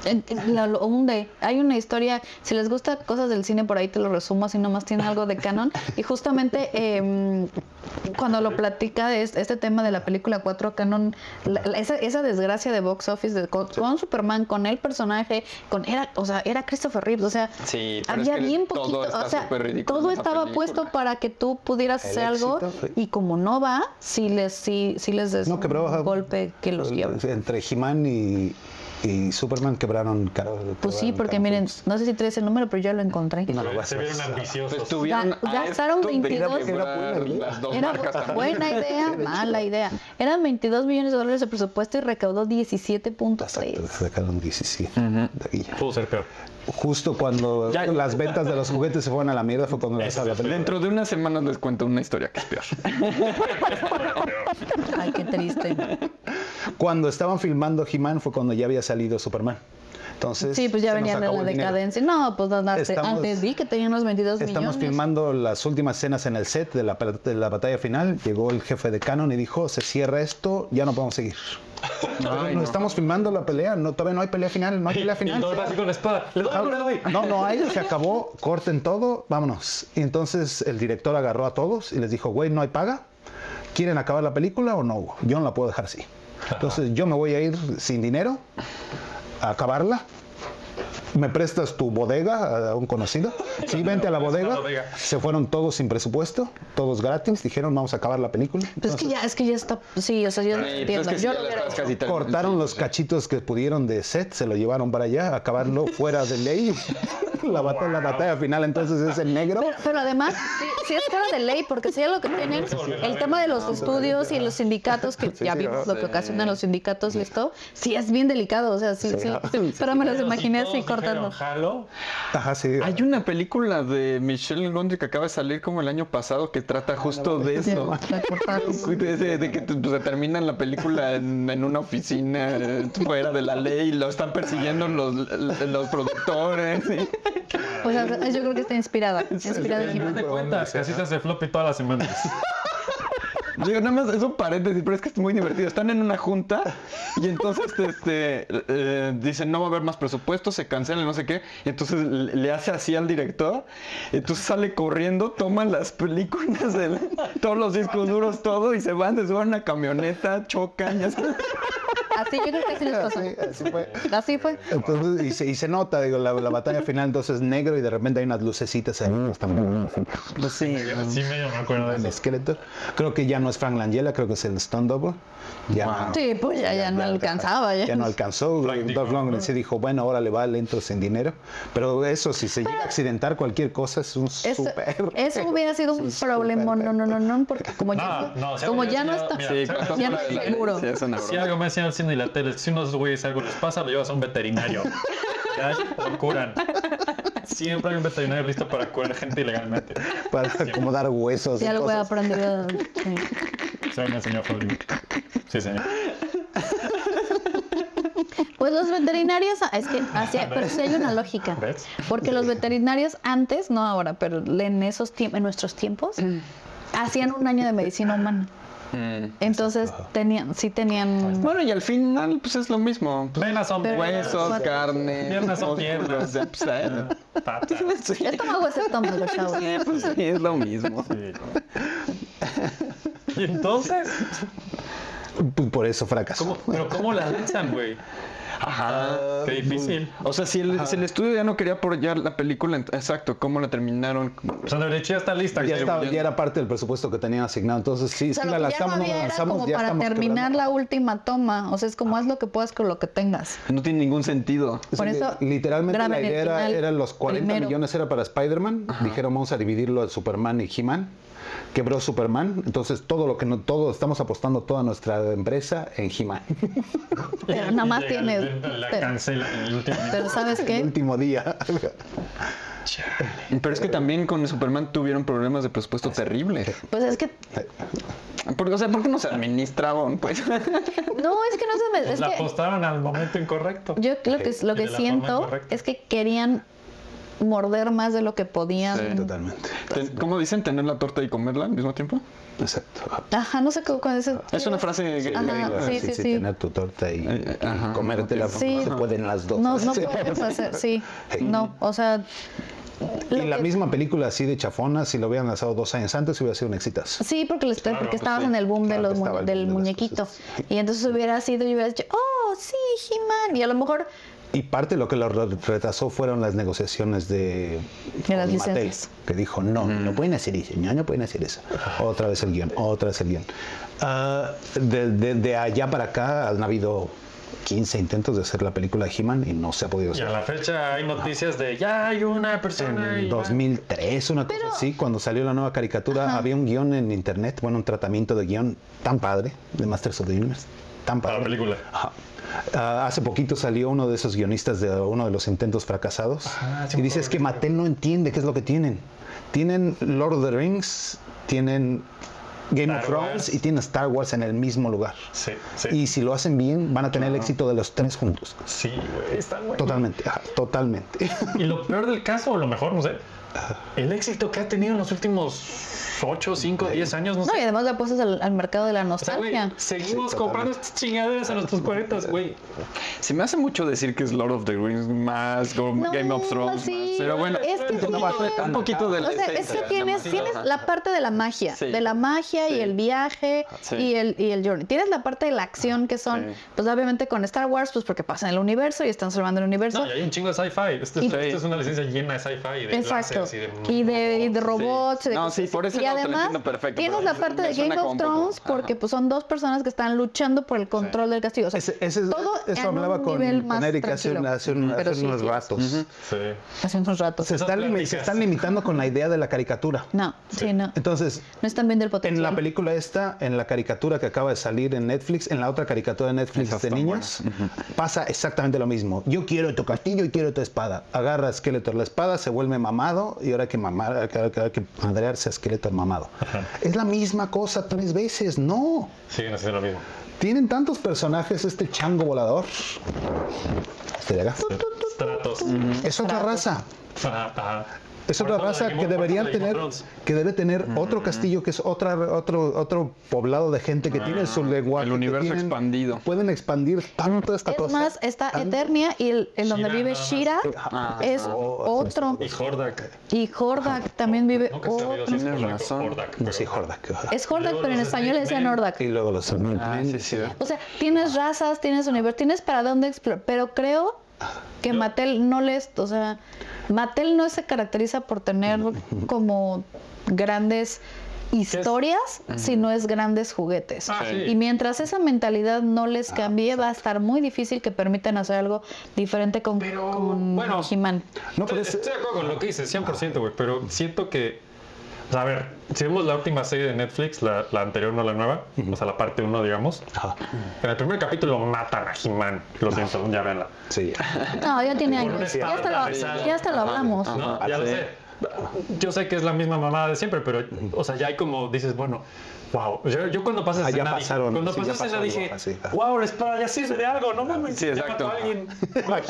S4: En- en- la- lo hunde. Hay una historia, si les gusta cosas del cine, por ahí te lo resumo, si nomás tiene algo de canon. Y justamente eh, cuando lo platica de este, este tema de la película 4 canon, la- la- esa, esa desgracia de box office de, con, con Superman, con el personaje, con era, o sea, era Christopher Reeve, o sea,
S5: Sí, pero es
S4: había
S5: que
S4: bien
S5: todo
S4: poquito,
S5: está
S4: o sea,
S5: súper ridículo
S4: todo
S5: en esa
S4: estaba
S5: película.
S4: puesto para que tú pudieras
S1: El
S4: hacer algo
S1: éxito, sí.
S4: y como no va, si les si, si les des
S1: No, quebró,
S4: un
S1: ajá.
S4: golpe que los lleva.
S1: Entre He-Man y, y Superman quebraron caro.
S4: Pues sí, porque miren, no sé si traes el número, pero yo lo encontré.
S1: No lo vas
S6: Se
S1: a
S6: vieron
S1: hacer.
S5: Pues
S6: ambiciosos.
S5: tuvieron a
S4: gastaron
S5: esto de
S4: 22.
S5: quebrar
S1: Era ¿eh? buena idea.
S5: las dos
S4: Era
S5: marcas también.
S4: buena idea, mala idea. Eran 22 millones de dólares de presupuesto y recaudó
S1: Exacto,
S4: 17.3.
S1: sacaron 17. de ahí.
S6: Pudo ser peor.
S1: Justo cuando
S5: Ya.
S1: las ventas de los juguetes se fueron a la mierda fue cuando las había
S5: Dentro de una semana les cuento una historia que es peor.
S4: Ay, qué triste.
S1: Cuando estaban filmando He-Man fue cuando ya había salido Superman. Entonces,
S4: Sí, pues ya
S1: se nos
S4: venía de
S1: acabó
S4: la
S1: el dinero.
S4: decadencia. No, pues no, no, te-
S1: Estamos-
S4: antes vi que tenían unos 22
S1: Estamos
S4: millones.
S1: filmando las últimas escenas en el set de la, de la batalla final. Llegó el jefe de Canon y dijo, se cierra esto, ya no podemos seguir. Entonces, no estamos filmando la pelea, no, todavía no hay pelea final, no hay pelea
S6: Y
S1: final.
S6: todo el así con la espada. Le doy, no le doy.
S1: Ah, No, no hay, se acabó, corten todo, vámonos. Y entonces el director agarró a todos y les dijo, güey, no hay paga, ¿quieren acabar la película o no? Yo no la puedo dejar así. Entonces yo me voy a ir sin dinero a acabarla. ¿Me prestas tu bodega a un conocido? Sí, vente a la bodega. Se fueron todos sin presupuesto, todos gratis. Dijeron, vamos a acabar la película.
S4: Pues es que ya, es que ya está. Sí, o sea, yo no
S5: pues
S4: entiendo. Yo lo hubiera-
S1: Cortaron los cachitos que pudieron de set, se lo llevaron para allá, acabarlo fuera de ley. La batalla, la batalla final entonces es el negro.
S4: Pero, pero además, sí, sí es cara de ley, porque si es lo que tienen, el tema de los estudios y los sindicatos, que ya vimos lo que ocasionan los sindicatos y esto, sí es bien delicado, o sea, sí, sí, sí, pero me los imaginé así cortando.
S6: Jalo.
S1: Ajá, sí.
S5: Hay una película de Michelle Gondry que acaba de salir como el año pasado que
S1: Ah,
S5: trata justo de eso.
S4: La cortaron.
S5: De, de- de que te- se terminan la película en, en una oficina eh, fuera de la ley y lo están persiguiendo los, los productores. y-
S4: Pues eh, yo creo que está inspirada. Inspirada en He-Man.
S3: Cuentas, que así se hace floppy todas las semanas.
S5: Yo nada más es un paréntesis, pero es que es muy divertido. Están en una junta y entonces este, eh, dicen no va a haber más presupuesto, se cancela, no sé qué. Y entonces le le hace así al director. Entonces sale corriendo, toman las películas, del- todos los discos duros, todo y se van, se suben a una camioneta, chocan. Ya sabes.
S4: Así yo creo que así les pasó.
S1: Así fue.
S4: Así fue.
S1: Entonces, y, se, y se nota, digo, la, la batalla final entonces es negro y de repente hay unas lucecitas
S4: Mm,
S1: ahí. está muy bien, así.
S3: Sí, medio me acuerdo de
S1: El
S3: eso.
S1: esqueleto. Creo que ya no es Frank Langella, creo que es el Stone Double. Ya no.
S4: Sí, pues ya, ya no alcanzaba. Ya.
S1: Ya no alcanzó. Dolph Lundgren sí dijo, bueno, ahora le va lento sin dinero. Pero eso, si se llega a accidentar cualquier cosa, es un
S4: Eso,
S1: super...
S4: eso hubiera sido un problema, no, no, no, no, porque como ya,
S3: no, se
S4: como
S3: hubiera
S4: ya no
S3: sido-
S4: está,
S3: mira, se hubiera
S4: ya no
S3: sido
S4: es seguro.
S5: Sí, es una
S3: Si
S5: broma.
S3: algo me hacían al cine y la tele, si uno de esos güeyes algo les pasa, lo llevas a un veterinario. Ya lo curan. Siempre hay un veterinario listo para curar gente ilegalmente.
S1: para acomodar huesos. y
S4: Ya lo voy a
S1: cosas.
S4: aprender. a- sí.
S3: Soy un señor Hollywood. Sí, señor.
S4: Pues los veterinarios, es que así- pero sí hay una lógica.
S3: ¿Ves?
S4: Porque los veterinarios antes, no ahora, pero en esos tiempos, en nuestros tiempos,
S1: Mm.
S4: hacían un año de medicina humana. Entonces tenían, sí tenían
S5: Bueno, y al final, pues es lo mismo. Pues,
S3: Venas son
S4: Pero-
S5: huesos,
S4: Eh, Cuatro.
S5: carne,
S3: Piernas son
S5: músculos,
S3: piernas.
S5: ya, pues, eh.
S3: patas.
S5: Sí,
S4: estómago es estómago, chavos.
S5: pues, sí, es lo mismo.
S3: Y entonces,
S1: P- Por eso fracasó.
S3: ¿cómo, pero ¿cómo la lanzan, güey?
S5: Ajá.
S3: Qué difícil.
S5: O sea, si el, si el estudio ya no quería apoyar la película, ent- exacto, ¿cómo la terminaron?
S3: O sea, la derecha ya está lista.
S1: Ya,
S3: güey.
S1: estaba- ya era parte del presupuesto que tenían asignado. Entonces, sí,
S4: O sea,
S1: sí
S4: lo
S1: la
S4: que ya no
S1: lanzamos, no
S4: había
S1: la
S4: era
S1: lanzamos,
S4: como
S1: ya
S4: para
S1: estamos
S4: terminar
S1: quebrando.
S4: la última toma. O sea, es como haz lo que puedas con lo que tengas.
S5: No tiene ningún sentido.
S4: Por
S1: Sí,
S4: eso,
S1: literalmente
S4: graben
S1: la
S4: el
S1: idea era,
S4: final
S1: eran los 40
S4: primero.
S1: millones era para Spider-Man. Dijeron vamos a dividirlo a Superman y He-Man. Quebró Superman, entonces todo lo que no todo estamos apostando toda nuestra empresa en He-Man.
S4: Pero nada más
S3: Llega,
S4: tienes.
S3: La
S4: Pero,
S3: cancela en el último minuto.
S4: pero ¿sabes
S1: El
S4: qué?
S1: último día.
S5: Pero es que también con Superman tuvieron problemas de presupuesto terribles.
S4: Pues es que.
S5: Porque, o sea, ¿por qué no se administraban? Pues
S4: No, es que no se me. Es
S3: La
S4: que
S3: apostaron al momento incorrecto.
S4: yo lo que, lo que
S3: de la forma
S4: siento
S3: incorrecta.
S4: es que querían morder más de lo que podían.
S1: Totalmente.
S5: Ten- ¿cómo dicen? ¿Tener la torta y comerla al mismo tiempo?
S1: Exacto.
S4: Ajá, no sé cómo cuando dices-
S1: Ah.
S5: Es una frase...
S4: Ajá,
S5: gringa.
S4: sí, sí, sí.
S1: Tener tu torta y,
S5: Eh,
S1: y
S5: ajá.
S1: comértela.
S4: Sí.
S1: Se pueden las dos. ¿eh?
S4: No, no puedes hacer, sí. No, o sea,
S1: y la misma película así de chafona, si lo hubieran lanzado dos años antes, hubiera sido un exitazo.
S4: sí, porque, les- porque
S3: pues
S4: estabas en el boom de
S1: Claro
S4: los
S1: que
S4: mu-
S1: estaba el
S4: del
S1: boom de las
S4: muñequito.
S1: cosas.
S4: Y entonces hubiera sido, yo hubiera dicho, oh, sí, He-Man. Y a lo mejor
S1: Y parte de lo que lo re- retrasó fueron las negociaciones de,
S4: De las
S1: con Mattel,
S4: licencias.
S1: que dijo, no, no pueden hacer eso, no, no pueden hacer eso. Otra vez el guión, otra vez el guión. Ah, de, de- de allá para acá han habido 15 intentos de hacer la película de He-Man y no se ha podido
S3: Y
S1: hacer.
S3: a la fecha hay noticias de ya hay una persona.
S1: En
S3: y-
S1: 2003, una cosa así, cuando salió la nueva caricatura, había un guión en internet, bueno, un tratamiento de guión tan padre, de Masters of the Universe, tan padre.
S3: Para la película.
S1: Ajá. Ah, hace poquito salió uno de esos guionistas de uno de los intentos fracasados
S3: sí,
S1: y
S3: me
S1: dice es
S3: acuerdo
S1: que Mattel no entiende qué es lo que tienen. Tienen Lord of the Rings, tienen Game of
S3: Star
S1: Thrones
S3: Wars.
S1: y tienen Star Wars en el mismo lugar.
S3: Sí, sí.
S1: Y si lo hacen bien, van a tener el éxito de los tres juntos.
S3: Sí, güey, está güey.
S1: Totalmente, ajá, totalmente.
S3: Y lo peor del caso, o lo mejor, no sé. El éxito que ha tenido en los últimos 8, 5, 10 años, no
S4: No, y
S3: sé.
S4: además le apuestas al, al mercado de la
S3: O sea, güey,
S4: nostalgia.
S3: seguimos comprando estas chingaderas a nuestros 40, güey.
S5: Se me hace mucho decir que es Lord of the Rings más Go-
S4: No,
S5: Game of Thrones.
S4: sí.
S5: más, Pero bueno,
S4: Es que
S5: no
S4: sí.
S5: va a ser un poquito de la
S4: O sea, es
S5: esencia,
S4: que
S5: nada
S4: tienes,
S5: más.
S4: tienes
S5: Ajá.
S4: la parte de la magia,
S5: Sí.
S4: de la magia
S5: Sí.
S4: y el viaje
S5: Sí.
S4: y, el, y el journey. Tienes la parte de la acción que son,
S5: Sí.
S4: pues obviamente con Star Wars, pues porque pasa en el universo y están salvando el universo.
S3: No, y hay un chingo de sci-fi. Esto, es-
S4: Y-
S3: esto es una licencia llena de sci-fi. y de
S4: Exacto.
S3: láseres
S4: Y de, y de robots. y de
S5: No,
S4: cosas
S5: sí,
S4: así.
S5: por ese
S4: Y
S5: lado te lo
S4: además,
S5: entiendo perfecto,
S4: tienes
S5: pero
S4: la
S5: me-
S4: parte
S5: me
S4: de
S5: suena
S4: Game
S5: como
S4: of
S5: un poco,
S4: Thrones
S5: ajá.
S4: porque pues, son dos personas que están luchando por el control del castillo. O sea,
S1: Ese- ese es-
S4: todo en
S1: eso hablaba
S4: un
S1: con,
S4: nivel
S1: con
S4: más
S1: Eric hace, un-
S4: tranquilo.
S1: hace un-
S4: Pero
S1: hace
S4: sí,
S1: unos
S4: sí,
S1: ratos.
S3: Sí.
S4: Hace unos ratos.
S1: se, están limi- se
S3: pláticas.
S1: están limitando con la idea de la caricatura.
S4: No, sí, no.
S1: Entonces,
S4: No están viendo el potencial.
S1: En la película esta, en la caricatura que acaba de salir en Netflix, en la otra caricatura de Netflix
S5: Esas
S1: de
S5: están
S1: niños, pasa exactamente lo mismo. Yo quiero tu castillo y quiero tu espada. Agarra a Skeletor la espada, se vuelve mamado y ahora hay que mamar, hay que- hay que, hay que madrearse a Skeletor mamado. Es la misma cosa tres veces, no.
S3: Siguen haciendo lo mismo.
S1: Tienen tantos personajes este chango volador. Este de acá.
S3: Tratos.
S1: Es otra raza.
S3: Ajá, ajá.
S1: Es
S3: Por
S1: otra
S3: eso le
S1: raza
S3: dijimos
S1: que deberían
S3: parte de Game
S1: tener,
S3: of Thrones.
S1: que debe tener otro castillo, que es otra, otro, otro poblado de gente que tiene su
S5: Ah.
S1: lenguaje.
S5: el
S1: que
S5: universo
S1: tienen-
S5: expandido.
S1: Pueden expandir tanto esta
S4: Es
S1: cosa.
S4: más, está Eternia y el, el donde
S3: Shira,
S4: vive
S3: nada más.
S4: Shira
S5: Ah,
S4: es otro.
S3: Y Hordak.
S4: Y Hordak también vive
S3: Nunca he sabido
S4: otro.
S3: si es
S5: Tienes
S3: Hordak o
S5: razón.
S3: Hordak,
S1: No
S3: pero-
S1: sé, Hordak.
S4: Es Hordak, pero en español le decían Hordak.
S1: Y luego los
S5: Ah, sí, sí.
S4: O sea, tienes razas, tienes universo, tienes para dónde explorar, pero creo que Mattel no les, o sea, Mattel no se caracteriza por tener como grandes historias, sino es grandes juguetes.
S3: Ah, sí.
S4: Y mientras esa mentalidad no
S5: Ah,
S4: les cambie, va a estar muy difícil que permitan hacer algo diferente con,
S3: Pero,
S4: con
S3: bueno,
S4: He-Man.
S1: No, pero es-
S3: Estoy de acuerdo con lo que dices, 100%, güey, pero siento que... o sea, A ver, si vemos la última serie de Netflix, la, la anterior, no la nueva, o sea, la parte 1, digamos,
S1: Ajá.
S3: en el primer capítulo matan a He-Man. Lo siento,
S1: Ah.
S3: ya venla.
S1: Sí, ya.
S4: No, ya tiene
S3: Con una
S4: años. Ya hasta
S3: espada
S4: lo,
S3: atravesada.
S4: ya hasta lo hablamos.
S3: No,
S1: ah,
S5: Ajá,
S3: ya lo
S5: sí.
S3: sé. Yo sé que es la misma mamada de siempre, pero, o sea, ya hay como, dices, bueno, wow. Yo, yo cuando pasé
S1: Ah,
S3: esa
S1: ya
S3: escena, dije-
S1: pasaron,
S3: cuando
S1: sí,
S3: pasé
S1: ya
S3: esa escena
S1: pasó algo
S3: dije,
S1: así, ah.
S3: wow, la espada ya sirve de algo, no mames.
S5: Sí,
S3: ya mató
S5: exacto.
S3: a alguien.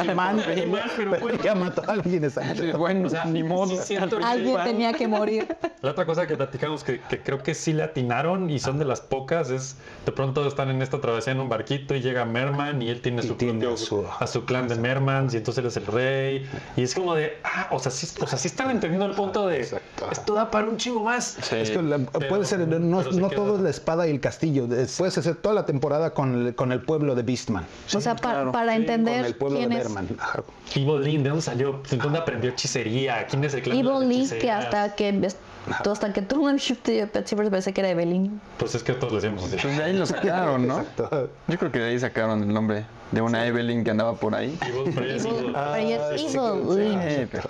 S1: He-Man,
S3: He-Man, pero bueno.
S1: ya mató a alguien esa
S5: Sí, Bueno,
S3: O sea,
S5: ni
S3: sí
S5: modo.
S3: siento que-
S4: Alguien tenía que morir.
S3: La otra cosa que platicamos que, que creo que sí le atinaron y son de las pocas es de pronto están en esta travesía en un barquito y llega Merman y él tiene,
S1: Y
S3: su,
S1: tiene
S3: propio-
S1: a su-
S3: a su clan de Mermans y entonces él es el rey y es como de ah o sea sí, o sea, sí están entendiendo el punto de
S1: Exacto.
S3: esto da para un chingo más
S1: Es que la- puede
S3: pero-
S1: ser, no,
S3: pero se
S1: no
S3: queda-
S1: todo es la espada y el castillo. eh, Puedes hacer toda la temporada con el, con el pueblo de Beastman.
S4: O sea, pa- para
S1: Con
S4: entender
S1: el pueblo de
S4: quién es.
S1: Berman. Ajá.
S3: Evil Lynn, ¿de dónde salió? ¿De dónde aprendió hechicería? ¿Quién es el clan de las
S4: Evil Lee, que
S3: hechiceras?
S4: hasta que ves- tú- hasta que tú no shifted de Pet Shivers pensé que era Evelyn.
S3: Pues es que todos le decíamos así.
S5: Pues de ahí lo sacaron, ¿no?
S1: Exacto.
S5: Yo creo que de ahí sacaron el nombre de una Evelyn que andaba por ahí.
S3: Evil, pero ella es Evil.
S4: Pero ella es Evil
S1: Ah, sí.
S4: Lee.
S5: Eh, pero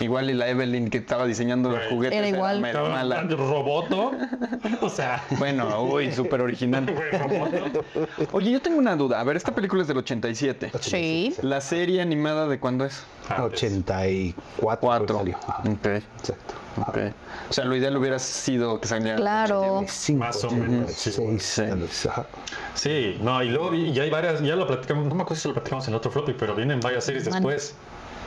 S5: igual y la Evelyn que estaba diseñando los juguetes
S4: Era igual.
S5: mer-
S3: Cabrón,
S5: mala.
S3: Roboto. O sea,
S5: Bueno, uy, súper original.
S3: güey, Roboto.
S5: Oye, yo tengo una duda. A ver, esta película es del 87.
S4: Sí.
S5: ¿La serie animada de cuándo es?
S1: 84.
S5: Ah, pues. Cuatro.
S1: salió. Ajá.
S5: Ok,
S1: Exacto.
S5: ok. O sea, lo ideal hubiera sido que saliera.
S4: Claro.
S1: Cinco,
S3: Más o menos, sí.
S1: seis,
S5: Sí.
S1: tal vez, ajá.
S3: Sí, no, y luego vi- y hay varias, ya lo platicamos, no me acuerdo si lo platicamos en otro floppy, pero vienen varias series
S4: Man.
S3: después.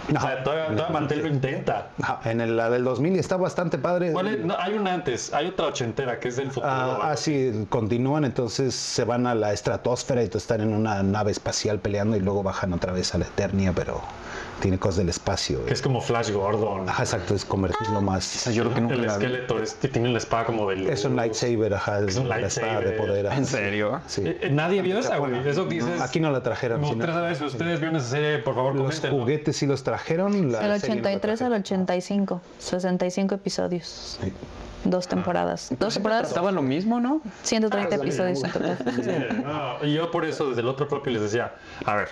S3: O sea, todavía, todavía Mantel lo intenta.
S1: Ajá, En el- la del 2000 está bastante padre.
S3: ¿Cuál es? No, hay una antes, hay otra ochentera que es del futuro.
S1: Ah, ah, sí, continúan, entonces se van a la estratosfera y entonces están en una nave espacial peleando y luego bajan otra vez a la Eternia, pero tiene cosas del espacio. eh.
S3: que es como Flash Gordon.
S1: Ajá, exacto, es convertirlo más.
S5: O sea, yo creo que nunca
S3: el
S5: la vi.
S3: esqueleto es- que tiene la espada como del.
S1: Es un lightsaber, ajá, es
S3: Es un
S1: la espada de
S3: lightsaber.
S1: poder. ajá,
S5: ¿En
S1: sí,
S5: serio?
S1: Sí.
S3: Eh, eh, Nadie vio esa, güey. Eso que dices.
S1: Aquí no la trajeron.
S3: Como
S1: sino-
S3: tres veces ustedes vieron esa serie, por favor,
S1: los
S3: comenten.
S1: juguetes sí los trajeron. la
S4: Del
S1: serie no la
S4: 83 al
S1: trajeron.
S4: 85. 65 episodios.
S1: Sí. Ah.
S4: Dos temporadas. Dos temporadas,
S5: Estaba lo mismo, ¿no?
S4: 130 episodios en total.
S3: No, y yo por eso desde el otro propio les decía, a ver,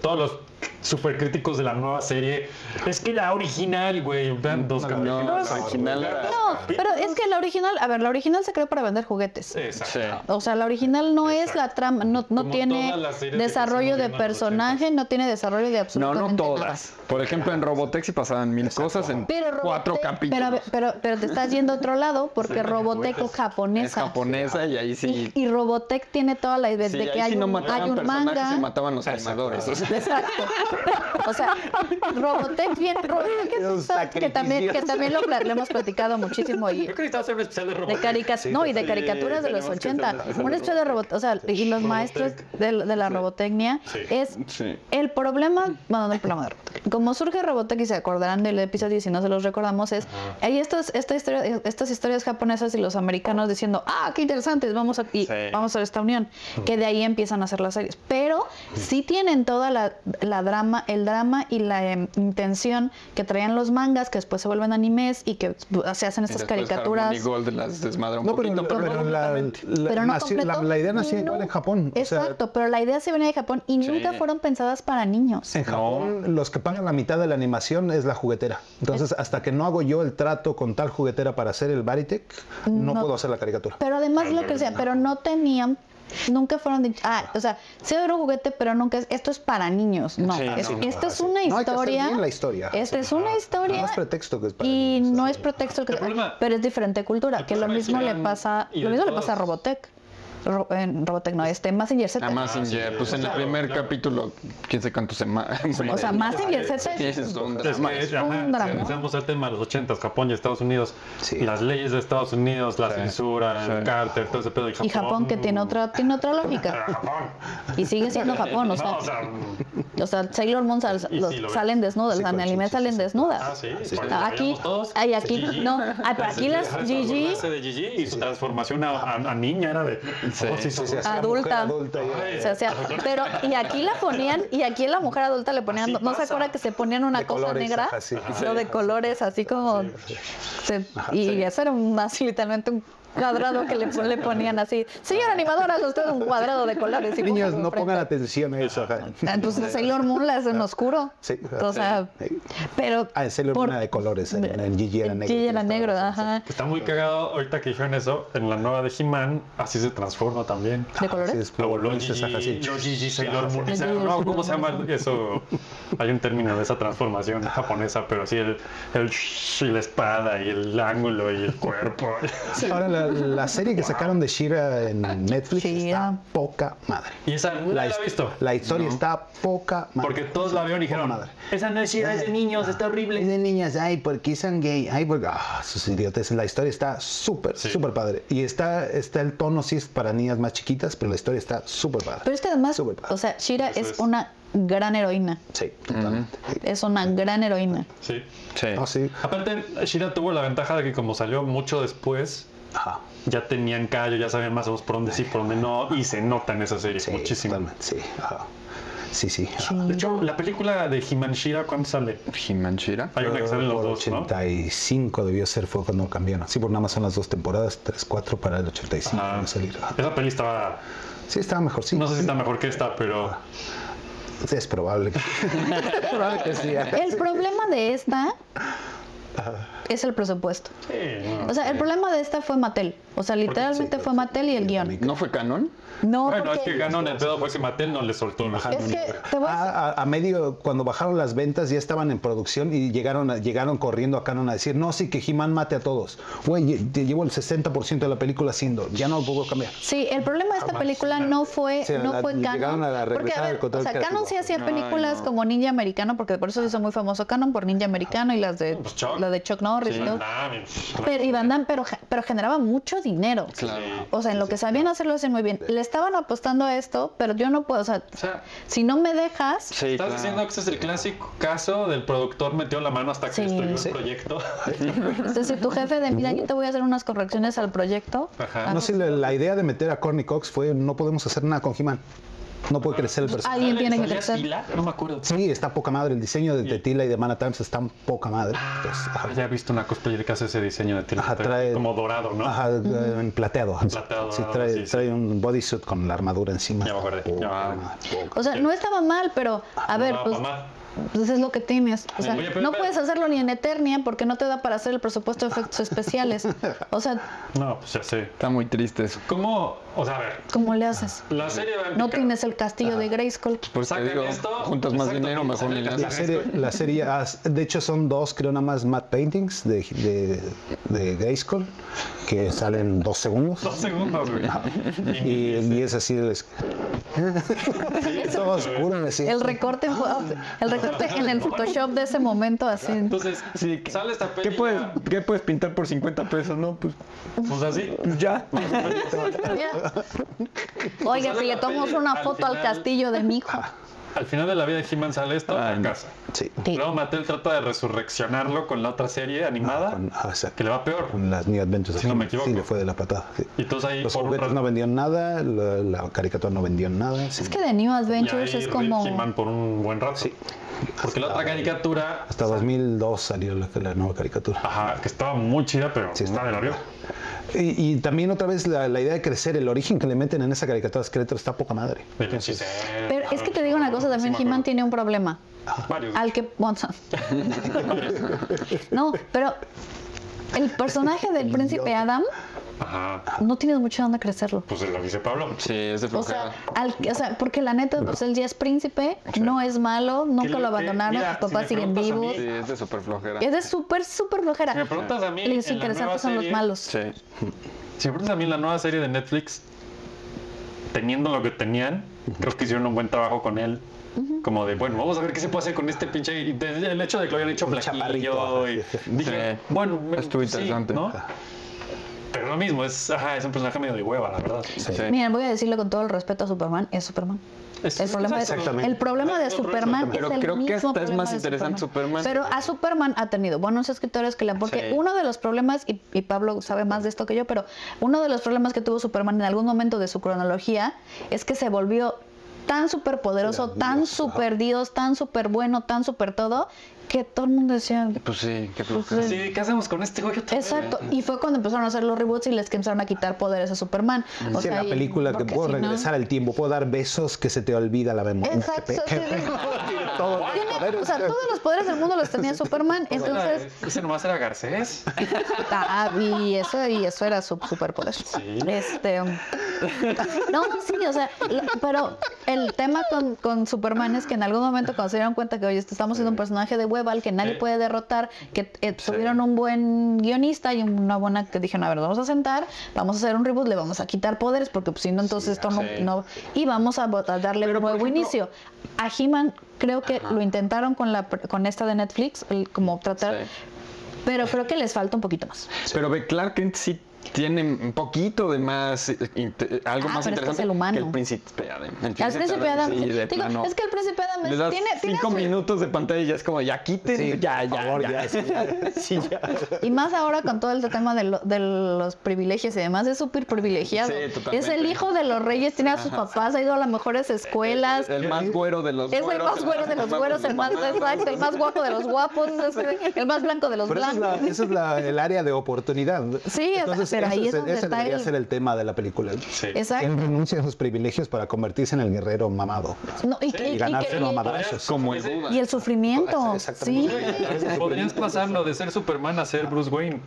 S3: todos los supercríticos de la nueva serie, es que la original, güey, vean dos
S5: No,
S3: capítulos.
S5: la original era-
S4: No, pero es que la original, a ver, la original se creó para vender juguetes.
S3: Exacto.
S5: Sí.
S4: O sea, la original no es la trama, no, no
S3: Como
S4: tiene
S3: todas las series que
S4: desarrollo de
S3: hicimos en los
S4: personaje, no tiene desarrollo de
S5: No,
S4: absolutamente
S5: no
S4: nada.
S5: todas. Por ejemplo, en Robotex y pasaban mil cosas en
S4: Pero Robotech-
S5: cuatro
S4: Pero, a
S5: capítulos.
S4: ver, pero, pero te estás yendo a otro lado porque Robotech
S3: pues,
S4: es
S5: es
S4: japonesa.
S5: japonesa y ahí sí.
S4: Y Robotech tiene toda la idea
S5: sí,
S4: de
S5: ahí
S4: que hay,
S5: sí no
S4: un,
S5: mataban
S4: hay un
S5: personajes, se
S4: manga.
S5: mataban los animadores. O sea,
S4: Exacto. O sea, Robotech viene. Robotech es
S1: Los
S4: un sa- que, también, que
S1: sacrificios.
S4: también lo, pla- lo hemos platicado muchísimo. Y
S3: Yo creo que necesitaba hacer un especial de
S4: de
S3: robots.
S4: caricaturas, no, y de caricaturas de los
S5: tenemos que hacer
S4: 80.
S5: una-
S4: Un estudio de robot, o sea, y los maestros de, de la robotecnia es
S5: Sí.
S4: el problema, bueno, no el problema de Robotech. Como surge Robotech y se acordarán del episodio y si no se los recordamos es hay estos esta historia, estas historias japonesas y los americanos diciendo, "Ah, qué interesantes, vamos a y
S5: Sí.
S4: vamos a hacer esta unión", que de ahí empiezan a hacer las series, pero sí tienen toda la, la drama, el drama y la em, intención que traían los mangas que después se vuelven animes y que se hacen
S5: Y
S4: estas
S5: después
S4: caricaturas.
S5: Harmony Gold las desmadra un
S1: No, pero,
S5: poquito,
S1: pero la, la-
S4: Pero no
S1: nació- la-
S4: completo.
S1: la idea nació
S4: No.
S1: igual en Japón. o sea,
S4: Exacto, pero la idea se venía de Japón y nunca fueron pensadas para niños.
S1: En Japón, los que pagan la mitad de la animación es la juguetera. Entonces, hasta que no hago yo el trato con tal juguetera para hacer el Baritech, no,
S4: No.
S1: puedo hacer la caricatura.
S4: Pero además lo que decía, pero no tenían, nunca fueron de, ah, o sea, se era un juguete, pero nunca es, esto es para niños. No,
S5: Sí,
S4: es-
S5: no,
S4: esta es
S1: sí.
S4: una
S1: No, hay que hacer
S4: historia.
S1: bien la historia.
S4: Esta es una
S1: No
S4: historia.
S1: es pretexto que es para
S4: y
S1: niños,
S4: no
S1: así.
S4: es pretexto que
S3: El problema-
S4: pero es diferente cultura, que lo
S3: problema es
S4: mismo
S3: que
S4: le
S3: eran-
S4: pasa,
S3: y
S4: lo
S3: de
S4: mismo le pasa a
S3: todos.
S4: Robotech. Ro- en Robotech no, este, Mazinger Z.
S5: A Massinger, pues en el primer capítulo, quién sabe cuánto se ma-
S4: o sea, Mazinger Z
S5: Sí, ese
S4: es
S5: es un
S3: Es
S5: drama.
S3: que,
S4: un
S3: ajá,
S4: drama.
S3: si analizamos el tema de los 80, Japón y Estados Unidos,
S1: Sí.
S3: las leyes de Estados Unidos, la censura, el cárter, todo ese pedo. Y Japón, uh,
S4: y Japón que tiene otra, tiene otra lógica.
S3: Japón.
S4: Y sigue siendo Japón, o sea,
S3: No, o sea,
S4: o sea Sailor Moon sal-
S3: Y
S4: los-
S3: sí lo
S4: salen desnudas,
S1: Sí,
S4: las
S1: con
S4: en anime
S1: chichis,
S4: salen desnudas.
S3: ah, sí.
S1: Sí.
S3: cuando
S4: Aquí,
S3: veíamos todos,
S4: ay, aquí,
S3: Gigi.
S4: no, ay, pero aquí las
S3: Dejar de
S4: Gigi,
S3: acordarse de Gigi y su transformación a, a- a niña era de. oh, sí, sí, sí,
S1: Se hacía
S4: Adulta.
S1: mujer adulta y-
S3: ay,
S4: o sea, o sea, pero, y aquí la ponían, y aquí la mujer adulta le ponían,
S3: Así
S4: no se
S3: pasa.
S4: acuerda que se ponían una
S1: De
S4: cosa
S1: colores,
S4: negra,
S1: ajá, sí. Ajá.
S4: lo de colores, así como, se- y eso era un- así literalmente un cuadrado que le, le ponían así, señora animadora, haga usted un cuadrado de colores. y
S1: Niños,
S4: póngalo
S1: no
S4: enfrente".
S1: pongan atención a eso. ajá.
S4: Ah, Entonces Sailor Moon la hacen oscuro.
S1: Sí.
S4: O sea, pero.
S1: Ah, en Sailor Moon era de colores, en- en Gigi era negro,
S4: Gigi era
S1: tienes toda
S4: negro,
S1: la razón,
S4: ajá.
S3: Está muy cagado ahorita que dijeron eso. En la nueva de He-Man, así se transforma también.
S4: ¿De
S1: Así
S4: colores?
S1: es,
S3: Lo voló
S1: dices, ajá, sí.
S3: Gigi, lo Gigi Sailor Moon.
S4: sí.
S3: o sea, No, ¿cómo se llama eso? Hay un término de esa transformación japonesa, pero sí el, el shh y la espada y el ángulo y el cuerpo.
S1: Ahora, la, la serie que sacaron de Shira en Netflix
S4: Shira.
S1: está poca madre.
S3: Y esa no la, he
S1: his-
S3: visto.
S1: la historia está poca madre.
S3: Porque todos la vieron y dijeron,
S1: madre.
S3: esa no es Shira, es de niños, está
S1: Es
S3: horrible.
S1: de niñas, ay, porque son gay, ay, porque. Ah, sus idiotes. La historia está súper, súper padre. Y está, está el tono, sí, es para niñas más chiquitas, pero la historia está súper padre.
S4: Pero es que además,
S1: Súper padre.
S4: o sea, Shira es, una gran heroína.
S1: Sí, totalmente.
S4: Es una gran heroína.
S3: Sí.
S5: Sí.
S1: No, Ah, sí.
S3: Aparte, Shira tuvo la ventaja de que como salió mucho después,
S1: Ajá.
S3: ya tenían callo, ya sabían más o menos por dónde sí, por dónde no, y se nota en esa serie
S1: Sí,
S3: muchísimo.
S1: totalmente, Sí, ajá. Sí, sí. ajá.
S3: De hecho, la película de He-Man Shira, ¿cuándo sale?
S5: Himanshira.
S3: Hay una que sale en los
S1: Por
S3: dos, ¿no?
S1: 85 debió ser, fue cuando cambiaron. Sí, por nada más son las dos temporadas, 3, 4 para el 85.
S3: Ah,
S1: van a salir. Ajá.
S3: Esa peli estaba.
S1: Sí, estaba mejor, sí. Ah.
S3: No sé si está mejor que esta, pero.
S1: Es probable. es probable que sí. ajá.
S4: El problema de esta es el presupuesto.
S3: Sí, no.
S4: O sea, el problema de esta fue Mattel. O sea, literalmente fue Mattel y el guión.
S5: ¿No fue canon?
S4: No,
S3: Bueno, es
S4: porque
S3: que ganó en el pedo fue que Mattel no le soltó. ¿no?
S4: es que te voy a
S1: A, a- a medio, cuando bajaron las ventas, ya estaban en producción y llegaron, a- llegaron corriendo a Canon a decir, no, sí, que He-Man mate a todos. Güey, lle- te llevo el 60% de la película haciendo, ya no puedo cambiar.
S4: Sí, el problema de esta película no fue,
S1: Sí,
S4: no
S1: la-
S4: fue Canon.
S1: llegaron a la
S4: porque,
S1: regresar
S4: a
S1: al
S4: ver, o
S1: control
S4: sea,
S1: creativo.
S4: Canon sí hacía
S5: Ay,
S4: películas
S5: no.
S4: como Ninja Americano, porque por eso se hizo muy famoso Canon, por Ninja Americano y las de,
S3: pues, Chuck.
S4: la de Chuck Norris. y todo.
S3: Ah, bien.
S4: Pero, y Van Damme, pero, ge- pero generaba mucho dinero.
S5: Claro.
S4: O sea, en lo que sabían hacerlo, hacían muy bien. Le estaban apostando a esto, pero yo no puedo. O sea,
S3: sea,
S4: si no me dejas,
S5: Sí,
S3: Estás
S5: claro.
S3: diciendo que este es el clásico caso del productor metió la mano hasta que
S4: Sí.
S3: destruyó el
S4: Sí.
S3: proyecto.
S4: o sea, si tu jefe de mira, yo te voy a hacer unas correcciones al proyecto.
S3: Ajá.
S1: No, sí, la, la idea de meter a Corny Cox fue, no podemos hacer nada con He-Man. No puede crecer el personaje.
S4: Pues Alguien tiene que crecer.
S3: Tila? No me acuerdo.
S1: Sí, está poca madre. El diseño de, de Tila y de Mana Times está poca madre. Entonces, ajá.
S3: Ah, Ya he visto una cosplayer que hace ese diseño de Tila.
S1: Ajá, trae-
S3: Como dorado, ¿no?
S1: Ajá, eh, en plateado.
S3: Plateado,
S1: sí,
S3: dorado,
S1: trae,
S3: sí, sí.
S1: trae un bodysuit con la armadura encima.
S3: Ya me acordé.
S1: Poca
S3: Ya me acordé.
S1: madre, poca.
S4: O sea, no estaba mal, pero a ver,
S3: Ah,
S4: pues.
S3: mamá.
S4: Pues es lo que tienes. O sea,
S3: Oye, pero
S4: no
S3: espera.
S4: puedes hacerlo ni en Eternia porque no te da para hacer el presupuesto de efectos especiales. O sea,
S3: No, pues ya sé.
S5: Está muy triste eso.
S3: ¿Cómo? O sea, a ver.
S4: ¿cómo le haces?
S3: La serie va a
S4: No
S3: implicar-
S4: tienes el castillo de Grayskull.
S5: Por eso te
S3: Sacan
S5: digo,
S3: esto,
S5: juntas más
S3: exacto,
S5: dinero, mejor ni le
S1: La
S5: haces.
S1: serie, la serie ah, de hecho son dos, creo nada más, matte paintings de, de, de Grayskull, que salen dos segundos.
S3: Dos segundos, güey.
S1: Y, y es así, es, todo oscuro, así.
S4: El recorte, en fo- el recorte en el Photoshop de ese momento así.
S3: Entonces,
S5: Sí, ¿qué-
S3: sale esta peli.
S5: ¿Qué puedes,
S3: ya,
S5: ¿Qué puedes pintar por 50 pesos? No, pues,
S3: Pues así.
S5: pues ya.
S4: Ya. Oiga, si le tomamos una foto al castillo de mi hijo.
S3: Al final de la vida de He-Man sale esto
S5: Ay,
S3: a
S5: no.
S3: casa.
S1: Ah, Sí.
S4: Sí.
S3: Luego Mattel trata de resurreccionarlo con la otra serie animada.
S1: Con, ah, exacto.
S3: Que le va peor.
S1: Con las New Adventures.
S3: Si no me equivoco.
S1: Sí, le fue de la patada. sí.
S3: Y entonces ahí
S1: Los
S3: por un
S1: juguetes
S3: rato-
S1: no vendían nada, la, la caricatura no vendió nada. sí.
S4: Es que The New
S3: y
S4: Adventures
S3: ahí
S4: es
S3: Rick
S4: como.
S3: He-Man por un buen rato. Porque la otra caricatura.
S1: Hasta 2002 salió la, la nueva caricatura.
S3: Ajá, que estaba muy chida, pero
S1: Sí,
S3: está de la río.
S1: Y, y también otra vez la, la idea de crecer, el origen que le meten en esa caricatura esqueleto está poca madre.
S4: Pero es que te digo una cosa también, He-Man tiene un problema.
S3: Varios.
S4: Al que. bueno, no, pero el personaje del príncipe Adam
S3: Ajá.
S4: no tienes mucho dónde crecerlo.
S3: Pues lo dice Pablo.
S5: Sí, es de
S4: O sea,
S5: flojera.
S4: al- o sea, porque la neta, pues él ya es príncipe, no es malo, nunca
S3: lo
S4: lo
S3: que-
S4: abandonaron,
S3: ¿eh? mira,
S4: sus papás
S3: si me
S4: siguen
S3: preguntas a
S4: vivos.
S5: Sí, es de súper flojera.
S4: Es de súper, súper flojera.
S3: Si me preguntas a mí.
S4: Los
S3: en la nueva
S4: interesantes son los
S3: serie-
S4: malos.
S5: Sí.
S3: Si me preguntas a mí en la nueva serie de Netflix, teniendo lo que tenían, creo que hicieron un buen trabajo con él. Como de, bueno, vamos a ver qué se puede hacer con este pinche. y de- el hecho de que lo hayan hecho
S1: chaparrito.
S3: flaquillo. y Dije,
S5: Sí.
S3: bueno, me-
S5: Estuvo
S3: sí,
S5: interesante.
S3: ¿no? Pero lo mismo, es, ajá, es un personaje medio de hueva, la verdad.
S5: Sí.
S4: Miren, voy a decirlo con todo el respeto a Superman, es Superman.
S3: Es-
S4: El problema, es-
S1: Exactamente.
S4: el problema de Superman
S5: Pero
S4: es el
S5: creo que
S4: mismo
S5: hasta es
S4: problema
S5: más
S4: de
S5: interesante Superman.
S4: Pero a Superman ha tenido buenos escritores que le han... Porque
S5: Sí.
S4: uno de los problemas, y, y Pablo sabe más de esto que yo, pero uno de los problemas que tuvo Superman en algún momento de su cronología es que se volvió tan superpoderoso,
S1: Era
S4: tan
S1: Dios,
S4: super Dios, tan super bueno, tan super todo, que todo el mundo decía...
S5: Pues sí, qué
S4: pues,
S5: flojera.
S3: Sí, ¿qué hacemos con este güey? otra vez?
S4: Exacto, y fue cuando empezaron a hacer los reboots y les empezaron a quitar poderes a Superman. O
S1: Sí,
S4: sea,
S1: la
S4: y-
S1: película que
S4: porque
S1: puedo
S4: si no-
S1: regresar al tiempo, puedo dar besos que se te olvida la memoria.
S4: Exacto, sí,
S1: Qué
S4: sí.
S1: Todos los
S4: Tiene-
S1: poderes.
S4: o sea, todos los poderes del mundo los tenía Superman, entonces,
S3: Ese nomás era Garcés.
S4: ah, y eso, y eso era su superpoder. Este, um, no, sí, o sea, lo- pero el tema con, con Superman es que en algún momento cuando se dieron cuenta que, oye, esto estamos siendo un personaje de hueva al que nadie puede derrotar, que eh, tuvieron un buen guionista y una buena que dijeron, a ver, vamos a sentar, vamos a hacer un reboot, le vamos a quitar poderes, porque pues, si no, entonces esto no, no- Y vamos a, bot- a darle un nuevo inicio. A He-Man creo que lo intentaron con, la, pr- con esta de Netflix, el- como tratar...
S5: Sí.
S4: Pero creo que les falta un poquito más.
S5: Pero ve, Clark Kent sí tiene un poquito de más, eh, inte- algo
S4: Ah,
S5: más
S4: pero es que
S5: interesante
S4: es el humano.
S5: que el príncipe Adam. El
S4: Al príncipe Adam.
S5: sí, de
S4: digo,
S5: plano.
S4: es que el príncipe Adam
S5: Le
S4: es-
S5: das
S4: tiene, tiene
S5: cinco
S4: su-
S5: minutos de pantalla y ya es como, ya quiten,
S1: este
S5: ya, ya, ya, Sí, ya.
S4: Y más ahora con todo el tema de, lo- de los privilegios y demás, es súper privilegiado.
S5: Sí, totalmente.
S4: es el hijo de los reyes, tiene a sus papás, ha ido a las mejores escuelas.
S5: El más güero de los
S4: es el
S5: güeros,
S4: más güero de los güeros, el más exacto, el más guapo de los guapos, es el más blanco de los
S1: Pero esa es, la-
S4: blancos.
S1: esa es la- el área de oportunidad.
S4: Sí, pero
S1: ese
S4: ahí
S1: es
S4: es
S1: el-
S4: donde
S1: ese
S4: está
S1: debería
S4: el-
S1: ser el tema de la película.
S4: Exacto.
S1: Él renuncia a sus privilegios para convertirse en el guerrero mamado
S4: No, y, y-
S1: y
S4: y-
S1: ganarse los madrazos.
S5: Como el Buda.
S4: y- y el sufrimiento.
S5: Ah,
S4: Sí.
S3: Podrías pasarlo de ser Superman a ser Bruce Wayne.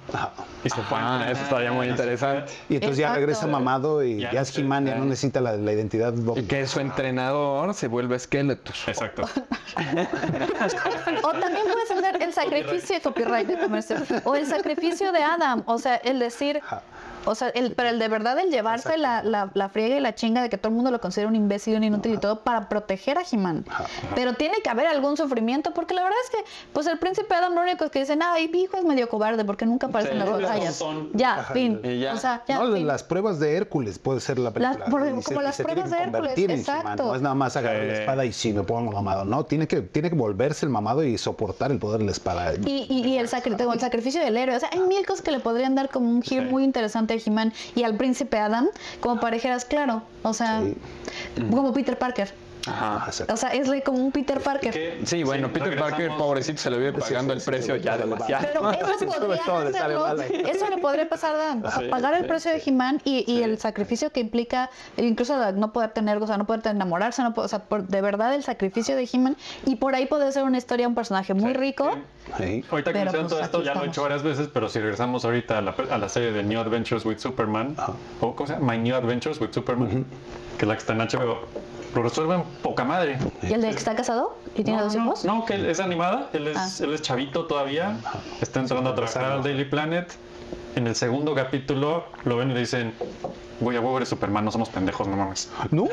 S3: Y se fue.
S5: Ah, eso estaría muy interesante.
S1: Y entonces ya
S4: Exacto.
S1: regresa mamado y ya, es He-Man, ya no necesita la, la identidad.
S5: Y que su entrenador se vuelve esqueleto.
S3: Exacto.
S4: O también puedes tener el sacrificio de copyright de comercio. O el sacrificio de Adam. O sea, el decir. O sea, el, pero el de verdad, el llevarse la, la, la friega y la chinga de que todo el mundo lo considera un imbécil, un inútil y todo para proteger a He-Man. Pero tiene que haber algún sufrimiento, porque la verdad es que, pues el príncipe Adam lo único es que dicen, ay, mi hijo es medio cobarde porque nunca aparece en las batallas. Ya, fin.
S5: Y ya.
S4: O sea, ya.
S1: No,
S4: fin.
S1: las pruebas de Hércules puede ser la película.
S4: Las- por-
S1: Y se-
S4: como
S1: y
S4: las
S1: se tiene
S4: pruebas
S1: que
S4: de Hércules,
S1: convertir en He-Man,
S4: exacto.
S1: No es nada más agarrar la espada y si me pongo mamado. No, tiene que, tiene que volverse el mamado y soportar el poder de la espada.
S4: Y, y- y el, sacri- como el sacrificio del héroe. O sea, hay mil cosas que le podrían dar como un giro muy interesante a He-Man y al príncipe Adam, como parejeras, claro. O sea,
S1: Sí.
S4: como Peter Parker.
S1: Ajá, exacto.
S4: O sea, es de como un Peter Parker.
S5: Sí, bueno, Peter Parker, pobrecito, se le vive pagando el precio ya demasiado.
S4: Pero eso podría
S1: todo le sale
S4: hacerlo-
S1: mal ahí.
S4: eso le podría pasar a Adam. O sea, pagar el precio de He-Man y, y el sacrificio que implica, e incluso la- no poder tener, o sea, no poder enamorarse, no po- o sea, por- de verdad el sacrificio de He-Man. Y por ahí puede ser una historia, un personaje muy rico.
S1: Sí.
S3: Eh, Ahorita que
S4: Pero,
S3: mencionan
S4: pues,
S3: todo esto,
S4: aquí
S3: ya lo he
S4: estamos.
S3: hecho varias veces, pero si regresamos ahorita a la, a la serie de New Adventures with Superman,
S4: Ah.
S3: o ¿cómo se llama? My New Adventures with Superman, que es la que está en HBO, lo resuelven poca madre.
S4: ¿Y el de que está casado y tiene
S3: no,
S4: dos
S3: no,
S4: hijos? Ah.
S3: No, que él es animada, él es, él es chavito todavía, está entrando a trabajar al Daily Planet. En el segundo capítulo lo ven y le dicen, voy a huevo eres Superman, no somos pendejos, no mames.
S1: No,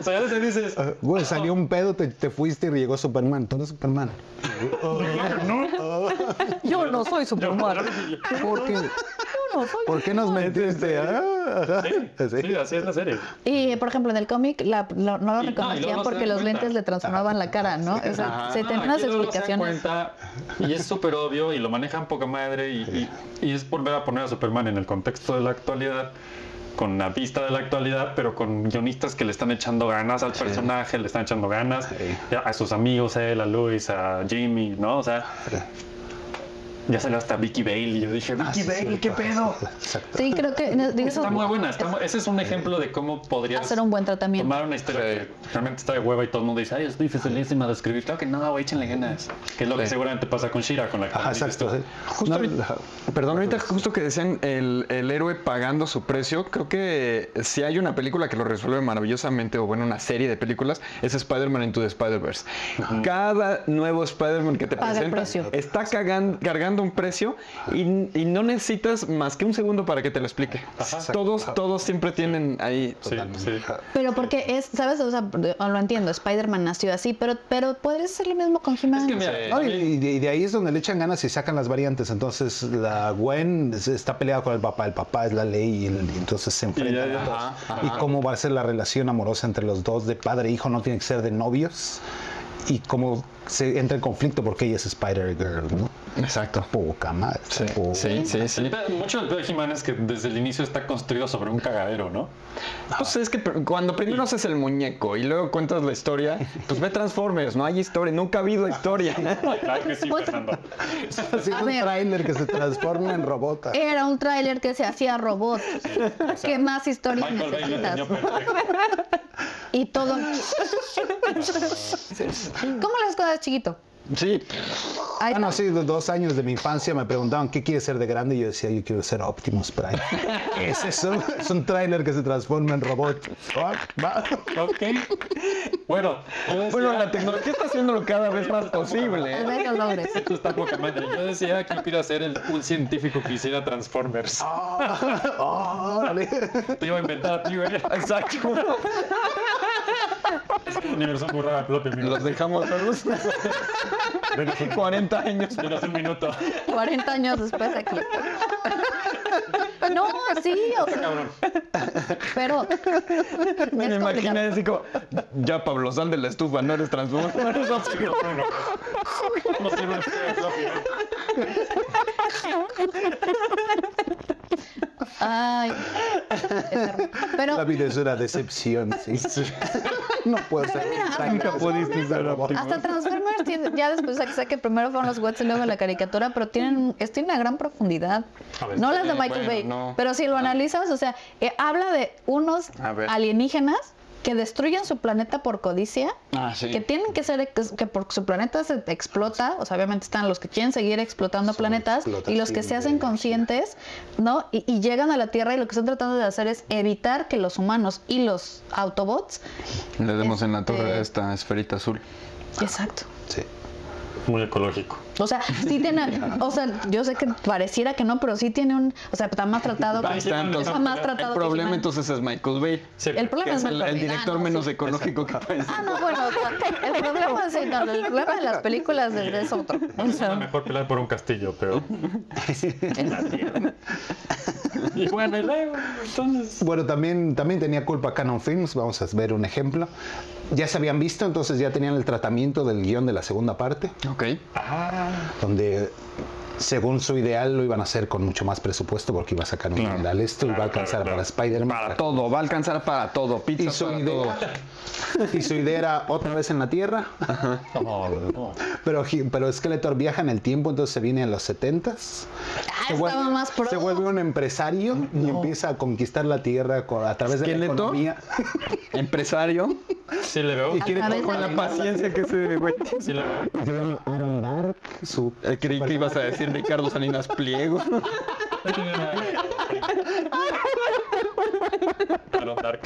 S3: O sea, ya te dices,
S1: güey, salió un pedo, te, te fuiste y llegó Superman. Todo es Superman.
S4: Yo no soy Superman.
S1: ¿Por qué, ¿Por qué nos mentiste? Ah, ajá. Sí.
S3: sí, así es la serie.
S4: Y por ejemplo, en el cómic la- lo- no lo reconocían
S3: luego se
S4: porque
S3: dan
S4: los
S3: cuenta.
S4: lentes le transformaban la cara, ¿no? O sea, se
S3: Ah,
S4: tenían unas
S3: aquí luego se dan
S4: explicaciones.
S3: cuenta, y es súper obvio y lo manejan poca madre y, y- y es volver a poner a Superman en el contexto de la actualidad, con la vista de la actualidad, pero con guionistas que le están echando ganas al personaje, le están echando ganas a, a sus amigos, a él, a Luis, a Jimmy, ¿no? O sea... Ya salió hasta Vicky Bale y yo dije, Vicky Bale, ¿qué pedo?
S4: Sí, creo que no, digo, eso,
S3: Está muy buena, está mu- ese es un ejemplo de cómo podrías
S4: hacer un buen tratamiento.
S3: tomar una historia que realmente está de hueva y todo el mundo dice, ay, es dificilísima de escribir. Claro que no, güey, échenle ganas. Que es lo que seguramente pasa con Shira, con la que
S1: Ajá,
S3: dices
S1: exacto.
S3: tú.
S1: sí.
S5: Justo
S1: No,
S5: ahorita-
S1: ajá.
S5: Perdón, ahorita justo que decían el, el héroe pagando su precio, creo que si hay una película que lo resuelve maravillosamente, o bueno, una serie de películas, es Spider-Man Into the Spider-Verse. Cada nuevo Spider-Man que te
S4: Paga el precio.
S5: presenta está cagan- cargando manejando un precio y, y no necesitas más que un segundo para que te lo explique. Todos, todos siempre tienen ahí.
S6: Sí, sí.
S4: Pero porque es, ¿sabes? O sea, lo entiendo, Spider-Man nació así, pero, pero podrías hacer lo mismo con He-Man.
S6: Es que mira, eh,
S1: No, y, y de, y de ahí es donde le echan ganas y sacan las variantes. Entonces, la Gwen es- está peleada con el papá, el papá es la ley y, el- y entonces se enfrentan.
S6: ya, ya.
S1: los dos.
S6: Ajá,
S1: y cómo va a ser la relación amorosa entre los dos, de padre e hijo, no tiene que ser de novios. Y cómo se entra en conflicto porque ella es Spider-Girl, ¿no? Exacto. Poca madre. poca-
S5: Sí, sí, sí.
S6: Pe- Mucho del pedo de He-Man es que desde el inicio está construido sobre un cagadero, ¿no?
S5: Pues es que pr- cuando primero haces el muñeco y luego cuentas la historia, pues ve Transformers, no hay historia, nunca ha habido historia.
S6: Claro que sí, Fernando.
S1: Así es
S4: A
S1: un
S4: ver.
S1: tráiler que se transforma en robota.
S4: Era un tráiler que se hacía robot. ¿Qué más historias
S6: Michael Bay lo
S4: necesitas?
S6: entendió perfecto.
S4: Y todo. ¿Cómo las cosas chiquito?
S5: Sí,
S4: Ahí
S1: Ah, no,
S4: está.
S1: sí, de dos años de mi infancia me preguntaban qué quieres ser de grande y yo decía, yo quiero ser Optimus Prime. es eso, es un tráiler que se transforma en robot. Ah, va.
S6: Ok. Bueno, yo decía-
S5: bueno, la tecnología está haciéndolo cada vez más posible.
S4: Tal
S5: ¿eh?
S4: vez lo logres.
S6: Esto está poca madre. Yo decía que quiero ser el- un científico que hiciera Transformers.
S1: Ah, órale.
S6: Te iba a inventar ¿eh? a ti, güey.
S5: Exacto.
S6: Universo burrada propia, amigo.
S5: Los dejamos solos. 40 años.
S6: Menos un minuto.
S4: 40 años después aquí. No, sí, o sea,
S6: Cabrón.
S4: pero es
S5: Me
S4: complicado.
S5: imaginé así como, ya Pablo, sal de la estufa, no eres Transformers.
S6: No sirve el floppy, ¿no?
S4: Ay, eterno.
S1: La
S4: pero
S1: vida es una decepción, sí. No puedo ser.
S5: Nunca pudiste ser
S1: robot.
S5: óptimo.
S4: hasta Transformers tiene- ya después o sea, que primero fueron los webs y luego la caricatura, pero tienen esto tiene una gran profundidad.
S6: A ver,
S4: no las de
S5: eh,
S4: Michael
S5: bueno,
S4: Bay,
S5: no. Ah.
S4: pero si lo analizas, o sea, eh, habla de unos
S5: A ver.
S4: alienígenas que destruyen su planeta por codicia.
S5: Ah, sí.
S4: que tienen que ser ex- que por su planeta se explota, o sea, obviamente están los que quieren seguir explotando planetas y los que se
S1: explotación
S4: hacen
S1: de
S4: conscientes, ¿no? Y, y llegan a la Tierra y lo que están tratando de hacer es evitar que los humanos y los Autobots,
S5: Le demos en la torre
S4: Este-
S5: a esta esferita azul.
S4: exacto.
S1: Sí.
S6: Muy ecológico.
S4: O sea, sí tiene, o sea, yo sé que pareciera que no, pero sí tiene un, o sea, está más tratado, que-
S5: está, entonces,
S4: está más
S5: El
S4: tratado. que
S5: problema
S4: He-Man.
S5: entonces es Michael Bay.
S4: el problema
S5: que
S4: es
S5: es el,
S4: Michael
S5: el
S4: Bay.
S5: director
S4: Ah, no,
S5: menos
S4: sí.
S5: ecológico que puede ser.
S4: Ah, no, bueno, o sea, el problema, sí, no, el problema de las películas es, es otro. O
S6: Es
S4: sea,
S6: mejor pelear por un castillo, pero. y bueno, y luego, entonces.
S1: Bueno, también, también tenía culpa Canon Films, vamos a ver un ejemplo. Ya se habían visto, entonces ya tenían el tratamiento del guión de la segunda parte.
S5: Ok.
S1: donde según su ideal lo iban a hacer con mucho más presupuesto porque iba a sacar un general. Esto iba a alcanzar para Spider-Man.
S5: Para todo, va a alcanzar para todo. Pizza
S1: Y su,
S5: para
S1: idea,
S5: todo.
S1: y su idea era otra vez en la Tierra, pero, He- pero Skeletor viaja en el tiempo, entonces se viene a los 70s.
S4: ah,
S1: Se vuelve-
S4: estaba más pro.
S1: se vuelve un empresario y empieza a conquistar la Tierra con- a través de la
S5: ¿Skeletor?
S1: economía.
S5: Empresario.
S6: Sí le veo.
S1: Y quiere
S4: través de
S5: Con la paciencia que se güey.
S6: Sí le veo.
S1: su
S5: Eh, Creí que ibas a decir Ricardo Salinas Pliego.
S6: Pero Dark.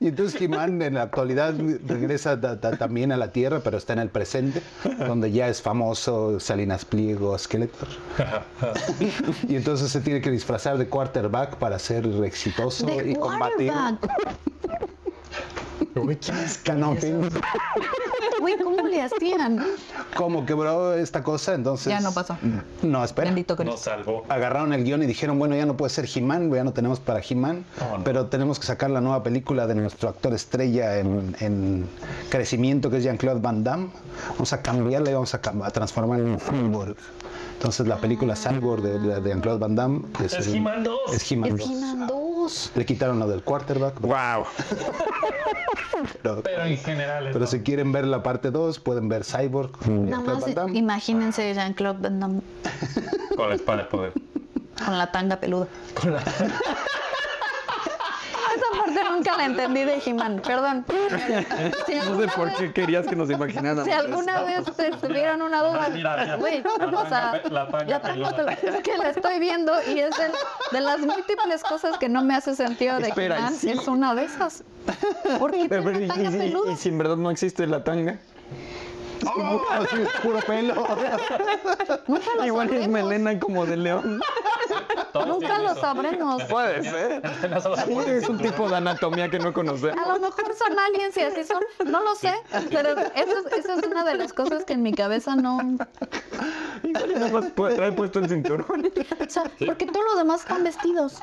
S1: Y entonces He-Man en la actualidad regresa ta- ta- también a la Tierra, pero está en el presente, donde ya es famoso Salinas Pliego, Skeletor. Y entonces se tiene que disfrazar de quarterback para ser exitoso
S4: De
S1: y combatir.
S4: quarterback.
S1: Uy, ¿quién es Canon Films?
S4: Güey, ¿cómo le hacían?
S1: Como quebró esta cosa, entonces...
S4: Ya no pasó.
S1: No, espera.
S4: Bendito Cristo.
S6: Nos salvó.
S1: Agarraron el guión y dijeron, bueno, ya no puede ser He-Man, ya no tenemos para He-Man,
S6: Oh,
S1: pero tenemos que sacar la nueva película de nuestro actor estrella en, en crecimiento, que es Jean-Claude Van Damme. Vamos a cambiarla y vamos a, cam- a transformarla en Cyborg. Entonces la
S4: Ah.
S1: película Cyborg de, de- de Jean-Claude Van Damme es,
S6: Es
S1: el-
S6: He-Man 2.
S1: es He-Man 2.
S4: He-Man 2.
S1: Le quitaron lo del quarterback.
S5: Wow.
S1: Pero,
S6: Pero en general.
S1: pero si quieren ver la parte 2, pueden ver Cyborg. con
S4: Nada
S1: Jean-Claude
S4: más
S1: pues Van Damme.
S4: imagínense Jean-Claude Van Damme
S6: Con la espada de poder.
S4: con la tanga peluda. Esa parte nunca la entendí de He-Man, perdón. Si
S5: No sé
S4: alguna
S5: por
S4: vez-
S5: qué querías que nos imagináramos.
S4: Si alguna vez te tuvieron una duda,
S6: Ah, Mira, mira.
S4: Ah, güey,
S6: La
S4: o sea,
S6: tanga- la tanga peluda.
S4: peluda. es que la estoy viendo y es de, de las múltiples cosas que no me hace sentido de
S5: Espera,
S4: He-Man,
S5: y sí.
S4: es una de esas. ¿Por qué tiene
S5: Pero, pero, y,
S4: una tanga
S5: y- y-
S4: peluda?
S5: y si en verdad no existe la tanga.
S1: ¡Oh! Así, puro pelo.
S4: Nunca lo
S5: Igual es
S4: sabremos.
S5: melena como de león.
S4: Nunca lo sabremos.
S5: Puede ser. Sí, es un tipo de anatomía que no conocemos.
S4: A lo mejor son aliens y así son. No lo sé. Pero eso, es- eso es una de las cosas que en mi cabeza no.
S5: Igual y nada más pu- trae puesto el cinturón.
S4: O sea, porque todos los demás están vestidos.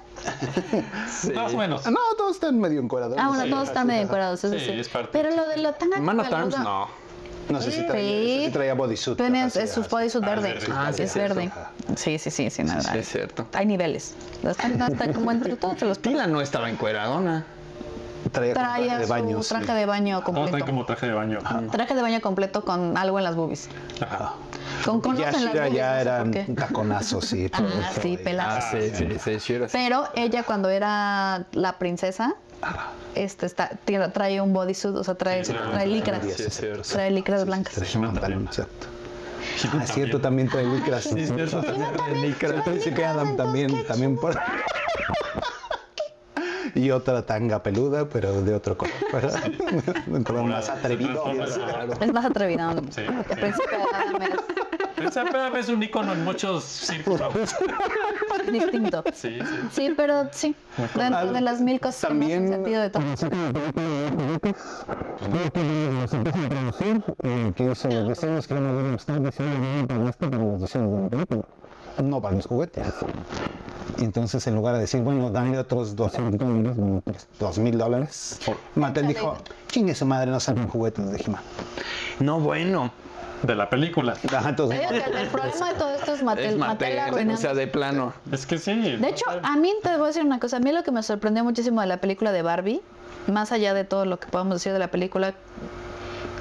S3: Más o menos.
S1: No, todos están medio encuadrados.
S4: Ah, bueno, todos están medio encuadrados, eso
S3: Sí,
S4: sí.
S3: es parte.
S4: Pero lo de la tanga.
S5: Man at
S4: desnuda,
S5: Arms, no.
S1: No sé si traía,
S4: Sí.
S1: si traía bodysuit.
S4: Tiene
S1: Ajá, sí,
S4: es su
S1: ajá, sí.
S4: bodysuit verde.
S5: Ah, sí,
S4: es
S5: sí,
S4: verde.
S1: ajá.
S4: Sí, sí, sí, sí, nada.
S5: Es cierto.
S4: Hay niveles. Las tangas están como entre todos se los
S5: Tila no estaba encueradona.
S1: Traía, como traje
S4: traía
S1: de baño.
S4: su
S1: sí.
S4: traje de baño
S3: Todos están
S4: completo. Ah,
S3: como traje de baño.
S4: Traje de baño completo con algo en las boobies. Con conos
S1: Ya
S4: en las
S1: Shira
S4: boobies.
S1: ya
S4: no sé
S1: era
S4: por qué.
S1: un taconazo, sí. pero-
S4: Ah, sí, peladas.
S5: sí, sí, sí, sí, era así.
S4: Pero ella cuando era la princesa, este está, tira- trae un bodysuit, o sea, trae, trae licras.
S1: Sí, es cierto.
S4: Trae licras blancas.
S1: Traje pantalón, exacto. Ah, es cierto, también trae licras. Sí, es cierto, también trae licras. Yo pensé que Adam también, también por... Y otra tanga peluda, pero de otro color. ¿verdad? Un color más atrevido.
S4: Es más atrevida. ¿no?
S3: Sí.
S4: El príncipe Adam es
S3: Esa es un icono en muchos círculos.
S4: distinto.
S3: Sí, sí.
S4: Sí, pero sí. Dentro de las mil cosas que no hacen
S1: También- Mm.
S4: sentido de todo.
S1: No para los juguetes. Y entonces, en lugar de decir, bueno, dame otros 200 dólares, mm, dos mil dólares, Mattel dijo, chingue su madre, no salen juguetes de He-Man.
S5: No, bueno.
S3: De la película.
S1: Ajá,
S4: Te
S1: entonces,
S4: digo que el problema de todo esto es Mattel.
S5: Es
S4: Mattel
S5: Mattel,
S4: arruinando
S5: o sea, de plano.
S3: Es que sí.
S4: De hecho, ah, a mí te voy a decir una cosa. A mí lo que me sorprendió muchísimo de la película de Barbie, más allá de todo lo que podamos decir de la película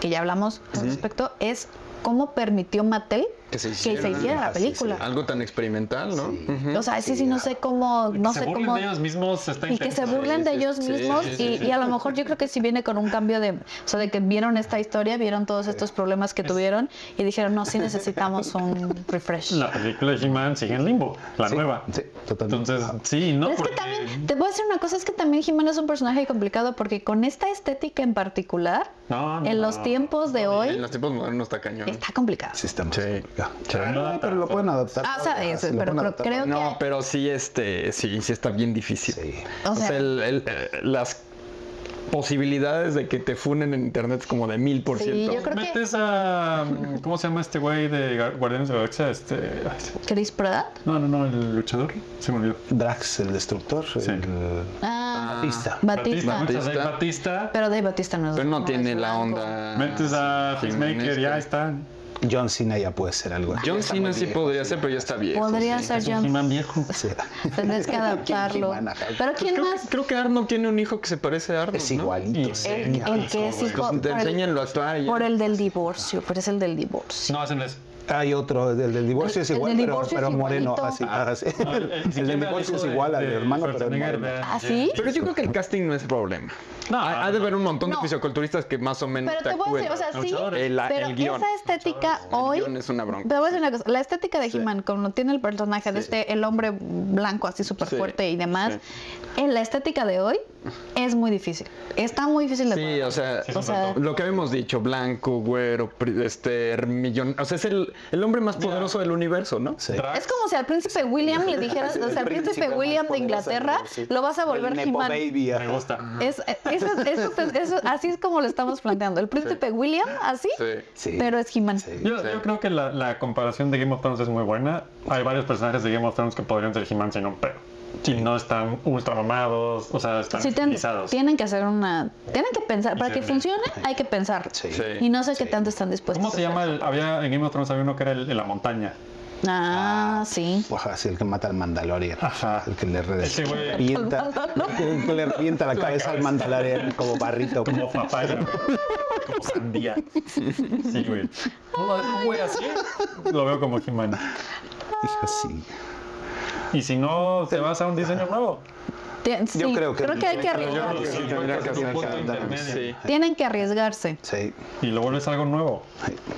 S4: que ya hablamos al respecto, es cómo permitió Mattel
S5: Que se
S4: que se hiciera la película.
S5: Algo tan experimental, ¿no? Ujú.
S4: O sea, sí, sí, no sé cómo, no
S3: se
S4: sé
S3: burlen
S4: cómo.
S3: de ellos mismos está
S4: Y que se
S3: interesante.
S4: burlen de ellos
S5: sí,
S4: mismos
S5: sí,
S4: y, y a lo mejor yo creo que si viene con un cambio de, o sea, de que vieron esta historia, vieron todos estos problemas que tuvieron y dijeron, no, sí necesitamos un refresh.
S3: La película de He-Man sigue en limbo, la nueva.
S1: sí, totalmente.
S3: Entonces, sí, no,
S4: Pero es
S3: porque
S4: que también, te voy a decir una cosa, es que también Jimena es un personaje complicado porque con esta estética en particular,
S3: No, no,
S4: en los
S3: no.
S4: tiempos de
S5: En
S4: hoy,
S5: los tiempos modernos está cañón.
S4: está complicado.
S1: Sí, está más
S5: Sí.
S1: complicado.
S3: no,
S1: Pero lo pueden adaptar.
S4: Ah, o sea, es-
S1: Lo
S4: pero
S1: pueden
S4: creo,
S1: adaptar.
S4: creo que...
S5: No, pero sí, este, sí, sí está bien difícil.
S1: Sí.
S4: o
S5: O sea,
S4: sea,
S5: el- el- eh, las posibilidades de que te funen en internet es como de mil por
S4: sí, yo
S5: ciento.
S4: creo que
S3: metes a. mm, ¿Cómo se llama este güey de Gar- Guardianes de la Galaxia? Este. ay, se-
S4: Chris Pratt.
S3: No, no, no, el luchador. Se me olvidó.
S1: Drax, el destructor, el
S4: Ah,
S1: artista.
S4: Batista.
S3: Metes a Dave
S5: Batista.
S3: Batista.
S4: Pero Dave Batista no es...
S5: Pero no tiene
S4: es
S5: la
S4: blanco.
S5: onda.
S1: Ah,
S3: Metes a
S5: sí,
S3: Peacemaker,
S5: este.
S3: ya están.
S1: John Cena ya puede ser algo.
S5: John Cena sí podría ser, pero ya está viejo.
S4: Podría
S5: sí.
S4: ser
S3: He-Man
S4: John.
S3: viejo.
S1: Sí.
S4: Tendrías que adaptarlo.
S1: He-Man, ajá.
S4: Pero ¿quién
S5: Creo, que-
S4: más?
S5: creo que Arnold tiene un hijo que se parece a Arnold.
S1: Es
S5: ¿no?
S1: igualito.
S3: Y-
S1: sí.
S4: El, el que es hijo...
S5: Pues, Te
S4: Por el,
S5: enseñan lo actual.
S4: Oh, por el del divorcio, pero es el del divorcio.
S3: No hacen eso.
S1: Hay otro, el del divorcio es
S4: El
S1: igual,
S4: del
S1: pero,
S4: divorcio
S1: pero
S4: es
S1: moreno.
S4: igualito. Ah.
S1: Así, ajá, sí. El del divorcio es
S3: de-
S1: igual al
S3: de
S1: hermano, pero es
S3: Schwarzenegger,
S1: moreno.
S3: ¿verdad?
S4: ¿Ah, sí?
S5: Pero yo creo que el casting no es problema.
S3: No,
S5: Ha, ha de haber un montón
S4: No.
S5: de fisioculturistas que más o menos
S4: Pero te voy a
S5: actúen.
S4: decir, o sea, sí,
S3: Luchadores.
S5: El- la-
S4: pero
S5: el guión.
S4: esa estética hoy...
S5: El guión es una
S4: Te
S5: bronca.
S4: voy a decir una cosa, la estética de He-Man, como tiene el personaje de este, el hombre blanco así súper
S5: Sí,
S4: fuerte y demás, en la estética de hoy es muy difícil. Está muy difícil de
S5: Sí,
S4: poner.
S5: o sea,
S4: O sea,
S5: lo que habíamos dicho, blanco, güero, pri- este, millón, o sea, es el, el hombre más poderoso del universo, ¿no?
S1: Sí.
S4: es como si al príncipe William le dijeras, o sea, al príncipe William de Inglaterra lo vas a volver
S1: El Nepo
S4: He-Man.
S1: Baby.
S3: Me
S1: ajá.
S3: gusta.
S4: Es, eh, eso- eso- eso- así es como lo estamos planteando. El príncipe William, así,
S5: Sí.
S1: Sí.
S4: pero es He-Man.
S1: Sí.
S3: Yo, yo creo que la, la comparación de Game of Thrones es muy buena. Hay varios personajes de Game of Thrones que podrían ser He-Man sin un pedo. Si no están ultra mamados, o sea, están
S4: Sí, ten-
S3: estilizados.
S4: tienen que hacer una... Tienen que pensar, para que funcione hay que pensar.
S1: Sí.
S4: Y no sé qué tanto están dispuestos.
S3: ¿Cómo se llama? el- había en Game of Thrones había uno que era el, en la montaña.
S4: Ah, sí.
S1: Ajá, sí, Pues el que mata al Mandalorian.
S3: Ajá.
S1: El que le
S3: Ese güey.
S1: revienta. El que le revienta la cabeza al Mandalorian como barrito.
S3: Como papaya. güey. como sandía. Sí, güey. Un güey así. Lo veo como He-Man.
S1: Hijo, sí.
S3: Y si no, te vas a un diseño nuevo.
S4: Tien- sí,
S1: Yo creo que-
S4: hay que
S3: Pero yo
S4: arriesgar.
S3: creo que sí,
S5: tendría
S3: encuentras
S5: que hacer
S3: tu punto
S5: esa-
S3: intermedio.
S1: sí.
S4: Tienen que arriesgarse.
S1: Sí.
S3: Y lo bueno es algo nuevo.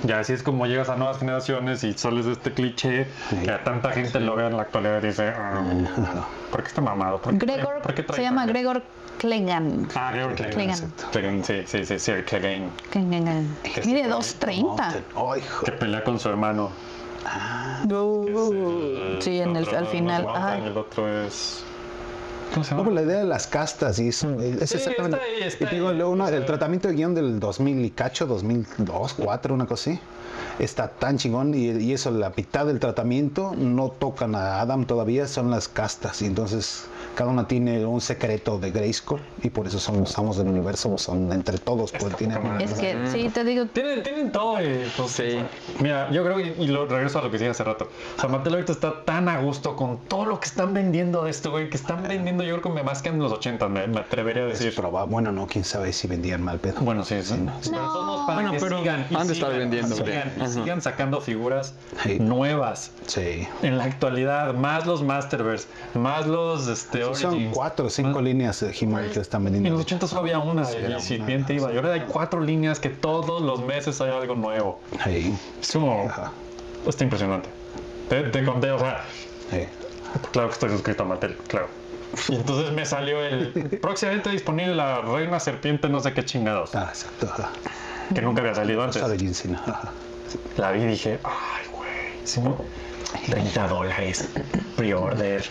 S3: Y así es como llegas a nuevas generaciones y sales de este cliché que a tanta gente lo ve en la actualidad y dice, "Ah, ¿por qué está mamado? ¿Por qué,
S4: Gregor,
S3: ¿por qué trae
S4: se llama
S3: traje?"
S4: Gregor Klengan.
S3: Ah, Gregor Clegane.
S4: Klengan.
S3: Clegane, sí, sí, sí, sí, Clegane.
S4: Klengan. Mide 2.30.
S1: Oh, hijo.
S3: Que pelea con su hermano.
S4: Uh, sí, en el,
S3: Otro
S4: al
S3: no
S4: final.
S3: es Mountain,
S4: Ay,
S3: El otro es... ¿Cómo se
S1: No,
S3: llama?
S1: pero la idea de las castas y es, es exactamente.
S3: está ahí, está
S1: y te digo,
S3: ahí,
S1: lo- una- el tratamiento de guión del 2000 y cacho, 2002, 2004, una cosa así, está tan chingón. Y, y eso, la mitad del tratamiento no tocan a Adam todavía, son las castas. Y entonces cada una tiene un secreto de Grayskull y por eso son los amos del universo, son entre todos, pues tienen.
S4: es que, sí, te digo,
S3: Tienen, tienen todo. eh, pues,
S5: Sí.
S3: Mira, yo creo que, y lo regreso a lo que decía hace rato, Samantha ahorita está tan a gusto con todo lo que están vendiendo de esto, güey, que están vendiendo, yo creo que más que en los 80, me, me atrevería a
S1: es
S3: decir.
S1: proba- Bueno, no, quién sabe si vendían mal, pero.
S3: Bueno, sí, sí. Pero somos para
S5: Bueno,
S3: que
S5: pero
S3: sigan, y
S5: han de estar
S3: sigan,
S5: vendiendo,
S3: y Sigan, y
S5: sí.
S3: sigan sacando figuras
S1: Sí.
S3: nuevas.
S1: Sí.
S3: En la actualidad, más los Masterverse, más los este,
S1: Son
S3: Origins.
S1: cuatro o cinco líneas de He-Man que están
S3: En los
S1: vendiendo.
S3: 80 solo había una, y si bien te iba. Y ahora hay cuatro líneas que todos los meses hay algo nuevo.
S1: Sí.
S3: Es como. Está impresionante. Te, te conté, o sea,
S1: Sí.
S3: claro que estoy suscrito a Mattel, claro. Y entonces me salió el. Próximamente disponible la Reina Serpiente, no sé qué chingados,
S1: Ah, exacto. ajá.
S3: que nunca había salido antes.
S1: Cosa de ginseng, ajá.
S3: La vi y dije, ay, güey, si no, 30 dólares, pre-order.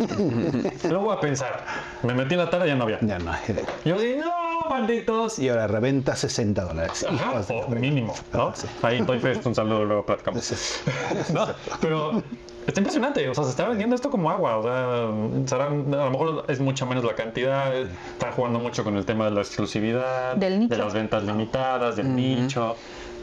S3: Lo voy a pensar. Me metí en la tarde y ya no había.
S1: Ya no hay.
S3: Yo dije, no, malditos.
S1: Y ahora reventa 60 dólares.
S3: Ajá,
S1: Hijos de-
S3: o mínimo, ¿no?
S1: Sí.
S3: Ahí estoy fest, un saludo, luego platicamos.
S1: Sí.
S3: No, pero está impresionante. O sea, se está vendiendo esto como agua. O sea, serán- a lo mejor es mucha menos la cantidad. Están jugando mucho con el tema de la exclusividad,
S4: Del
S3: de
S4: nicho.
S3: las ventas limitadas, del nicho.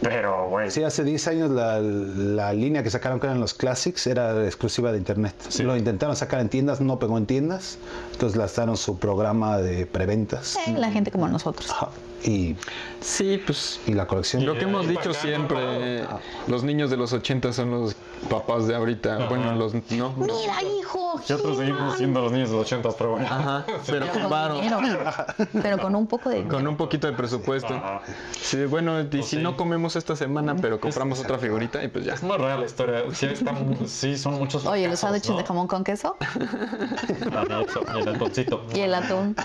S3: Pero, güey,
S1: Sí, hace 10 años la, la línea que sacaron que eran los Classics era exclusiva de Internet. Lo intentaron sacar en tiendas, no pegó en tiendas. Entonces lanzaron su programa de preventas.
S4: eh, la gente como nosotros.
S1: Ajá. Y,
S5: Sí, pues
S1: y la colección.
S5: Lo que hemos dicho siempre, los niños de los 80 son los papás de ahorita. Bueno, los no.
S4: Mira, hijo.
S3: nosotros seguimos siendo los niños de los 80, pero bueno.
S5: Ajá, pero con
S4: Con
S5: varo,
S4: dinero, pero con un poco de
S5: con un poquito de presupuesto. Sí, bueno, y si no comemos esta semana, pero compramos otra figurita y pues ya.
S3: Mm. Es muy rara la historia. Sí, están- sí, son muchos.
S4: Oye,
S3: fracasos,
S4: los sándwiches
S3: ¿no?
S4: de jamón con queso
S3: La Nexo, el atoncito.
S4: y el atún.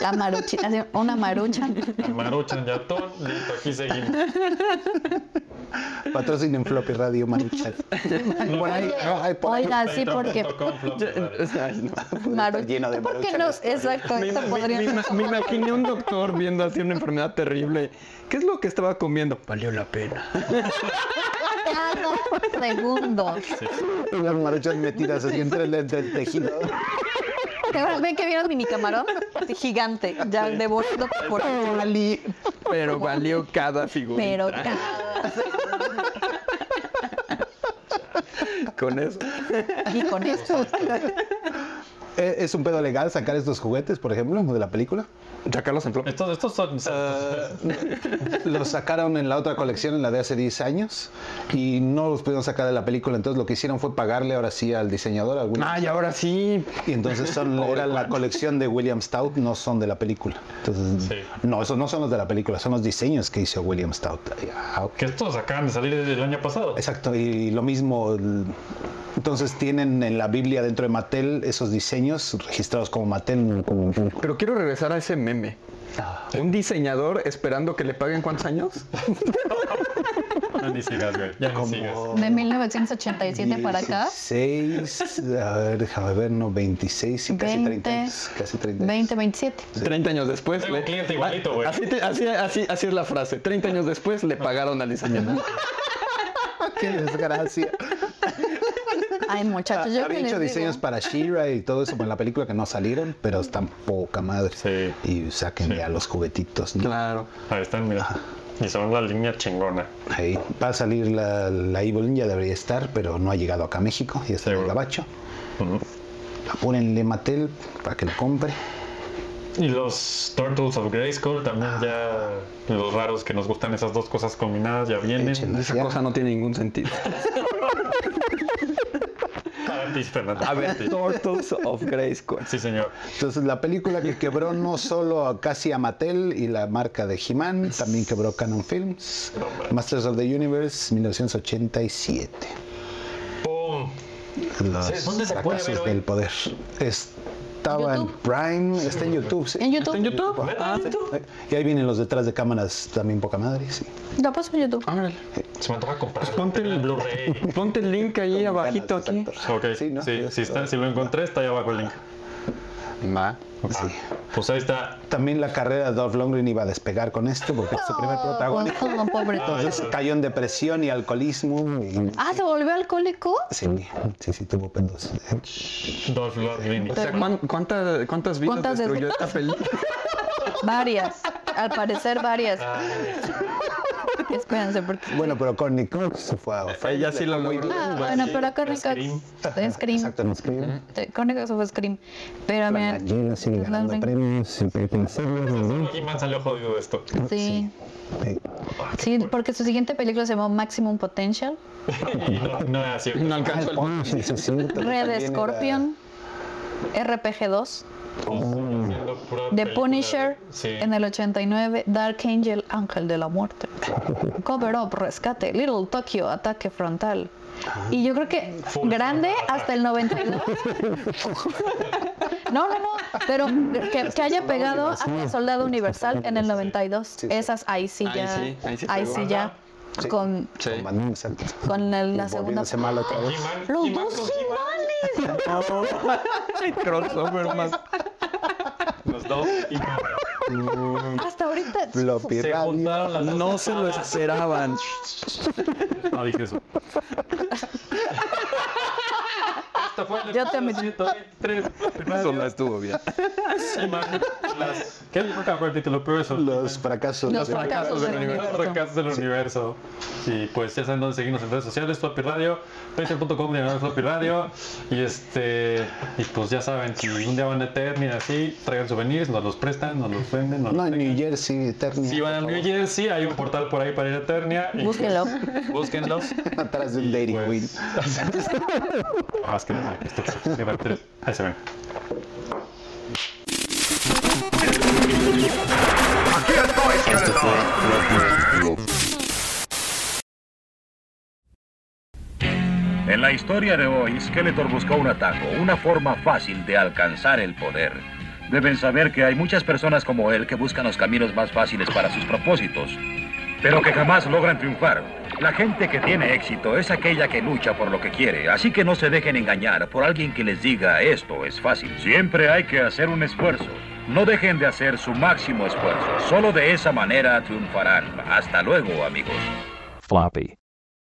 S4: La maruchita, así, una marucha.
S3: Maruchan y atún. Listo, aquí seguimos.
S1: Patrocinen Floppy Radio Maruchan. Por ahí, no, ahí por ahí.
S4: Oiga, sí, porque
S3: Con flor.
S4: Marucha.
S1: lleno de
S4: ¿Por qué
S1: maruchan
S4: no?
S1: esto.
S4: Exacto,
S5: Me,
S4: esto
S5: ima-
S4: podría.
S5: me ima- me imaginé un doctor viendo así una enfermedad terrible. ¿Qué es lo que estaba comiendo? Valió la pena.
S4: Cada segundo.
S1: Las maruchan metidas así entre el, entre el tejido.
S4: ¿Ven que vieron mi mini camarón? Sí, Gigante, ya devorado por.
S5: Valí, pero valió cada figurita.
S4: Pero cada
S5: Con eso.
S4: Y con esto.
S1: ¿Es Eh, es un pedo legal sacar estos juguetes, por ejemplo, de la película?
S5: Sacarlos en flop.
S3: Estos, estos son. son-
S1: Los sacaron en la otra colección, en la de hace 10 años, y no los pudieron sacar de la película. Entonces lo que hicieron fue pagarle ahora sí al diseñador. a William.
S5: Ay, ahora sí.
S1: Y entonces son, era la colección de William Stout, no son de la película. Entonces, no, esos no son los de la película, son los diseños que hizo William Stout. Ah, ok.
S3: que estos acaban de salir del año pasado.
S1: Exacto, y lo mismo. el- Entonces tienen en la Biblia dentro de Mattel esos diseños registrados como Mattel. no como-
S5: Pero quiero regresar a ese meme.
S3: Ah,
S5: Un diseñador esperando que le paguen cuántos años.
S3: Ya ni sigas, güey. Ya ni sigas.
S4: De 1987 para acá.
S1: 16, a ver, déjame ver, no, 26 y casi 30
S4: 20,
S1: años, Casi 30 años.
S4: 20, 27.
S5: 30 años después.
S3: Tengo
S5: le-
S3: un cliente igualito, güey.
S5: Así, te- así, así, así es la frase. 30 años después le pagaron al diseñador.
S1: Qué desgracia.
S4: Ay, muchachos, yo que
S1: Había
S4: les
S1: hecho
S4: digo,
S1: diseños para She-Ra y todo eso en la película que no salieron, pero están poca madre.
S3: Sí.
S1: Y sáquenle a los juguetitos. ¿no?
S5: Claro.
S3: Ahí están, mira. Y son la línea chingona.
S1: Ahí va a salir la, la Evil Ninja, debería estar, pero no ha llegado acá a México y está en el
S3: Seguro.
S1: gabacho. Apúrenle Mattel para que lo compre.
S3: Y los Turtles of Grayskull también ya. Los raros que nos gustan esas dos cosas combinadas ya vienen.
S1: Échenla.
S5: Esa cosa no tiene ningún sentido.
S3: Atlantis, Fernando.
S5: A ver, Turtles of Grayskull.
S3: Sí, señor.
S1: Entonces, la película que quebró no solo a- casi a Mattel y la marca de He-Man, también quebró Canon Films. Masters of the Universe, 1987.
S3: ¡Pum!
S1: Los
S3: ¿Dónde se puede ver
S1: fracasos
S3: hoy?
S1: del poder. Estaba en
S4: YouTube.
S1: Prime, está en YouTube, sí.
S4: En YouTube.
S5: ¿En YouTube?
S3: ¿Verdad?
S1: Y ahí vienen los detrás de cámaras también poca madre, sí.
S4: La paso por YouTube.
S5: Órale.
S3: Se me antoja comprar.
S5: ponte el
S3: Blu-ray.
S5: Ponte el link ahí abajito aquí.
S3: Ok, sí,
S1: Sí, ¿no?
S3: sí, está, si lo encontré, está ahí abajo el link.
S5: Ma.
S1: Sí.
S3: Pues ahí está.
S1: También la carrera de Dolph Lundgren iba a despegar con esto porque es su primer protagonista.
S4: Oh, pobre.
S1: Entonces cayó en depresión y alcoholismo. y-
S4: Ah, ¿se volvió alcohólico?
S1: Sí, sí, sí, tuvo pedos.
S3: Dolph Lundgren.
S5: O sea, ¿cuán- cuánta- ¿cuántas vidas
S4: ¿Cuántas de-
S5: destruyó esta película?
S4: Varias. Al parecer, varias. Espérense, porque.
S1: Bueno, pero con Nicole se fue a... fue-
S5: Ella sí la logró.
S4: Ah, bueno, pero acá Rica es Scream.
S1: Exacto, nos escribe.
S4: Crónicas of Scream. Pero miren,
S1: Gina sigue ganando
S4: Lundgren.
S1: premios y películas.
S3: He-Man salió jodido de esto.
S4: sí.
S1: Sí.
S4: Sí, porque su siguiente película se llamó Maximum Potential.
S3: Y no, no era cierto.
S5: No alcanzó el
S1: Ah, sí, sí, sí. También
S4: Red
S1: era-
S4: Scorpion. RPG 2.
S3: Haciendo pura
S4: The
S3: película
S4: Punisher
S3: de- Sí.
S4: en el 89, Dark Angel, Ángel de la Muerte, Cover Up, Rescate, Little Tokyo, Ataque Frontal. Y yo creo que grande hasta el 92. No, no, no, pero que, que haya pegado a Soldado Universal en el 92. Esas ahí sí
S5: Ahí
S4: ya.
S5: sí, ahí sí
S4: Ahí
S5: pegó.
S4: sí ya.
S1: Sí.
S4: Con,
S5: Sí.
S1: Con Batman, exacto.
S4: con el- la segunda.
S1: Volviéndose malo otra vez.
S3: He-Man-
S4: Los
S3: He-Man
S4: dos
S3: con He-Man.
S5: El crossover más.
S3: Los dos He-Man.
S4: Hasta ahorita.
S1: Floppy
S3: Se
S1: radio.
S3: juntaron las
S5: No se lo esperaban.
S3: No dije eso. Esta fue la
S4: Yo te metí.
S3: 123.
S5: Eso no estuvo bien.
S3: He-Man. Las- ¿Qué es el título? Pero eso.
S1: Los fracasos.
S4: Los
S1: de-
S4: fracasos del universo.
S3: Fracasos del universo. Y pues ya saben dónde seguirnos en redes sociales, Floppy Radio, twitter.com diagonal Floppy Radio. Y este y pues ya saben, si un día van a Eternia y así, traigan souvenirs, nos los prestan, nos los venden, nos
S1: No,
S3: los
S1: en New
S3: dejan.
S1: Jersey, Eternia.
S3: Si van a New Jersey, hay un portal por ahí para ir a Eternia. y
S4: Búsquenlo.
S3: Búsquenlos.
S1: Atrás del Dairy
S3: Pues-
S1: Queen.
S3: Ah, es que no, esto se va a tres. Ahí se ven.
S8: En la historia de hoy, Skeletor buscó un atajo, una forma fácil de alcanzar el poder. Deben saber que hay muchas personas como él que buscan los caminos más fáciles para sus propósitos, pero que jamás logran triunfar. La gente que tiene éxito es aquella que lucha por lo que quiere, así que no se dejen engañar por alguien que les diga esto es fácil. Siempre hay que hacer un esfuerzo. No dejen de hacer su máximo esfuerzo. Solo de esa manera triunfarán. Hasta luego, amigos.
S9: Floppy.